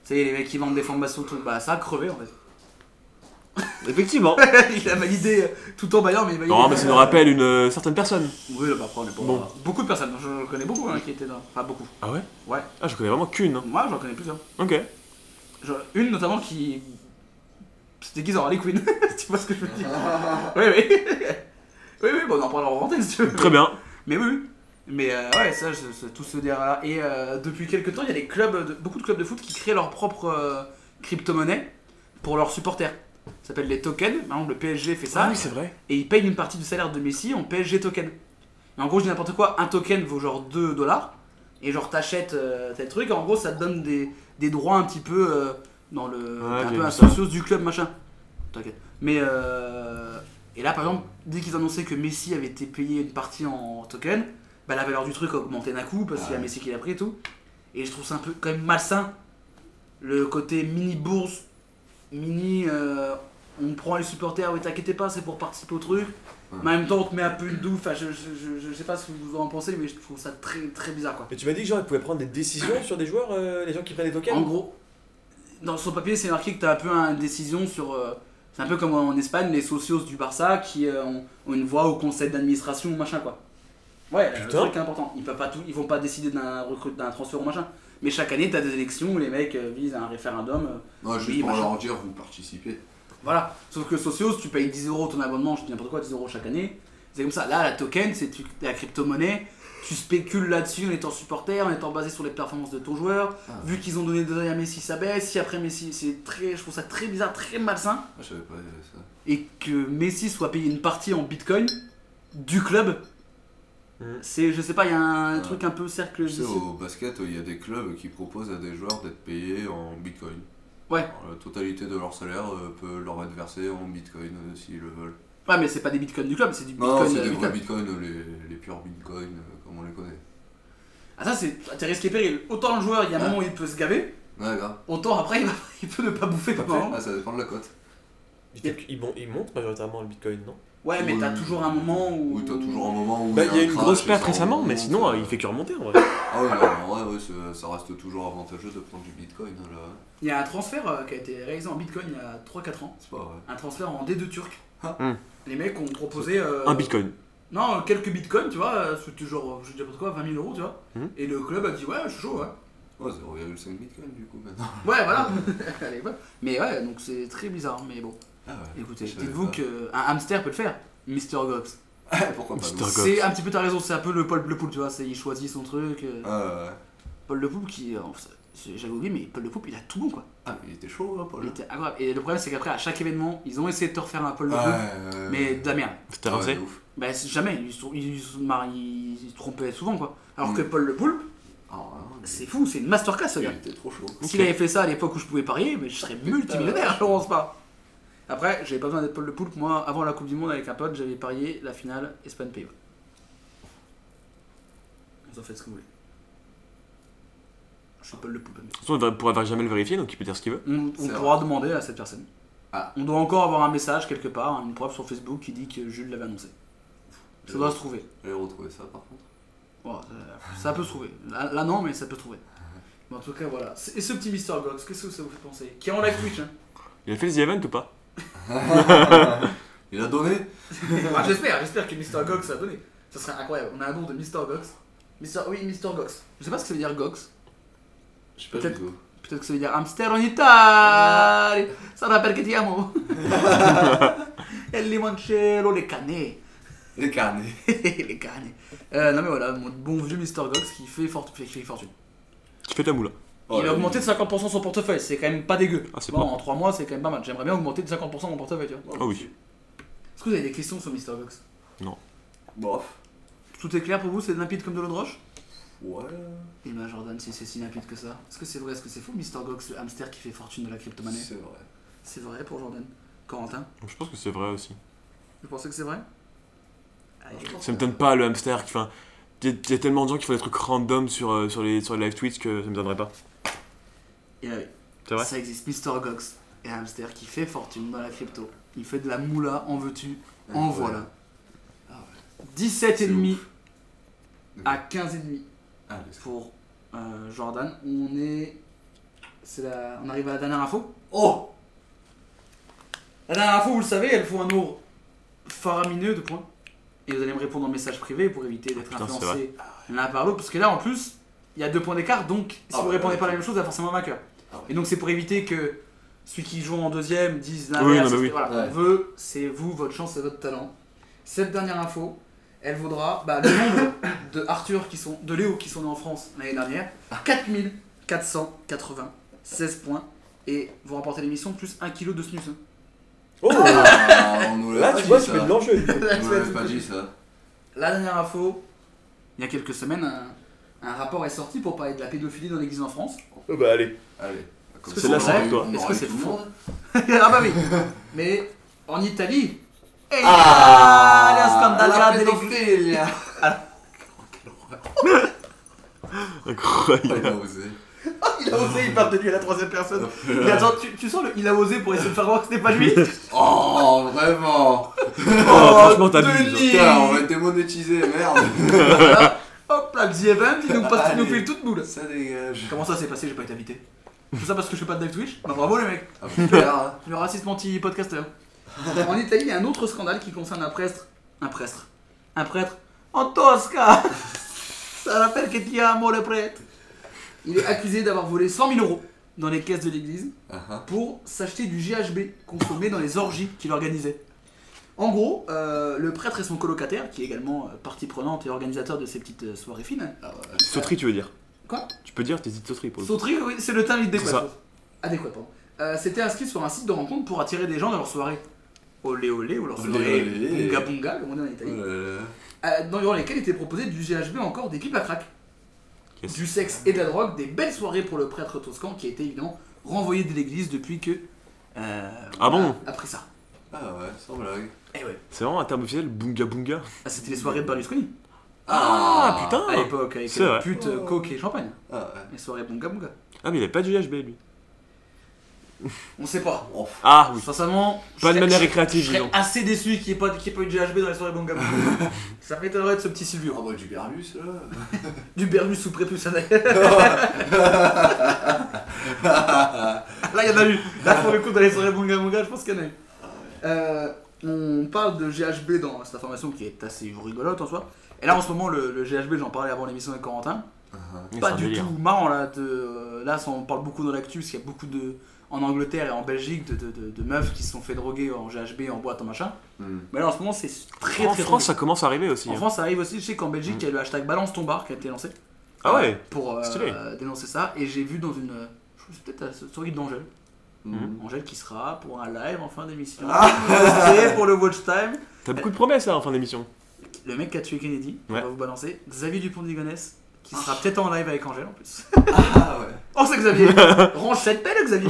Tu sais, les mecs qui vendent des formations, tout, bah ça a crevé en fait.
effectivement.
il a validé euh, tout en baillant, mais il a validé.
Non, mais ça nous rappelle une euh, certaine personne.
Oui, là, bah, après, on est pas-
Bon.
Beaucoup de personnes, je, je connais beaucoup hein, qui étaient dans. Enfin, beaucoup.
Ah ouais
Ouais.
Ah, je connais vraiment qu'une. hein.
Moi, j'en connais plusieurs.
Ok.
Genre, une notamment qui se déguise en Harley Quinn. tu vois ce que je veux dire Oui, oui. oui, oui, bon, on en parlera en rentrée si tu veux.
Très bien.
Mais oui, oui. Mais euh, ouais, ça, je- je- tout ce délire-là. Et euh, depuis quelques temps, il y a des clubs, de- beaucoup de clubs de foot qui créent leur propre euh, crypto-monnaie pour leurs supporters. Ça s'appelle les tokens. Par exemple, le PSG fait
Ah
ça.
vrai.
et ils payent une partie du salaire de Messi en PSG token. Mais en gros, je dis n'importe quoi, un token vaut genre 2 dollars. Et genre, t'achètes euh, tel truc. En gros, ça te donne des, des droits un petit peu euh, dans le.
Ouais,
un
j'ai
peu
vu
associés du club, machin. T'inquiète. Mais. euh, et là, par exemple, dès qu'ils annonçaient que Messi avait été payé une partie en token, bah, la valeur du truc a augmenté d'un coup parce qu'il y a Messi qui l'a pris et tout. Et je trouve ça un peu quand même malsain. Le côté mini bourse, mini. euh, on prend les supporters, oui, t'inquiétez pas, c'est pour participer au truc. Mais en même temps, on te met un peu une douce. Enfin, je, je, je, je sais pas ce que vous en pensez, mais je trouve ça très très bizarre quoi.
Mais tu m'as dit que genre ils pouvaient prendre des décisions sur des joueurs, euh, les gens qui prennent des
En
tokens
gros, dans son papier, c'est marqué que t'as un peu une décision sur. euh, c'est un peu comme en Espagne, les socios du Barça qui euh, ont, ont une voix au conseil d'administration ou machin quoi. Ouais, c'est
Putain.
un truc important. Ils peuvent pas tout, ils vont pas décider d'un recrute, d'un transfert ou machin. Mais chaque année, t'as des élections où les mecs euh, visent à un référendum. euh,
Non, juste
Oui,
pour
machin.
leur dire, vous participez.
Voilà, sauf que Socios, tu payes 10 euros ton abonnement, je dis n'importe quoi, 10 euros chaque année. C'est comme ça. Là, la token, c'est tu- la crypto-monnaie. Tu spécules là-dessus en étant supporter, en étant basé sur les performances de ton joueur.
Ah.
Vu qu'ils ont donné des années à Messi, ça baisse. Si après Messi, c'est très, je trouve ça très bizarre, très malsain.
Ah, je savais pas euh, ça.
Et que Messi soit payé une partie en bitcoin du club.
Mhm.
C'est, je sais pas, il y a un
Hmm. Ouais.
truc un peu cercle
Tu sais,
vicieux.
au basket, il y a des clubs qui proposent à des joueurs d'être payés en bitcoin.
Ouais.
Alors, la totalité de leur salaire euh, peut leur être versée en bitcoin euh, s'ils le veulent.
Ouais, mais c'est pas des bitcoins du club, c'est du
Non,
bitcoin.
non, c'est
euh,
des
du
vrais
club.
bitcoins, euh, les, les purs bitcoins, euh, comme on les connaît.
Ah, ça, c'est t'as tes risques et périls. Autant le joueur, il y a un
Ouais.
moment où il peut se gaver,
Ouais, grave.
autant après, il, va- il peut ne pas bouffer pendant un moment.
Ah, ça dépend de la cote.
Ils, ils, mon- ils montent majoritairement le bitcoin, non
Ouais, mais
Oui,
t'as
oui,
toujours
oui.
un moment où.
Oui, t'as toujours un moment où.
Bah, il y a
un
une
crash
grosse
et
perte
ça
récemment, mais
remonte,
sinon,
euh.
euh, il fait que remonter en vrai.
Ah, ouais, non, en vrai, ouais, c'est- ça reste toujours avantageux de prendre du bitcoin, hein, là.
Il y a un transfert euh, qui a été réalisé en bitcoin il y a 3-4 ans.
C'est pas vrai.
Un transfert en D2 turc. Hein
Hmm.
Les mecs ont proposé. euh,
Un bitcoin.
Non, euh, quelques bitcoins, tu vois. euh, C'était genre, euh, je dis n'importe quoi, 20 000 euros, tu vois.
Hmm.
Et le club a dit, ouais, je suis chaud, ouais.
Ouais, 0,5 bitcoin, du coup, maintenant.
Ouais, voilà. Allez, ouais. mais ouais, donc c'est très bizarre, hein, mais bon.
Ah, ouais.
Écoutez,
Je savais
dites-vous
pas.
qu'un hamster peut le faire. Mister Gox.
Ah, Pourquoi pas
Mister
non
Gox.
C'est un petit peu ta raison, c'est un peu le Paul Bleu Poule, tu vois. c'est- Il choisit son truc. euh,
Ah, ouais.
Paul Le Poule qui. euh, c'est- J'avais oublié, mais Paul Le Poule, il a tout bon, quoi.
Ah, mais il était chaud, là, Paul.
Il était incroyable. Et le problème, c'est qu'après, à chaque événement, ils ont essayé de te refaire un Paul Le Poule.
Ah, Ouais,
Mais de la merde.
T'as
ouais,
rincé
de ouf.
Bah c'est- jamais, ils se, ils, se marient- ils se trompaient souvent quoi. Alors
Mm.
que Paul le Poulpe,
Ah, ouais, mais
c'est fou, c'est une masterclass ce
Il
gars.
était trop chaud.
S'il avait fait ça à l'époque où je pouvais parier, mais je serais multimillionnaire, je pense pas. Après, j'avais pas besoin d'être Paul le Poulpe, moi avant la Coupe du Monde avec un pote, j'avais parié la finale Espagne-Pays-Bas. Vous en faites ce que vous voulez. Je suis Paul le Poulpe.
De toute façon, il ne pourra jamais le vérifier, donc il peut dire ce qu'il veut.
On, on
C'est
pourra demander à cette personne.
Ah.
On doit encore avoir un message quelque part, une preuve sur Facebook qui dit que Jules l'avait annoncé. Ça doit se trouver.
J'allais retrouver ça, par contre.
Bon, euh, ça- ça peut se trouver. Là, là, non, mais ça peut se trouver. Mais en tout cas, voilà. C'est- Et ce petit Mister Gox, qu'est-ce que ça vous fait penser Qui est en live Twitch hein
Il a fait le The Event ou pas
Il a donné
Ah, J'espère, j'espère que Mister Gox a donné. Ça serait incroyable. On a un nom de Mister Gox. Mister, oui, Mister Gox. Je sais pas ce que ça veut dire Gox.
Je sais pas
Peut-être.
du tout.
Peut-être que ça veut dire hamster en Italie. Ça rappelle que ti amo. Et limoncello, les canets.
Les carnets.
les canets. Euh, non, mais voilà, mon bon vieux Mister Gox qui fait, fort- qui fait fortune.
Tu fais ta moule.
il a augmenté de 50% son portefeuille, c'est quand même pas dégueu.
Oh, Ah, c'est
Bon,
pas.
En 3 mois, c'est quand même pas mal. J'aimerais bien augmenter de 50% mon portefeuille, tu vois.
Ah oui.
Est-ce que vous avez des questions sur Mister Box
Bof.
Tout est clair pour vous C'est limpide comme de l'eau de roche
Ouais.
Et ben Jordan, si c'est si limpide que ça. Est-ce que c'est vrai Est-ce que c'est faux Mister Gox, le hamster qui fait fortune de la crypto-monnaie
C'est vrai.
C'est vrai pour Jordan. Corentin
Je pense que c'est vrai aussi.
Vous pensez que c'est vrai Allez,
Ça me donne pas le hamster qui fait un- Il y a- il y a tellement de gens qui font des trucs random sur, euh, sur, les, sur les live tweets que ça me donnerait pas. Eh
Et oui,
C'est vrai
ça existe. Mister Gox et un hamster qui fait fortune dans la crypto. Il fait de la moula, en veux-tu, en
Ouais.
voilà.
Ah
17,5
ouf.
à 15,5.
Ah, laisse-
pour euh, Jordan. On est. C'est la... On arrive à la dernière info.
Oh
La dernière info, vous le savez, elle faut un nombre faramineux de points. Et vous allez me répondre en message privé pour éviter d'être
Ah, Putain, c'est
influencé Ah l'un par l'autre. Parce que là, en plus, il y a deux points d'écart. Donc, si
Ah
vous
ouais,
répondez
ouais,
pas la
ouais.
même chose, il y a forcément un vainqueur.
Ah ouais.
Et donc, c'est pour éviter que Celui qui joue en deuxième, disent la
Oui,
merde,
non, mais
c'est-
oui.
voilà,
Ouais.
on veut, c'est vous, votre chance, c'est votre talent. Cette dernière info, elle vaudra bah, le nombre de Arthur qui sont, de Léo qui sont nés en France l'année dernière, 4496 points, et vous remportez l'émission plus 1 kg de snus. hein.
Oh
Ah, on nous l'a
Là,
pas
tu vois,
dit,
tu
ça.
mets de l'enjeu. du coup.
On nous l'avait pas dit ça.
La dernière info, il y a quelques semaines, un, un rapport est sorti pour parler de la pédophilie dans l'église en France.
Oh, Bah, allez.
Allez. Comme
que
ça,
c'est là,
on
c'est pour
aurait-
toi.
on
Est-ce que
aurait
c'est
tout le
faux
monde.
ah bah oui Mais en Italie eh,
Ah,
le
la
scandale de l'église.
pédophile
Incroyable.
Il a osé.
Il a osé, il parle de lui à la troisième personne. Mais attends, tu, tu sens le il a osé pour essayer de faire voir que c'était pas lui
Euh.
Oh,
Oh, vraiment
franchement, t'abuses.
Denis
Putain, on va être démonétisé, merde
Hop là, The Event, il nous, passe, il nous
Allez.
fait une toute boule.
Ça dégage.
Comment ça s'est passé, j'ai pas été invité Tout ça parce que je fais pas de live Twitch Bah bravo les mecs
Ah, putain.
Le raciste anti-podcasteur. en Italie, il y a un autre scandale qui concerne un prêtre. Un prêtre. Un prêtre. En Tosca Ça rappelle que ti amo le prêtre Il est accusé d'avoir volé 100 000 euros dans les caisses de l'église
Ah, ah.
pour s'acheter du GHB consommé dans les orgies qu'il organisait. En gros, euh, le prêtre et son colocataire, qui est également euh, partie prenante et organisateur de ces petites euh, soirées fines,
Sauterie, tu veux dire
Quoi
Tu peux dire tes petites sauteries pour le coup.
Sauterie, oui, c'est le terme
C'est ça.
adéquat. Euh, Adéquat, pardon. Euh, C'était inscrit sur un site de rencontre pour attirer des gens dans leur soirée. Olé olé, ou leur
Olé,
soirée
olé.
bunga bunga, comme on dit en Italie.
Oh là là.
Euh, dans durant lesquelles était proposé du GHB encore des pipes à crack.
Qu'est-ce
Du sexe et de la drogue, des belles soirées pour le prêtre toscan qui a été évidemment renvoyé de l'église depuis que. euh,
Ah bon
Après ça.
Ah ouais, sans blague.
Eh ouais.
C'est vraiment un terme officiel, bunga bunga.
Ah, c'était les soirées de Berlusconi
Ah, putain
à l'époque avec
C'est
euh,
vrai.
pute, euh, coke et champagne.
Ah ouais.
Les soirées bunga bunga.
Ah, mais il avait pas du HB lui.
On sait pas.
Oh,
Ah oui.
Sincèrement, je
Pas de
serais-
manière
je
récréative,
serais
disons.
assez déçu qu'il n'y ait, pas- qu'il y ait pas eu de GHB dans les soirées bunga bunga. Ça m'étonnerait de ce petit Silvio.
Ah bah du Garbus là
Du Berlus sous prépuce à la-
Ah,
Là, il y en a eu. Là, pour le coup, dans les soirées bunga bunga, je pense qu'il y en a eu. Euh, on parle de GHB dans cette information qui est assez rigolote en soi. Et là, en ce moment, le, le GHB, j'en parlais avant l'émission avec Corentin.
C'est
ah.
pas
un
du
délire.
tout marrant là. De, euh, là, ça, on parle beaucoup dans l'actu parce qu'il y a beaucoup de. En Angleterre et en Belgique, de, de, de- de meufs qui se sont fait droguer en GHB, en boîte, en machin.
Hmm.
Mais là, en ce moment, c'est très
En
très tendu.
France, ça commence à arriver aussi.
En
hein. Mm.
France, ça arrive aussi. Je sais qu'en Belgique, il y a le hashtag balance ton bar qui a été lancé
Ah ouais
pour euh,
Stylé.
dénoncer ça. Et j'ai vu dans une. euh, Je pense que c'est peut-être la story d'Angèle.
Hmm.
Angèle qui sera pour un live en fin d'émission. C'est pour le watch time.
T'as beaucoup de promesses là en fin d'émission.
Le mec qui a tué Kennedy, on
Ouais.
va vous balancer. Xavier Dupont de Ligonnès qui sera peut-être en live avec Angèle en plus.
Ah ouais.
Oh, c'est Xavier Range cette pelle, Xavier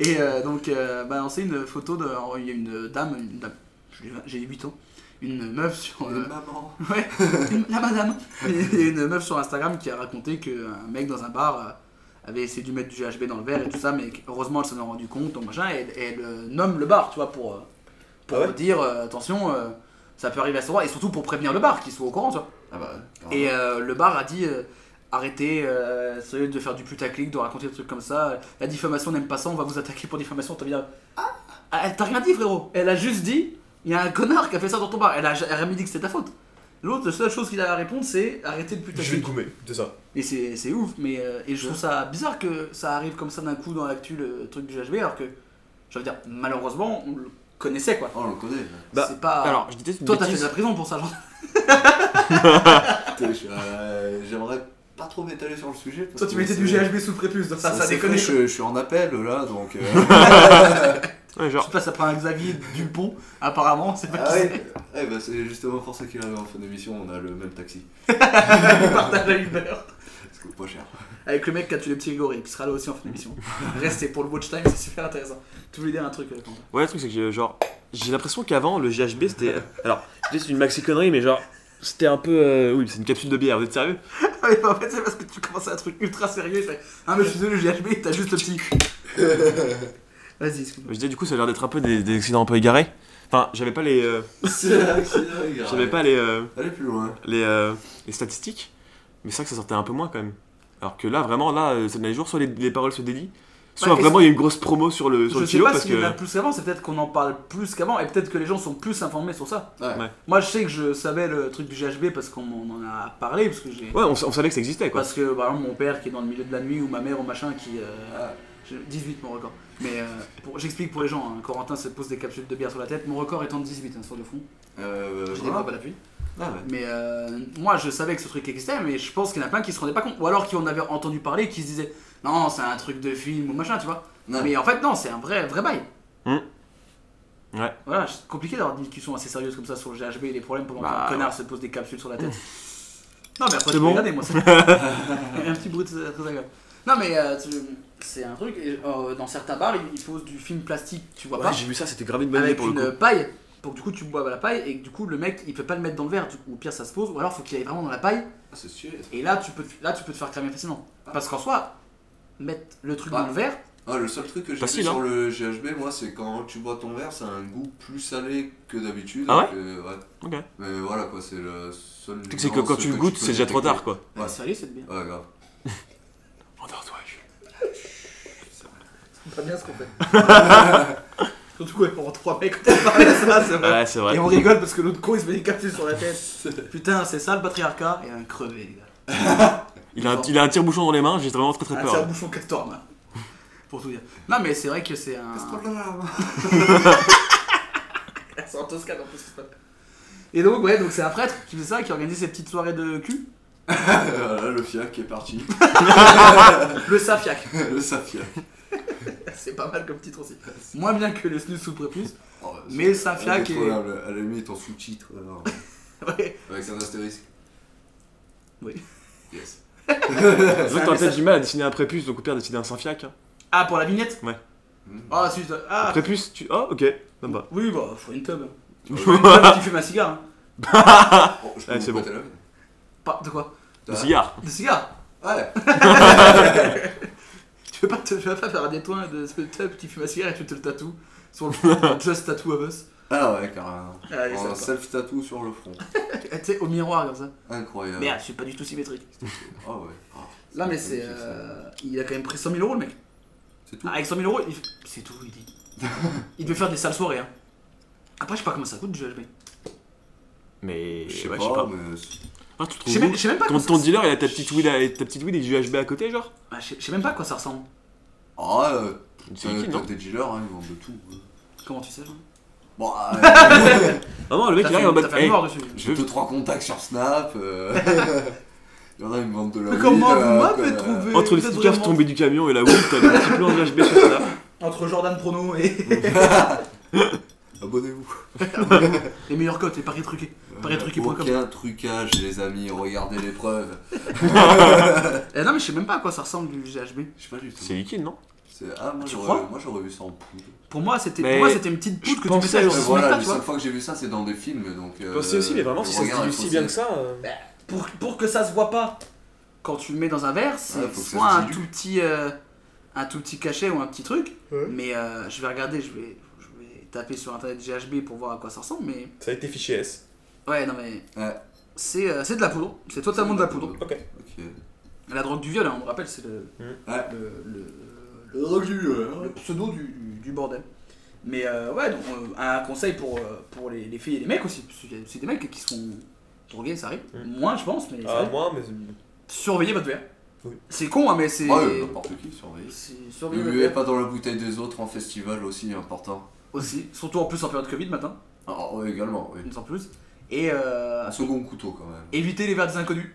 Et euh, donc, euh, balancé une photo de. alors, Il y a une dame, une dame j'ai- j'ai 8 ans, une meuf sur.
Une
euh,
Oh, maman.
ouais, une- la madame Il y a une meuf sur Instagram qui a raconté qu'un mec dans un bar euh, avait essayé de mettre du GHB dans le verre et tout ça, mais heureusement elle s'en est rendue compte, donc machin, et elle, elle, euh, nomme le bar, tu vois, pour, euh, pour
Ah ouais
dire euh, attention, euh, ça peut arriver à ce endroit, et surtout pour prévenir le bar, qu'ils soient au courant, tu vois.
Ah bah ouais.
Et euh, le bar a dit euh, arrêtez, euh, sérieux, de faire du putaclic, de raconter des trucs comme ça. La diffamation n'aime pas ça, on va vous attaquer pour diffamation. T'as bien. Ah, elle t'a rien dit, frérot. Elle a juste dit il y a un connard qui a fait ça dans ton bar. Elle a elle a jamais dit que c'était ta faute. L'autre, la seule chose qu'il a à répondre, c'est arrêtez le
Je vais
putaclic.
te goumer, c'est ça.
Et c'est c'est ouf, mais euh, et je trouve ça bizarre que ça arrive comme ça d'un coup dans l'actu le truc du GHB, alors que, je veux dire, malheureusement, on le connaissait quoi.
Oh, on le connaît. là.
Bah,
c'est pas.
Alors, je disais une
Ah. Toi, t'as fait de
bêtise.
la prison pour ça, genre.
Putain, je- euh, J'aimerais pas trop m'étaler sur le sujet. parce
Toi, tu
que
mettais du
c'est-
GHB sous le prépuce, donc ça, ça
c'est
déconne.
fait, Je, je suis en appel là donc. euh,
Ouais,
Tu
genre,
passes après un Xavier Dupont, apparemment, c'est pas
ah
qui c'est.
ouais. Ouais, bah, c'est justement pour ça qu'il arrive en fin d'émission, on a le même taxi.
Il partage à Uber.
Ça coûte pas cher.
Avec le mec qui a tué le petit Grégory, qui sera là aussi en fin d'émission. Restez pour le watch time, c'est super intéressant. Tu voulais dire un truc, euh, Quentin
ouais, le truc c'est que j'ai- genre, j'ai l'impression qu'avant le GHB c'était. euh, Alors, je dis, c'est une maxi connerie, mais genre, c'était un peu. euh, Oui, c'est une capsule de bière, vous êtes sérieux
Ah, mais en fait, c'est parce que tu commences un truc ultra sérieux. c'est- Ah, mais je suis désolé, j'ai HB, t'as juste le petit. Vas-y, excuse-moi.
Je disais, du coup, ça a l'air d'être un peu des, des accidents un peu égarés. Enfin, j'avais pas les. euh,
C'est un accident, les gars.
j'avais pas les. euh,
Allez plus loin.
les, euh, les statistiques, mais c'est vrai que ça sortait un peu moins quand même. Alors que là, vraiment, là, euh, ces derniers jours, soit les, les paroles se délient, soit
et c'est-
vraiment il y a une grosse promo sur le, sur
Je
le
sais
kilo
pas
parce
s'il y en a
que.
plus qu'avant, c'est peut-être qu'on en parle plus qu'avant et peut-être que les gens sont plus informés sur ça.
Ouais.
Ouais.
Moi je sais que je savais le truc du GHB parce qu'on en a parlé, parce que j'ai.
Ouais, on, s- on savait que ça existait quoi.
Parce que par exemple, mon père qui est dans le milieu de la nuit ou ma mère ou machin qui, euh,
Ah.
Je- 18 mon record. Mais euh, pour- j'explique pour les gens, hein, Corentin se pose des capsules de bière sur la tête. Mon record étant de 18 hein, sur le fond.
Euh,
J'ai des
voilà.
preuves à l'appui.
Ah ouais.
Mais euh, moi, je savais que ce truc existait, mais je pense qu'il y en a plein qui se rendaient pas compte. Ou alors qui en avaient entendu parler et qui se disaient non, c'est un truc de film ou machin, tu vois.
Non,
Mais en fait, non, c'est un vrai, vrai bail.
Hmm. Ouais.
Voilà, c'est compliqué d'avoir des discussions assez sérieuses comme ça sur le GHB et les problèmes pendant
Bah,
qu'un connard se pose des capsules sur la tête. Non, mais après,
C'est
tu peux
bon.
regarder, moi. ça- un petit bruit très très agréable. Non, mais euh, tu- c'est un truc. et, euh, dans certains bars, ils- ils posent du film plastique, tu vois
Ouais,
pas
j'ai vu ça, c'était gravé de bonne année
avec
pour le
une euh,
coup.
paille pour que du coup tu boives à la paille et que du coup le mec il peut pas le mettre dans le verre du coup, au pire ça se pose ou alors faut qu'il aille vraiment dans la paille
ah, c'est sûr.
et là tu peux te, là tu peux te faire cramer facilement parce qu'en soi mettre le truc dans le verre
Ah, le seul truc que j'ai
Facile,
vu
hein.
sur le GHB, moi, c'est quand tu bois ton verre, ça a un goût plus salé que d'habitude.
Ah ouais
donc, euh, ouais.
Ok.
Mais voilà, quoi, c'est le seul.
Tu sais que c'est que quand
nuance
tu le
que
goûtes,
peux
c'est déjà trop
détecter.
tard quoi.
Ouais.
c'est sérieux cette bière
Ouais, grave.
Endors-toi, Jules.
c'est pas bien ce qu'on fait surtout qu'on est pendant 3 mecs on parle de ça c'est vrai
Ouais, c'est vrai.
et on rigole parce que l'autre con il se met des capsules sur la tête putain c'est ça le patriarcat et un crevé les gars
Il a, un- il a un tire-bouchon dans les mains, j'ai vraiment très très
Ah, c'est un
peur.
bouchon castor là. pour tout dire non mais c'est vrai que c'est un
Oh
C'est en Toscane en plus. c'est pas- Et donc, ouais, donc c'est un prêtre qui faisait ça, qui organisait ses petites soirées de cul.
Voilà, le fiac est parti.
Le Safiac.
le safiac.
C'est pas mal comme titre aussi. Moins bien que le snus sous prépuce.
Oh,
Mais le
c'est- elle est
Safiac
trop
est.
bien, le- À la limite, en sous-titre. alors,
Ouais.
Avec un astérisque.
Oui.
Yes.
Vous t'as peut-être du mal à dessiner un prépuce, donc au pire, dessiner un symphiac. hein.
Ah, pour la vignette
Mm.
Ah, si,
Un
ah.
prépuce, tu. Oh, ok. Même pas.
Oui, bah, faut une tub. Une
Un
tub qui fume un cigare. hein.
Oh, je peux
Ah,
vous
c'est bon.
prêter la main
Pas, de quoi
cigare.
De cigare
Ah, Ouais.
tu veux, pas te, tu veux pas faire un détoin de ce tub qui fume un cigare et tu te le tatoues Sur le front, Just Tattoo of Us.
Ah ouais, carrément.
Allez,
Oh,
Un
ça
self-tattoo sur le front.
Tu sais, au miroir comme ça.
Incroyable.
Merde, je suis pas du tout symétrique.
Ah ouais. Ah,
Là, mais c'est.
magnifique, ça.
euh, il a quand même pris 100 000 euros le mec.
C'est tout.
Ah, avec 100 000 euros, il fait- c'est tout, il dit. il devait faire des sales soirées. Hein. Après, je sais pas comment ça coûte du GHB.
Mais.
Je sais
ouais,
pas, mais c'est-
Ah, tu te
Je
trouves
sais
où
même, je sais même pas
Ton,
quoi
ton
ça-
dealer, il a ta petite weed à- ta petite weed et du HB à côté, genre
Ah, je, sais, je sais même pas à quoi ça ressemble.
Ah, euh,
C'est
t'as
liquide,
t'as
non
des dealers, hein, ils vendent de tout.
Comment tu sais genre
Bon, euh,
Ah non, le mec,
T'as
il
fait,
arrive en
t'as
mode.
fait un
hey,
noir dessus.
j'ai deux trois contacts sur Snap. euh, Il y en a, ils me vendent de la
Mais
weed,
comment vous
euh,
m'avez
comme, euh,
trouvé
Entre les
Vous êtes
stickers
vraiment-
tombés du camion et la weed, t'as le petit plan de HB sur ça.
Entre Jordan Prono et.
Abonnez-vous.
les meilleurs cotes, les paris truqués. Parietruquet.com.
Euh, Aucun trucage, les amis, regardez les preuves.
Eh, non, mais je sais même pas à quoi ça ressemble du GHB.
Je sais pas du tout.
C'est liquide, non
C'est- Ah, moi
Tu
j'aurais,
crois
moi j'aurais vu ça en poudre.
Pour moi, c'était
Mais
pour moi, c'était une petite poudre
je
que tu
pensais
mettais à jour
aussi-
Ouais,
de ce
voilà,
matin,
la
tu vois.
seule fois que j'ai vu ça, c'est dans des films. Donc, euh,
Pensez aussi, mais vraiment,
je
si ça se
regarde,
dilue
faut
si bien que ça. euh,
Pour, pour que ça se voit pas quand tu le mets dans un verre, c'est
Ouais, faut que ça
soit
se
un
dilue.
tout, petit, euh, un tout petit cachet ou un petit truc.
Ouais.
Mais euh, je vais regarder, je vais, je vais taper sur internet GHB pour voir à quoi ça ressemble. Mais
Ça a été fiché S.
ouais, non, mais
Ouais.
c'est euh, c'est de la poudre, c'est totalement de la poudre.
Ok.
Ok.
La drogue du viol, hein, on me rappelle, c'est le,
Ouais.
le, le-
Le drogue du viol, hein.
le pseudo du, du- du bordel. Mais euh, ouais, donc euh, un conseil pour, euh, pour les, les filles et les mecs aussi, parce qu'il y a aussi des mecs qui sont drogués, ça arrive.
Mm.
Moins, je pense, mais ça
Ah,
arrive.
moi, mais.
surveillez votre verre.
Oui. euh,
C'est con, hein, mais c'est.
Ouais, n'importe qui, surveille.
c'est-
Ne
surveillez votre
buvez
verre.
pas dans la bouteille des autres en festival aussi, important.
Aussi, surtout en plus en période Covid maintenant,
Ah, ouais, également, oui.
une en plus. Et euh,
Un second couteau quand même.
évitez les verres des inconnus.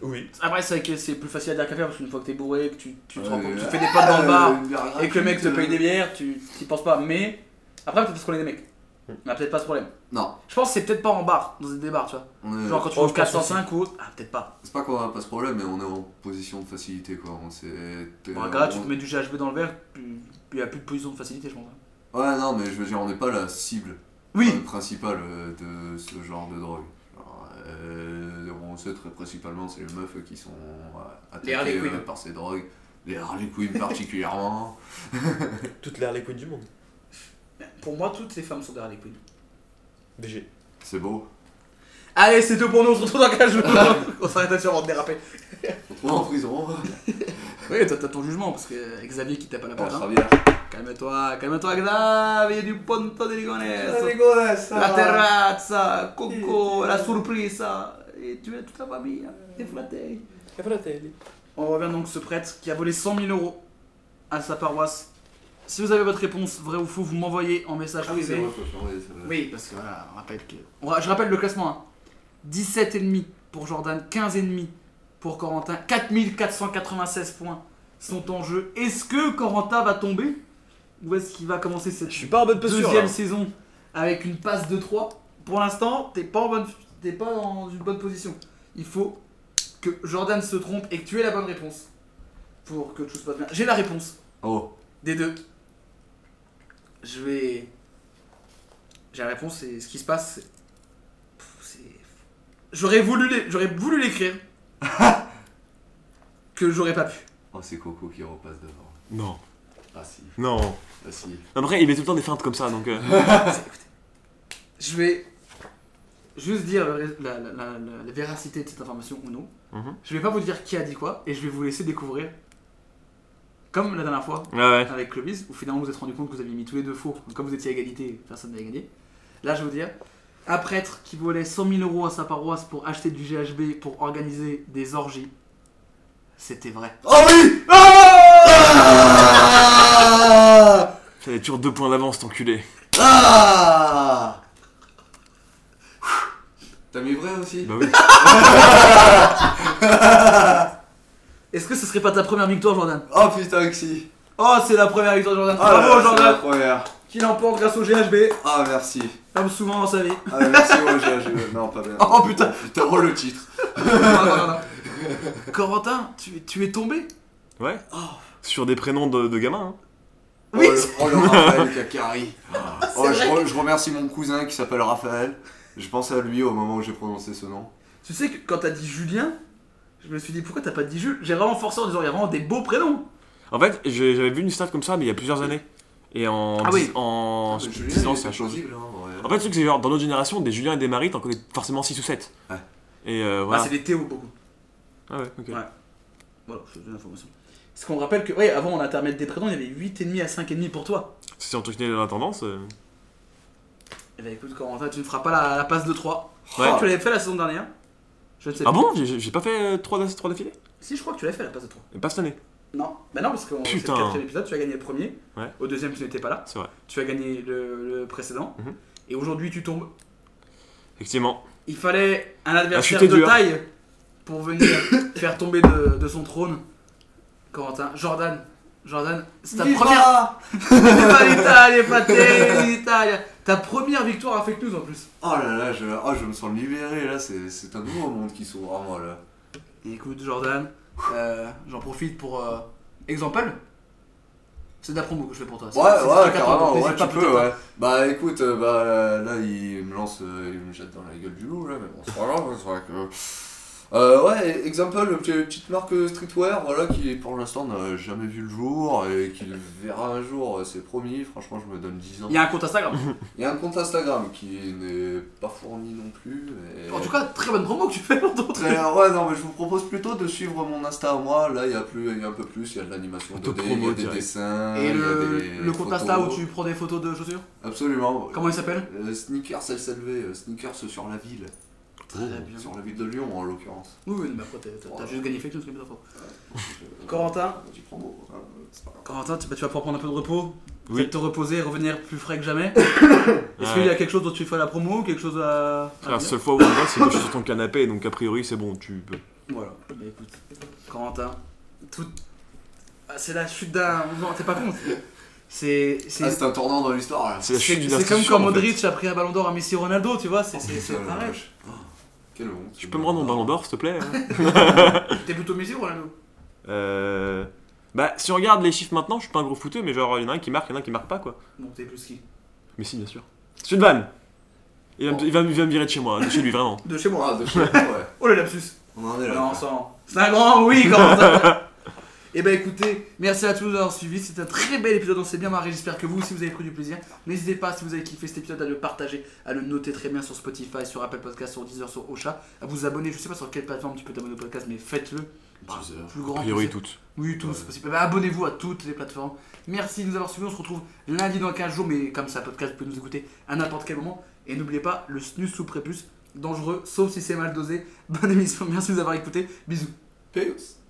Oui.
Après, c'est vrai que c'est plus facile à dire qu'à faire parce qu'une fois que t'es bourré, que tu, tu, te rends
Ouais,
compte,
ouais.
tu fais des potes dans le bar
Euh,
Ah,
et que le mec te
gratuite,
paye des
euh,
bières, tu t'y penses pas. Mais après, peut-être parce qu'on est des mecs.
Mm.
On a peut-être pas ce problème.
Non,
Je pense que c'est peut-être pas en bar, dans des bars, tu vois.
on est-
Genre quand tu
Oh,
trouves
je pense
405 ou autre. Ah, peut-être pas.
c'est pas qu'on a pas ce problème, mais on est en position de facilité quoi. On s'est. t'es-
Bon, regarde, tu
on-
te mets du GHB dans le verre, puis il y a plus de position de facilité, je pense. hein.
Ouais, non, mais je veux dire, on n'est pas la cible
Oui,
euh, principale euh, de ce genre de drogue. Genre, euh, on sait très principalement, c'est les meufs qui sont euh,
Les Harley
attaquées
Quinn.
euh, par ces drogues. Les Harley Quinn particulièrement.
Toutes les Harley Quinn du monde.
pour moi, toutes les femmes sont derrière les queens.
DG.
C'est beau.
Allez, c'est tout pour nous, on se retrouve dans 15 jours. on s'arrête sur de déraper.
On se retrouve en prison.
Oui, toi, t'as ton jugement, parce que euh, Xavier qui tape à la
Ah,
porte. hein.
Javier.
Calme-toi, calme-toi, Xavier du Ponto de
Eh,
Ligones. La
La
terrazza, Coco, la surpresa. Et tu es toute la famille, hein, t'es flatté.
terre
On revient donc ce prêtre qui a volé 100 000 euros à sa paroisse. Si vous avez votre réponse, vrai ou faux, vous m'envoyez en message
Ah oui, c'est
privé.
vrai, faut que j'envoie celle-là.
Oui, parce que voilà, on rappelle que. on ra- je rappelle le classement hein. 17,5 pour Jordan, 15,5 pour Corentin, 4496 points sont en jeu. Est-ce que Corentin va tomber Ou est-ce qu'il va commencer cette
Je suis pas en bonne posture.
deuxième
là.
saison avec une passe de 3 Pour l'instant, t'es pas, en bonne- t'es pas dans une bonne position. Il faut que Jordan se trompe et que tu aies la bonne réponse pour que tout se passe bien. J'ai la réponse
Oh,
des deux. Je vais. J'ai la réponse et ce qui se passe, c'est. Pff, c'est- J'aurais voulu, l'é- j'aurais voulu l'écrire. que j'aurais pas pu.
oh c'est Coco qui repasse devant.
Non,
Ah si,
non.
ah si.
Après, il met tout le temps des feintes comme ça, donc. euh,
C'est- écoutez, je vais juste dire le ré- la, la- la- la- la véracité de cette information ou non.
mhm.
Je vais pas vous dire qui a dit quoi et je vais vous laisser découvrir. Comme la dernière fois,
Ouais, ouais.
avec Clovis, où finalement vous vous êtes rendu compte que vous aviez mis tous les deux faux. Donc, comme vous étiez à égalité, personne n'avait gagné. Là, je vais vous dire un prêtre qui volait 100 000 euros à sa paroisse pour acheter du GHB pour organiser des orgies, c'était vrai.
Oh oui Ah
J'avais toujours deux points d'avance, cet enculé.
Ah T'as mis vrai aussi
Bah oui.
Est-ce que ce serait pas ta première victoire, Jordan
Oh putain que si
Oh, c'est la première victoire, de Jordan.
Ah
Bravo,
là, c'est la
Jordan,
première
qui l'emporte grâce au GHB,
Ah merci
comme souvent dans sa vie.
Ah merci au GHB Non pas bien
Oh, putain.
Putain oh le titre
Non, non, non, non. Corentin, tu, tu es tombé
Ouais. Sur des prénoms de, de gamins, hein.
Oui, Ah,
Oh le, oh, le Raphaël Kakari Oh
C'est
je,
vrai.
re- je remercie mon cousin qui s'appelle Raphaël Je pense à lui au moment où j'ai prononcé ce nom
Tu sais que quand t'as dit Julien, je me suis dit pourquoi t'as pas dit Jules J'ai vraiment forcé en disant il y a vraiment des beaux prénoms.
En fait, j'ai- j'avais vu une stat comme ça, mais il y a plusieurs années. Et en.
Ah oui.
dix- En.
bah,
Ah, mais
10 ans,
il
ça a
était
changé.
plausible, hein, ouais.
Ah, bah,
En fait, le truc, c'est genre, dans notre génération, des Julien et des Marie, t'en connais forcément 6 ou 7.
Ouais.
Et euh,
Ah,
voilà.
c'est des Théo beaucoup.
Ah ouais, ok.
Ouais. Voilà, c'est une information. Parce qu'on rappelle que, ouais, avant, en intermède des prénoms, il y avait 8,5 à 5,5 pour toi.
Si on tenait la tendance. euh,
Eh ben écoute, Corentin, tu ne feras pas la, la passe de 3. Je
Ouais.
crois que tu l'avais fait la saison dernière. Je ne sais
Ah
plus.
bon J'ai j'ai pas fait euh, 3, d'affilée
Si, je crois que tu l'avais fait la passe de 3.
Pas cette année,
Non, bah non, parce que c'est le
Putain.
quatrième épisode, tu as gagné le premier.
Ouais.
Au deuxième, tu n'étais pas là.
c'est vrai.
Tu as gagné le, le précédent.
Mhm.
Et aujourd'hui, tu tombes.
Effectivement.
Il fallait un adversaire
chute est
de
dure.
taille pour venir faire tomber de, de son trône. Corentin, Jordan, Jordan, c'est ta
Vivra
première. Viva l'Italia, fratelli d'Italia. Ta première victoire à fake news en plus.
Oh là là, je, oh, je me sens libéré là, c'est c'est un nouveau monde qui s'ouvre Ah, à moi là.
Et écoute, Jordan, euh, j'en profite pour. Euh, exemple C'est de la promo que je fais pour toi. C'est-
Ouais,
c'est
ouais,
sur quatre ans,
carrément,
donc
ouais,
n'hésite
tu
pas plus
peux,
tard.
ouais. Bah écoute, euh, bah là, il me lance, euh, il me jette dans la gueule du loup là, mais bon, c'est pas grave, c'est vrai que. Euh, ouais, exemple, euh, petite petite marque euh, streetwear, voilà, qui pour l'instant n'a jamais vu le jour et qui le verra un jour, euh, c'est promis, franchement, je me donne 10 ans.
Il y a un compte Instagram.
Il y a un compte Instagram qui n'est pas fourni non plus. mais-
en tout cas, très bonne promo que tu fais pour ton truc.
Très- ouais, non, mais je vous propose plutôt de suivre mon Insta à moi. Là, il y, a plus- il y a un peu plus, il y a de l'animation
Te
2D, il y a
promo
des
direct.
dessins.
Et
il y a
le,
des
le compte
photos.
Insta où tu prends des photos de chaussures
Absolument.
Comment il s'appelle
Euh, Sneakers SLV, euh, Sneakers sur la ville.
Ah,
Euh,
Très bien.
Sur la ville de Lyon, en l'occurrence.
Oui, oui, mais après, t'as- t'as t'as
Voilà.
juste gagné fake news comme ça. Corentin
Tu Euh, prends beau, hein, c'est pas grave.
Corentin, tu, bah, tu vas pouvoir prendre un peu de repos,
Oui.
peut-être te reposer et revenir plus frais que jamais. Est-ce
Ouais.
qu'il y a quelque chose dont tu fais la promo ou quelque chose à. à
La
dire
seule fois où on voit, c'est que je suis sur ton canapé, donc a priori, c'est bon, tu peux.
Voilà, bah écoute, Corentin, tout. Ah, c'est la chute d'un. Non, t'es pas con C'est. c'est-
Ah, c'est un tournant dans l'histoire là.
C'est la chute
C'est
d'une
c'est comme
institution,
quand
en fait.
Modric a pris un ballon d'or à Messi Ronaldo, tu vois, c'est c'est-
Putain,
c'est
la
pareil.
vache. Oh, Quelle honte.
Tu peux me rendre mon ballon d'or, s'il te plaît hein
T'es plutôt Messi ou Ronaldo
Euh. Bah, si on regarde les chiffres maintenant, je suis pas un gros fouteux, mais genre, il y en a un qui marque, il y en a un qui marque pas, quoi.
Non, t'es plus qui
Mais si, bien sûr. C'est une vanne il va, me- il va me- il va me virer de chez moi, de chez lui, vraiment.
De chez moi.
Ah, de chez- ouais.
Oh le lapsus
On en est là.
Non, sans- C'est un grand oui, comment ça Eh ben écoutez, merci à tous d'avoir suivi. C'est un très bel épisode, on s'est bien marré. J'espère que vous aussi vous avez pris du plaisir. N'hésitez pas, si vous avez kiffé cet épisode, à le partager, à le noter très bien sur Spotify, sur Apple Podcast, sur Deezer, sur Ocha, à vous abonner. Je sais pas sur quelle plateforme tu peux t'abonner au podcast, mais faites-le.
Deezer.
Plus
Euh, A
grand.
priori,
plus-
toutes.
Oui, tous, c'est possible. Eh ben, Abonnez-vous à toutes les plateformes. Merci de nous avoir suivis. On se retrouve lundi dans 15 jours, mais comme c'est un podcast, vous pouvez nous écouter à n'importe quel moment. Et n'oubliez pas le snus sous prépuce, dangereux, sauf si c'est mal dosé. Bonne émission, merci de nous avoir écoutés. Bisous.
Peace.